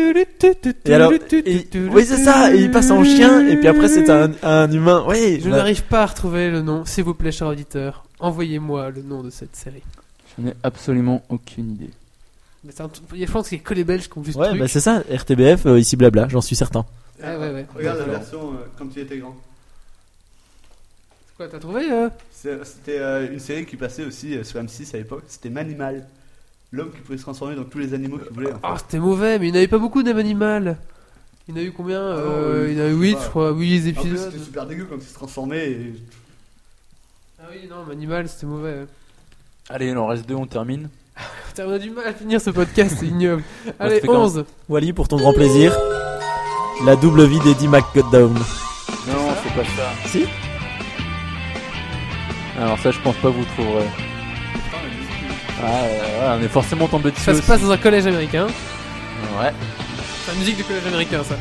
Et alors, et- oui, c'est ça, et il passe en chien, et puis après c'est un, un humain. Oui, Je n'arrive pas à retrouver le nom. S'il vous plaît, cher auditeur, envoyez-moi le nom de cette série. Je n'ai absolument aucune idée. Mais c'est un truc- Je pense qu'il y a que les Belges qui ont vu ce Ouais, truc. bah c'est ça, RTBF, euh, Ici Blabla, j'en suis certain. Ah, ouais, ouais. Regarde la D'accord. version euh, quand il était grand. Quoi, t'as trouvé euh C'est- C'était euh, une série qui passait aussi euh, sur M6 à l'époque. C'était Manimal. L'homme qui pouvait se transformer dans tous les animaux qu'il voulait. en fait. Ah, c'était mauvais, mais il n'y en avait pas beaucoup d'âme animal. Il y en a eu combien Euh, Oh, oui, Il y en a eu je sais 8, pas. je crois. 8 En plus, épisodes. c'était super dégueu quand il se transformait. Et... Ah oui, non, mais animal, c'était mauvais. hein. Allez, il en reste deux, on termine. Putain, on a du mal à finir ce podcast, c'est ignoble. ça Allez, fait quand même- 11. Wally, pour ton grand plaisir, la double vie d'Eddie McGodown. Non, c'est pas ça. Si Alors ça, je pense pas que vous trouverez. Ah, ouais, ouais, on est forcément tombé dessus. Ça se aussi. passe dans un collège américain. Ouais. C'est la musique du collège américain, ça.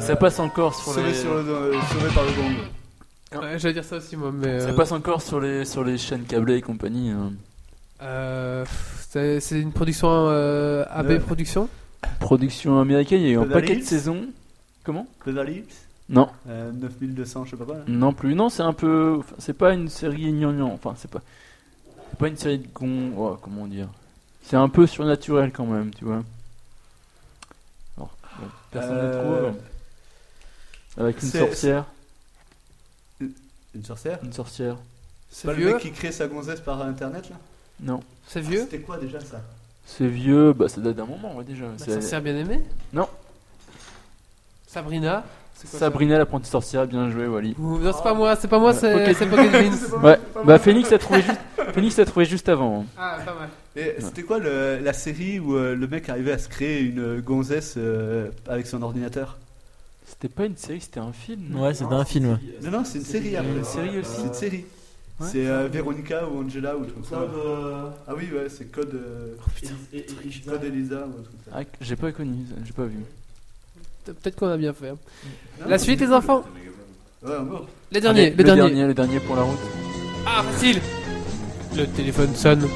Ça passe encore sur Sauvé, les. sur le, euh, sauvé par le gong. Ouais, j'allais dire ça aussi, moi, mais. Ça euh, passe encore sur les sur les chaînes câblées et compagnie. hein. euh, pff, c'est c'est une production euh, AB Ouais. Productions. Production américaine, il y a eu un Beverly paquet de Hills saisons. Comment Beverly Hills Non, euh, 9200, je sais pas quoi. là. non plus. Non, c'est un peu. enfin, C'est pas une série gnangnan. Enfin, c'est pas. C'est pas une série de gon. oh, comment dire C'est un peu surnaturel quand même, tu vois. Alors, bon, personne ne Euh, trouve. Avec une c'est- sorcière. Une sorcière Une sorcière. C'est pas vieux le mec qui crée sa gonzesse par internet là Non. C'est vieux C'était quoi déjà ça C'est vieux, bah ça date d'un moment ouais, déjà. Bah, Ça C'est- sert bien aimé Non. Sabrina C'est quoi ça Sabrina l'apprentie sorcière, bien joué Wally. Ouh, Non, c'est pas moi, c'est pas moi, Ouais. c'est Pocket- c'est Pocket Beans. Ouais, bah Phoenix a trouvé juste, Phoenix a trouvé juste avant. hein. Ah, pas mal. Et c'était quoi le- la série où euh, le mec arrivait à se créer une euh, gonzesse euh, avec son ordinateur C'était pas une série, c'était un film. Ouais, c'était un film. Non, non, c'est une série après. une série aussi. C'est une série. Ouais. C'est euh, Véronica ou Angela ou un truc comme ça. Code, euh, Ah oui, ouais, c'est Code, euh, Oh, et- et- et- Code Elisa ou un truc comme ça. Ah, que- j'ai pas connu, ça, j'ai pas vu. Pe- Peut-être qu'on a bien fait. hein. Ah, Non, La suite, les enfants Ouais, encore. Les derniers, Allez, les derniers. le dernier pour la route. Ah, facile Le téléphone sonne.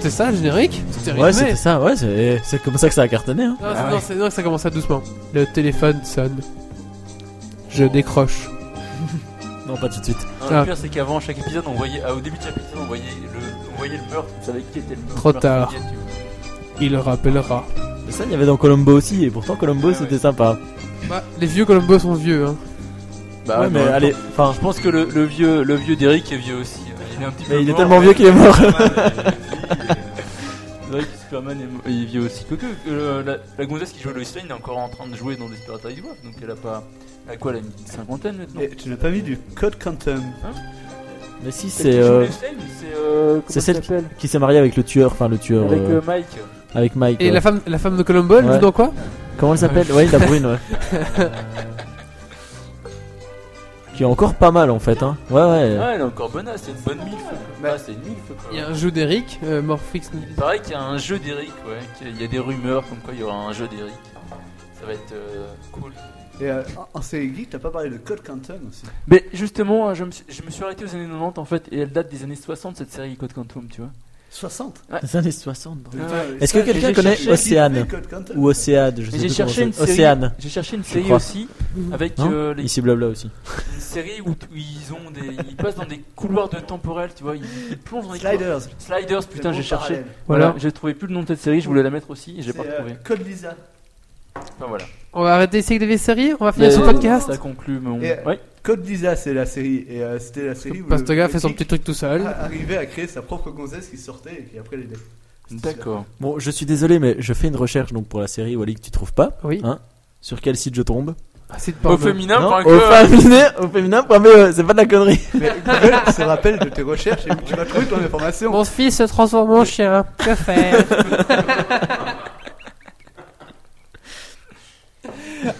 C'est ça le générique C'était rythmé. Ouais, c'était ça, ouais, c'est eh, c'est comme ça que ça a cartonné. Hein. Non, c'est- non, c'est- non, ça commence à doucement. Le téléphone sonne. Je décroche. Non, pas tout de suite. Non, Ah. Le pire, c'est qu'avant chaque épisode, on voyait, ah, au début de chaque épisode, on voyait le, on voyait le meurtre, on savait qui était le meurtre. Trop tard. Il rappellera. Mais ça, il y avait dans Colombo aussi, et pourtant Colombo Ouais, c'était ouais. sympa. Bah, les vieux Colombo sont vieux. Hein. Bah, ouais, mais allez, enfin, Je pense que le, le vieux, le vieux Derrick est vieux aussi. euh, Il est un petit mais peu il est mort, tellement mais- vieux qu'il est mort. C'est vrai que Superman est, mo- il est vieux aussi. Quoique, euh, la, la gonzesse qui joue Lois Lane est encore en train de jouer dans Desperate Housewives, donc elle a pas. Elle a quoi, elle a une cinquantaine maintenant Et tu n'as pas vu du Code Quantum mais si, Celle c'est qui joue euh, Lois Lane, c'est. c'est euh, comment celle qui- elle s'appelle qui s'est marié avec le tueur, enfin le tueur Avec euh, euh, Mike. avec Mike. Et ouais. la femme, la femme de Colombo, elle Ouais. joue dans quoi Comment elle s'appelle Ouais, la brune, ouais. qui est encore pas mal en fait, hein. Ouais, ouais. Ah, elle est encore bonasse, c'est une bonne milf. Ah, c'est une milf quoi. Il y a un jeu d'Eric, euh, Morphix. Il paraît qu'il y a un jeu d'Eric, ouais. qu'il y a- Il y a des rumeurs comme quoi il y aura un jeu d'Eric. Ça va être euh, cool. Et euh, en- en série geek, t'as pas parlé de Code Quantum aussi Mais justement, je me, suis, je me suis arrêté aux années 90 en fait, et elle date des années 60 cette série Code Quantum, tu vois. 60 Les années 60. bordel. Ouais. Est-ce que Ça, quelqu'un j'ai connaît cherché- Océane Ou Océade, je sais Mais J'ai plus comment cherché c'est. une série. Océane. J'ai cherché une série crois. aussi avec Non euh, les- Ici blabla aussi. une série où, où ils ont des, ils passent dans des couloirs de temporel, tu vois, ils, ils plongent dans des couloirs- Sliders. Sliders, Oh, putain, j'ai cherché. Voilà, Voilà. j'ai trouvé plus le nom de cette série, je voulais la mettre aussi, et j'ai pas euh, retrouvé. Code Lisa. Enfin voilà. On va arrêter ici avec les séries, on va finir ce podcast. euh, Ça conclut, mais on... Et- ouais. Code Lisa, c'est la série. Et euh, c'était la série où. le- Pastoga le fait son geek petit truc tout seul. a- Arrivait à créer sa propre gonzesse qui sortait et qui après les. D'accord. Bon, je suis désolé, mais je fais une recherche donc pour la série Wally que tu trouves pas. Oui. Hein Sur quel site je tombe Ah, c'est de Au porno. féminin, Non, point au com. féminin, au féminin, point BE, euh, c'est pas de la connerie. Mais Google se rappelle de tes recherches et où tu vas trouver ton information. Mon fils se transforme en chien. Que faire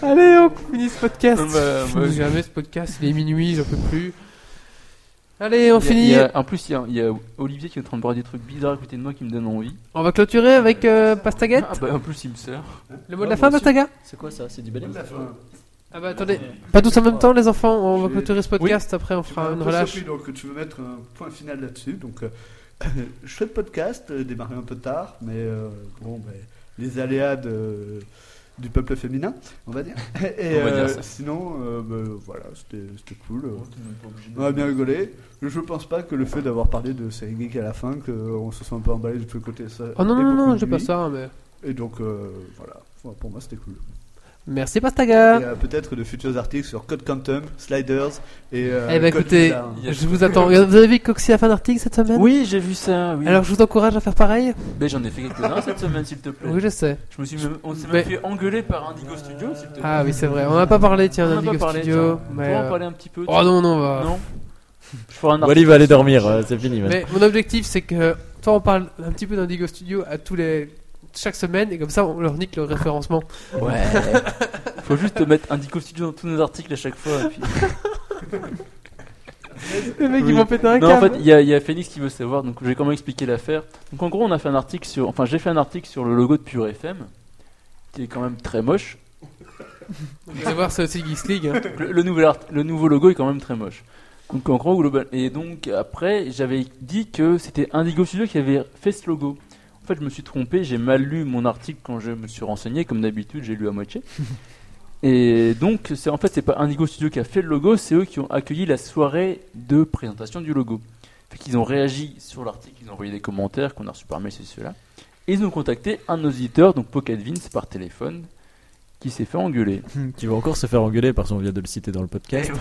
Allez, on finit ce podcast. Euh, bah, Je finis bah, jamais ce podcast, il est minuit, j'en peux plus. Allez, on Il y a- il finit. y a- en plus, il y, a, il y a Olivier qui est en train de boire des trucs bizarres à côté de moi qui me donnent envie. On va clôturer avec euh, Pastaguette. Ah bah, en plus, il me sert. Le mot de Ouais, la fin, moi aussi. Pastaga C'est quoi ça C'est du balai Ah bah attendez, pas tous en même temps, les enfants. On va clôturer ce podcast, après on Tu fera m'as un une peu relâche. surpris, donc tu veux mettre un point final là-dessus. Donc, euh, je fais le podcast, euh, démarré un peu tard, mais euh, bon, ben, les aléas de- du peuple féminin, on va dire. Et On va dire euh, ça. sinon, euh, ben, voilà, c'était c'était cool. On a bien rigolé. Je pense pas que le fait d'avoir parlé de série geek à la fin, qu'on se soit un peu emballé de tous les côtés. Ça, Oh non, est non, beaucoup non, de j'ai pas nuit. ça, mais. Et donc, euh, voilà. Enfin, Pour moi, c'était cool. Merci Et Pastaga euh, peut-être de futurs articles sur Code Quantum, Sliders et. euh, Eh bah Code écoutez, Lisa, hein. Il y a- je vous attends. Vous avez vu Coxy a fait un article cette semaine Oui, j'ai vu ça, oui. Alors je vous encourage à faire pareil Mais Ben, j'en ai fait quelques-uns cette semaine, s'il te plaît. Oui, je sais. Je me suis même- on s'est Mais- même fait engueuler par Indigo Studio, s'il te plaît. Ah oui, c'est vrai. On n'a pas parlé, tiens, on en a d'Indigo pas parlé. Studio. tiens. On Mais, pourra en euh, parler un petit peu. Oh non, non, on va. Non. Je ferai un article. Wally va aller dormir, euh, c'est fini. maintenant. Mais mon objectif, c'est que toi, on parle un petit peu d'Indigo Studio à tous les chaque semaine et comme ça, on leur nique le référencement. Ouais. Faut juste mettre Indigo Studio dans tous nos articles à chaque fois. et puis- Les mecs, Oui. ils vont péter un Non, en câble. fait, il y, a- il y a Phoenix qui veut savoir, donc je vais quand même expliquer l'affaire. Donc en gros, on a fait un article sur, enfin, j'ai fait un article sur le logo de Pure FM, qui est quand même très moche. Vous allez voir, c'est aussi Geeks League. hein. Le, le nouvel art- le nouveau logo est quand même très moche. Donc en gros, global. Et donc après, j'avais dit que c'était Indigo Studio qui avait fait ce logo. En fait, je me suis trompé, j'ai mal lu mon article quand je me suis renseigné, comme d'habitude, j'ai lu à moitié. Et donc, c'est en fait, c'est pas Indigo Studio qui a fait le logo, c'est eux qui ont accueilli la soirée de présentation du logo. Fait qu'ils ont réagi sur l'article, ils ont envoyé des commentaires qu'on a reçus par mail, c'est cela. Et ils ont contacté un auditeur, donc Pocket Vince, par téléphone, qui s'est fait engueuler. Hum, Qui va encore se faire engueuler parce qu'on vient de le citer dans le podcast.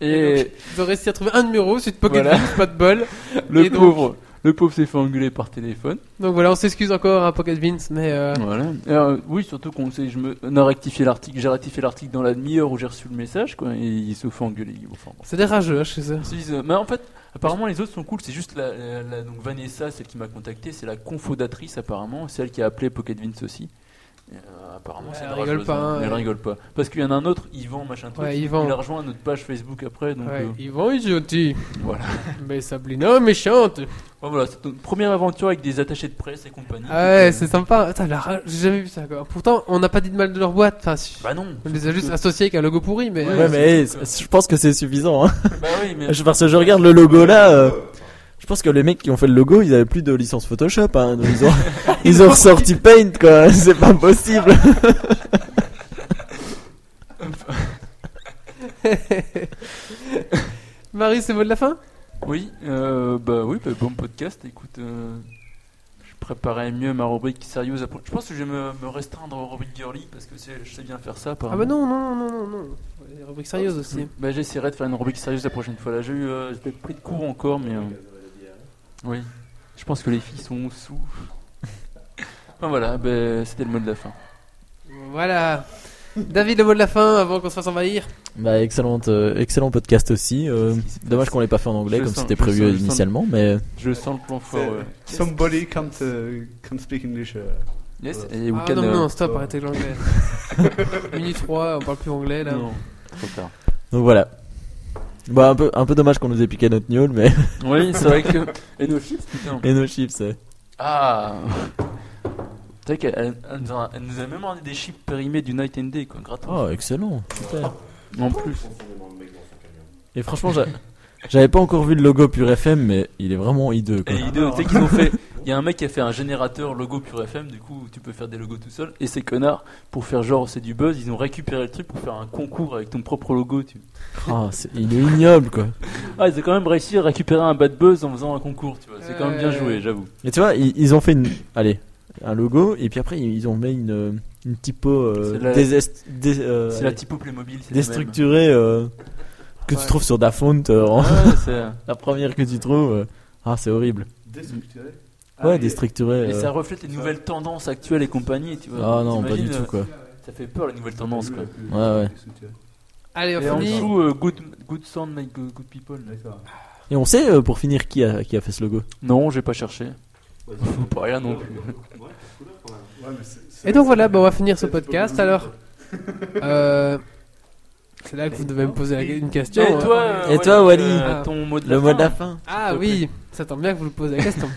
Et Ils ont réussi à trouver un numéro, suite Pocket Voilà. Vince, pas de bol. Le Et donc- pauvre, le pauvre s'est fait engueuler par téléphone. Donc voilà, on s'excuse encore à Pocket Vince, mais euh, Voilà. Euh, oui, surtout qu'on sait, je me, on a rectifié l'article, j'ai rectifié l'article dans la demi-heure où j'ai reçu le message, quoi, et il se fait engueuler. Enfin, bon. c'est des rageux hein, chez eux. Ils se disent, euh, mais en fait, apparemment les autres sont cool. C'est juste la, la- la- donc Vanessa, celle qui m'a contacté, c'est la confodatrice apparemment, celle qui a appelé Pocket Vince aussi. Et, euh, apparemment, Ouais, c'est elle une rigole rageuse, pas, hein. hein, Elle elle. rigole pas. Parce qu'il y en a un autre, Yvan, machin truc. Ouais, Yvan. Il a rejoint notre page Facebook après, donc. Ouais, euh, Ils vont idioter. Voilà. Mais Sablina méchante. ouais, voilà, c'est notre première aventure avec des attachés de presse et compagnie. Ah ouais, Donc, euh, c'est sympa. Putain, la rage, J'ai jamais vu ça. Quoi. Pourtant, on n'a pas dit de mal de leur boîte. Enfin, si- Bah non. on les a juste associés avec un logo pourri, mais. euh, Ouais, mais c'est- eh, c'est- je pense que c'est suffisant. Hein. Bah oui, mais. Je- Parce que je regarde le logo là. euh, Je pense que les mecs qui ont fait le logo, ils avaient plus de licence Photoshop. Hein. Donc, ils, ont, ils ont ressorti Paint, quoi. C'est pas possible. Marie, c'est mot de la fin Oui, euh, bah oui, bah, bon podcast. Écoute, euh, je préparais mieux ma rubrique sérieuse. Après. Je pense que je vais me, me restreindre aux rubriques girly parce que c'est- je sais bien faire ça. apparemment. Ah bah non, non, non, non, non. Les rubriques sérieuses aussi. Bah, j'essaierai de faire une rubrique sérieuse la prochaine fois. Là, j'ai eu, euh, j'ai peut-être pris de cours encore, mais. euh, oui. Je pense que les filles sont sous. Enfin, voilà, bah, c'était le mot de la fin. Voilà. David, le mot de la fin avant qu'on se fasse envahir. Bah, excellente, euh, excellent podcast aussi. euh, dommage qu'on l'ait pas fait en anglais Je comme sens- c'était je prévu sens- je sens- initialement, mais Je sens le plan fort. C'est- ouais. Somebody can't, uh, can't speak English. uh, Yes, voilà. et we Ah can, non, euh, non, stop, arrêtez l'anglais. Minute 3, on parle plus anglais là. non, trop tard. donc voilà. Bah, un peu, un peu dommage qu'on nous ait piqué notre gnôle, mais. Oui, c'est vrai que. Et nos chips, putain. Et nos chips, ouais. Ah Tu sais qu'elle elle- elle nous, a- elle nous a même rendu des chips périmés du Night and Day, quoi, gratuit. Oh, excellent. Super. En plus. Et franchement, j'a- j'avais pas encore vu le logo Pure FM, mais il est vraiment hideux, quoi. Et les deux, tu sais qu'ils ont fait. Il y a un mec qui a fait un générateur logo pur FM, du coup, tu peux faire des logos tout seul. Et ces connards, pour faire genre c'est du buzz, ils ont récupéré le truc pour faire un concours avec ton propre logo. Tu... Ah, c'est- il est ignoble, quoi. Ah, ils ont quand même réussi à récupérer un bad buzz en faisant un concours, tu vois. C'est quand même bien Ouais. joué, j'avoue. Et tu vois, ils, ils ont fait une, allez, un logo, et puis après, ils ont mis une, une typo euh, C'est la- désest- dé- euh, C'est la typo Playmobil, c'est la même. déstructurée euh, que Ouais. tu trouves sur Dafont, euh, en- Ouais, c'est- la première que tu trouves. euh. Ah, c'est horrible. Déstructuré. Ouais, Ah, déstructurée. Et euh. ça reflète les nouvelles tendances actuelles et compagnie, tu vois. Ah non, pas du T'imagines, tout, quoi. euh, Ça fait peur les nouvelles tendances, quoi. Ouais, ouais. Déstructuré. Allez, on Et en finit. dessous, euh, good, good sound make good, good people. D'accord. Et on sait, euh, pour finir, qui a, qui a fait ce logo. Non, j'ai pas cherché. Ouais, Pas rien non plus. hein, Ouais, mais c'est- c'est- Et donc voilà, bah, on va finir ce podcast alors. Euh, c'est là que vous devez me poser la- une question. Et toi, hein. euh, Et toi, Wally euh, ton mot de la Le mot de la fin. fin. Ah s'il te oui, ça tombe bien que vous le posez la question.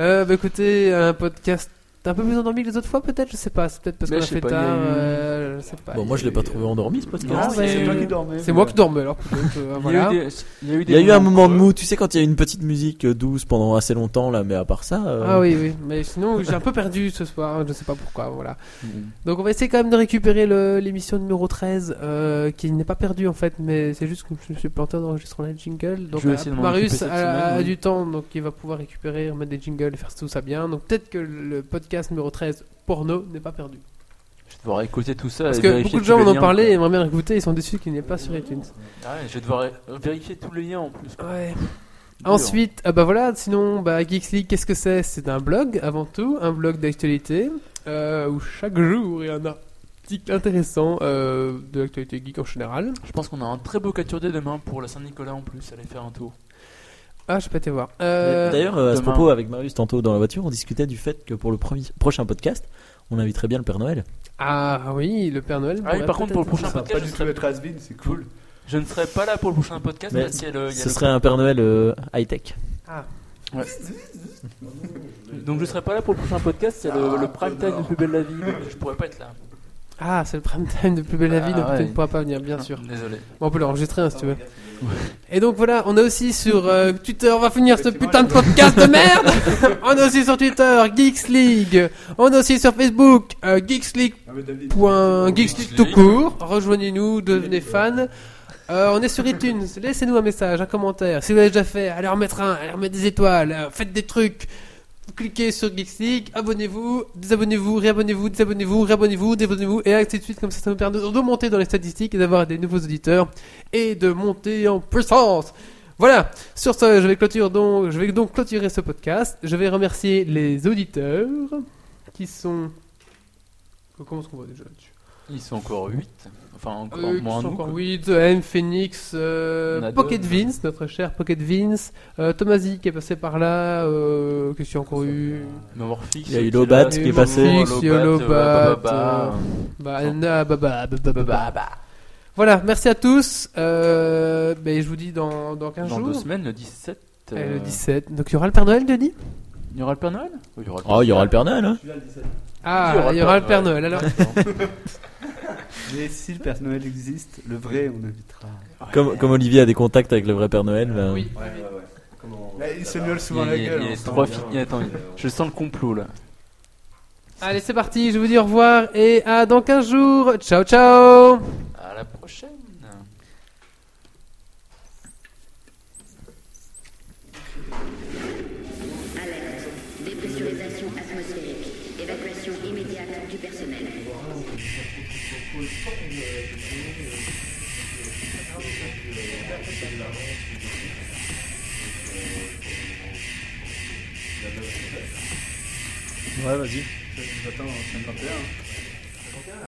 euh, bah écoutez, un podcast un peu plus endormi que les autres fois peut-être, je sais pas. C'est peut-être parce Mais qu'on a je sais fait pas, il y a tard. eu- euh, je sais pas. Bon, Bah, moi, je l'ai pas trouvé endormi, ce podcast. Non, Ah, mais- c'est toi qui dormais. C'est moi qui dormais alors. donc, euh, Il y a voilà. eu des- euh. il y a eu, Il y a eu un moment de mou mou, tu sais, quand il y a une petite musique euh, douce pendant assez longtemps, là, mais à part ça. euh, Ah oui, oui, mais sinon j'ai un peu perdu ce soir, je sais pas pourquoi, voilà. Donc on va essayer quand même de récupérer le- l'émission numéro 13, euh, qui n'est pas perdue en fait, mais c'est juste que je me suis planté en enregistrant la jingle. Donc Je euh, vais essayer de m'en Marius occuper cette a, semaine, a oui. du temps, donc il va pouvoir récupérer, remettre des jingles, faire tout ça bien. Donc peut-être que le podcast numéro 13, porno, n'est pas perdu. Je vais devoir écouter tout ça. Parce et que vérifier beaucoup de tous gens les en ont liens, parlé et quoi. aimeraient bien l'écouter, ils sont déçus qu'il n'est pas sur iTunes. Ah ouais, je vais devoir euh, vérifier tous les liens en plus. Ouais. Ensuite, ah bah voilà, sinon, bah, Geeks League, qu'est-ce que c'est C'est un blog avant tout, un blog d'actualité, euh, où chaque jour il y a un article intéressant euh, de l'actualité geek en général. Je pense qu'on a un très beau caturier demain pour la Saint-Nicolas en plus. Allez faire un tour. Ah, je peux te voir. Euh, D'ailleurs, euh, à ce demain. propos, avec Marius tantôt dans la voiture, on discutait du fait que pour le premier- prochain podcast, on inviterait bien le Père Noël. ah oui, le Père Noël. Ah oui, pourrait par contre, pour le peut-être- prochain Ça va euh, pas podcast, je du tout serai, être has been, c'est cool. je ne serai pas là pour le prochain podcast Mais parce qu'il y a le- Euh, il y a Ce le- serait un Père Noël euh, high-tech. Donc je serai pas là pour le prochain podcast. C'est le, le prime time de Plus Belle la Vie. donc je pourrais pas être là. Ah, c'est le prime time de Plus Belle la Vie, Ah donc tu ouais. Ah. ne pourras pas venir, bien sûr. Désolé. Bon, on peut l'enregistrer hein, si tu veux. Et donc voilà, on est aussi sur euh, Twitter, on va finir ce putain de podcast de merde On est aussi sur Twitter, Geeks League On est aussi sur Facebook, euh, Geeks League Ah, mais David, point Geeks tout court. Rejoignez-nous, devenez fan. Euh, on est sur iTunes, laissez-nous un message, un commentaire. Si vous l'avez déjà fait, allez en remettre un, allez en remettre des étoiles, euh, faites des trucs. Vous cliquez sur Geeks League, abonnez-vous, désabonnez-vous, réabonnez-vous, désabonnez-vous, réabonnez-vous, désabonnez-vous, et ainsi de suite, comme ça, ça nous permet de de monter dans les statistiques et d'avoir des nouveaux auditeurs et de monter en puissance. Voilà, sur ce, je vais, clôturer donc, je vais donc clôturer ce podcast. Je vais remercier les auditeurs qui sont. Comment est-ce qu'on va déjà là-dessus Ils sont encore 8. Enfin, encore euh, moins qui sont nous, encore quoi. oui, The M, Phoenix, euh, On a Pocket deux. Vince, notre cher Pocket Vince, euh, Tomasi qui est passé par là, euh, qu'est-ce qu'il y a encore eu Mais Morphix, Il y a eu qui est Lobat là, qui est Lobat, passé. Lobat, Yolo euh, Bat, Bababa, Bah, Sans- Anna, Baba, Baba, Baba. Bababa. Voilà, merci à tous. Euh, ben, je vous dis dans, dans 15 Dans jours. deux semaines, le 17. Eh, euh, Le 17. Donc il y aura le Père Noël, Denis Il y aura le Père Noël Oh, il y aura Oh, il y aura le Père Noël, hein Ah, il y aura le Père Noël alors. Mais si le Père Noël existe, le vrai, on invitera. Comme, comme Olivier a des contacts avec le vrai Père Noël, ben, Oui. Mais il se miaule Il y souvent a- la il y a- gueule. il y a hein. trois filles. Attends, je sens le complot là. Allez, c'est parti, je vous dis au revoir et à dans 15 jours. Ciao, ciao À la prochaine. Ouais, vas-y. J'attends 51.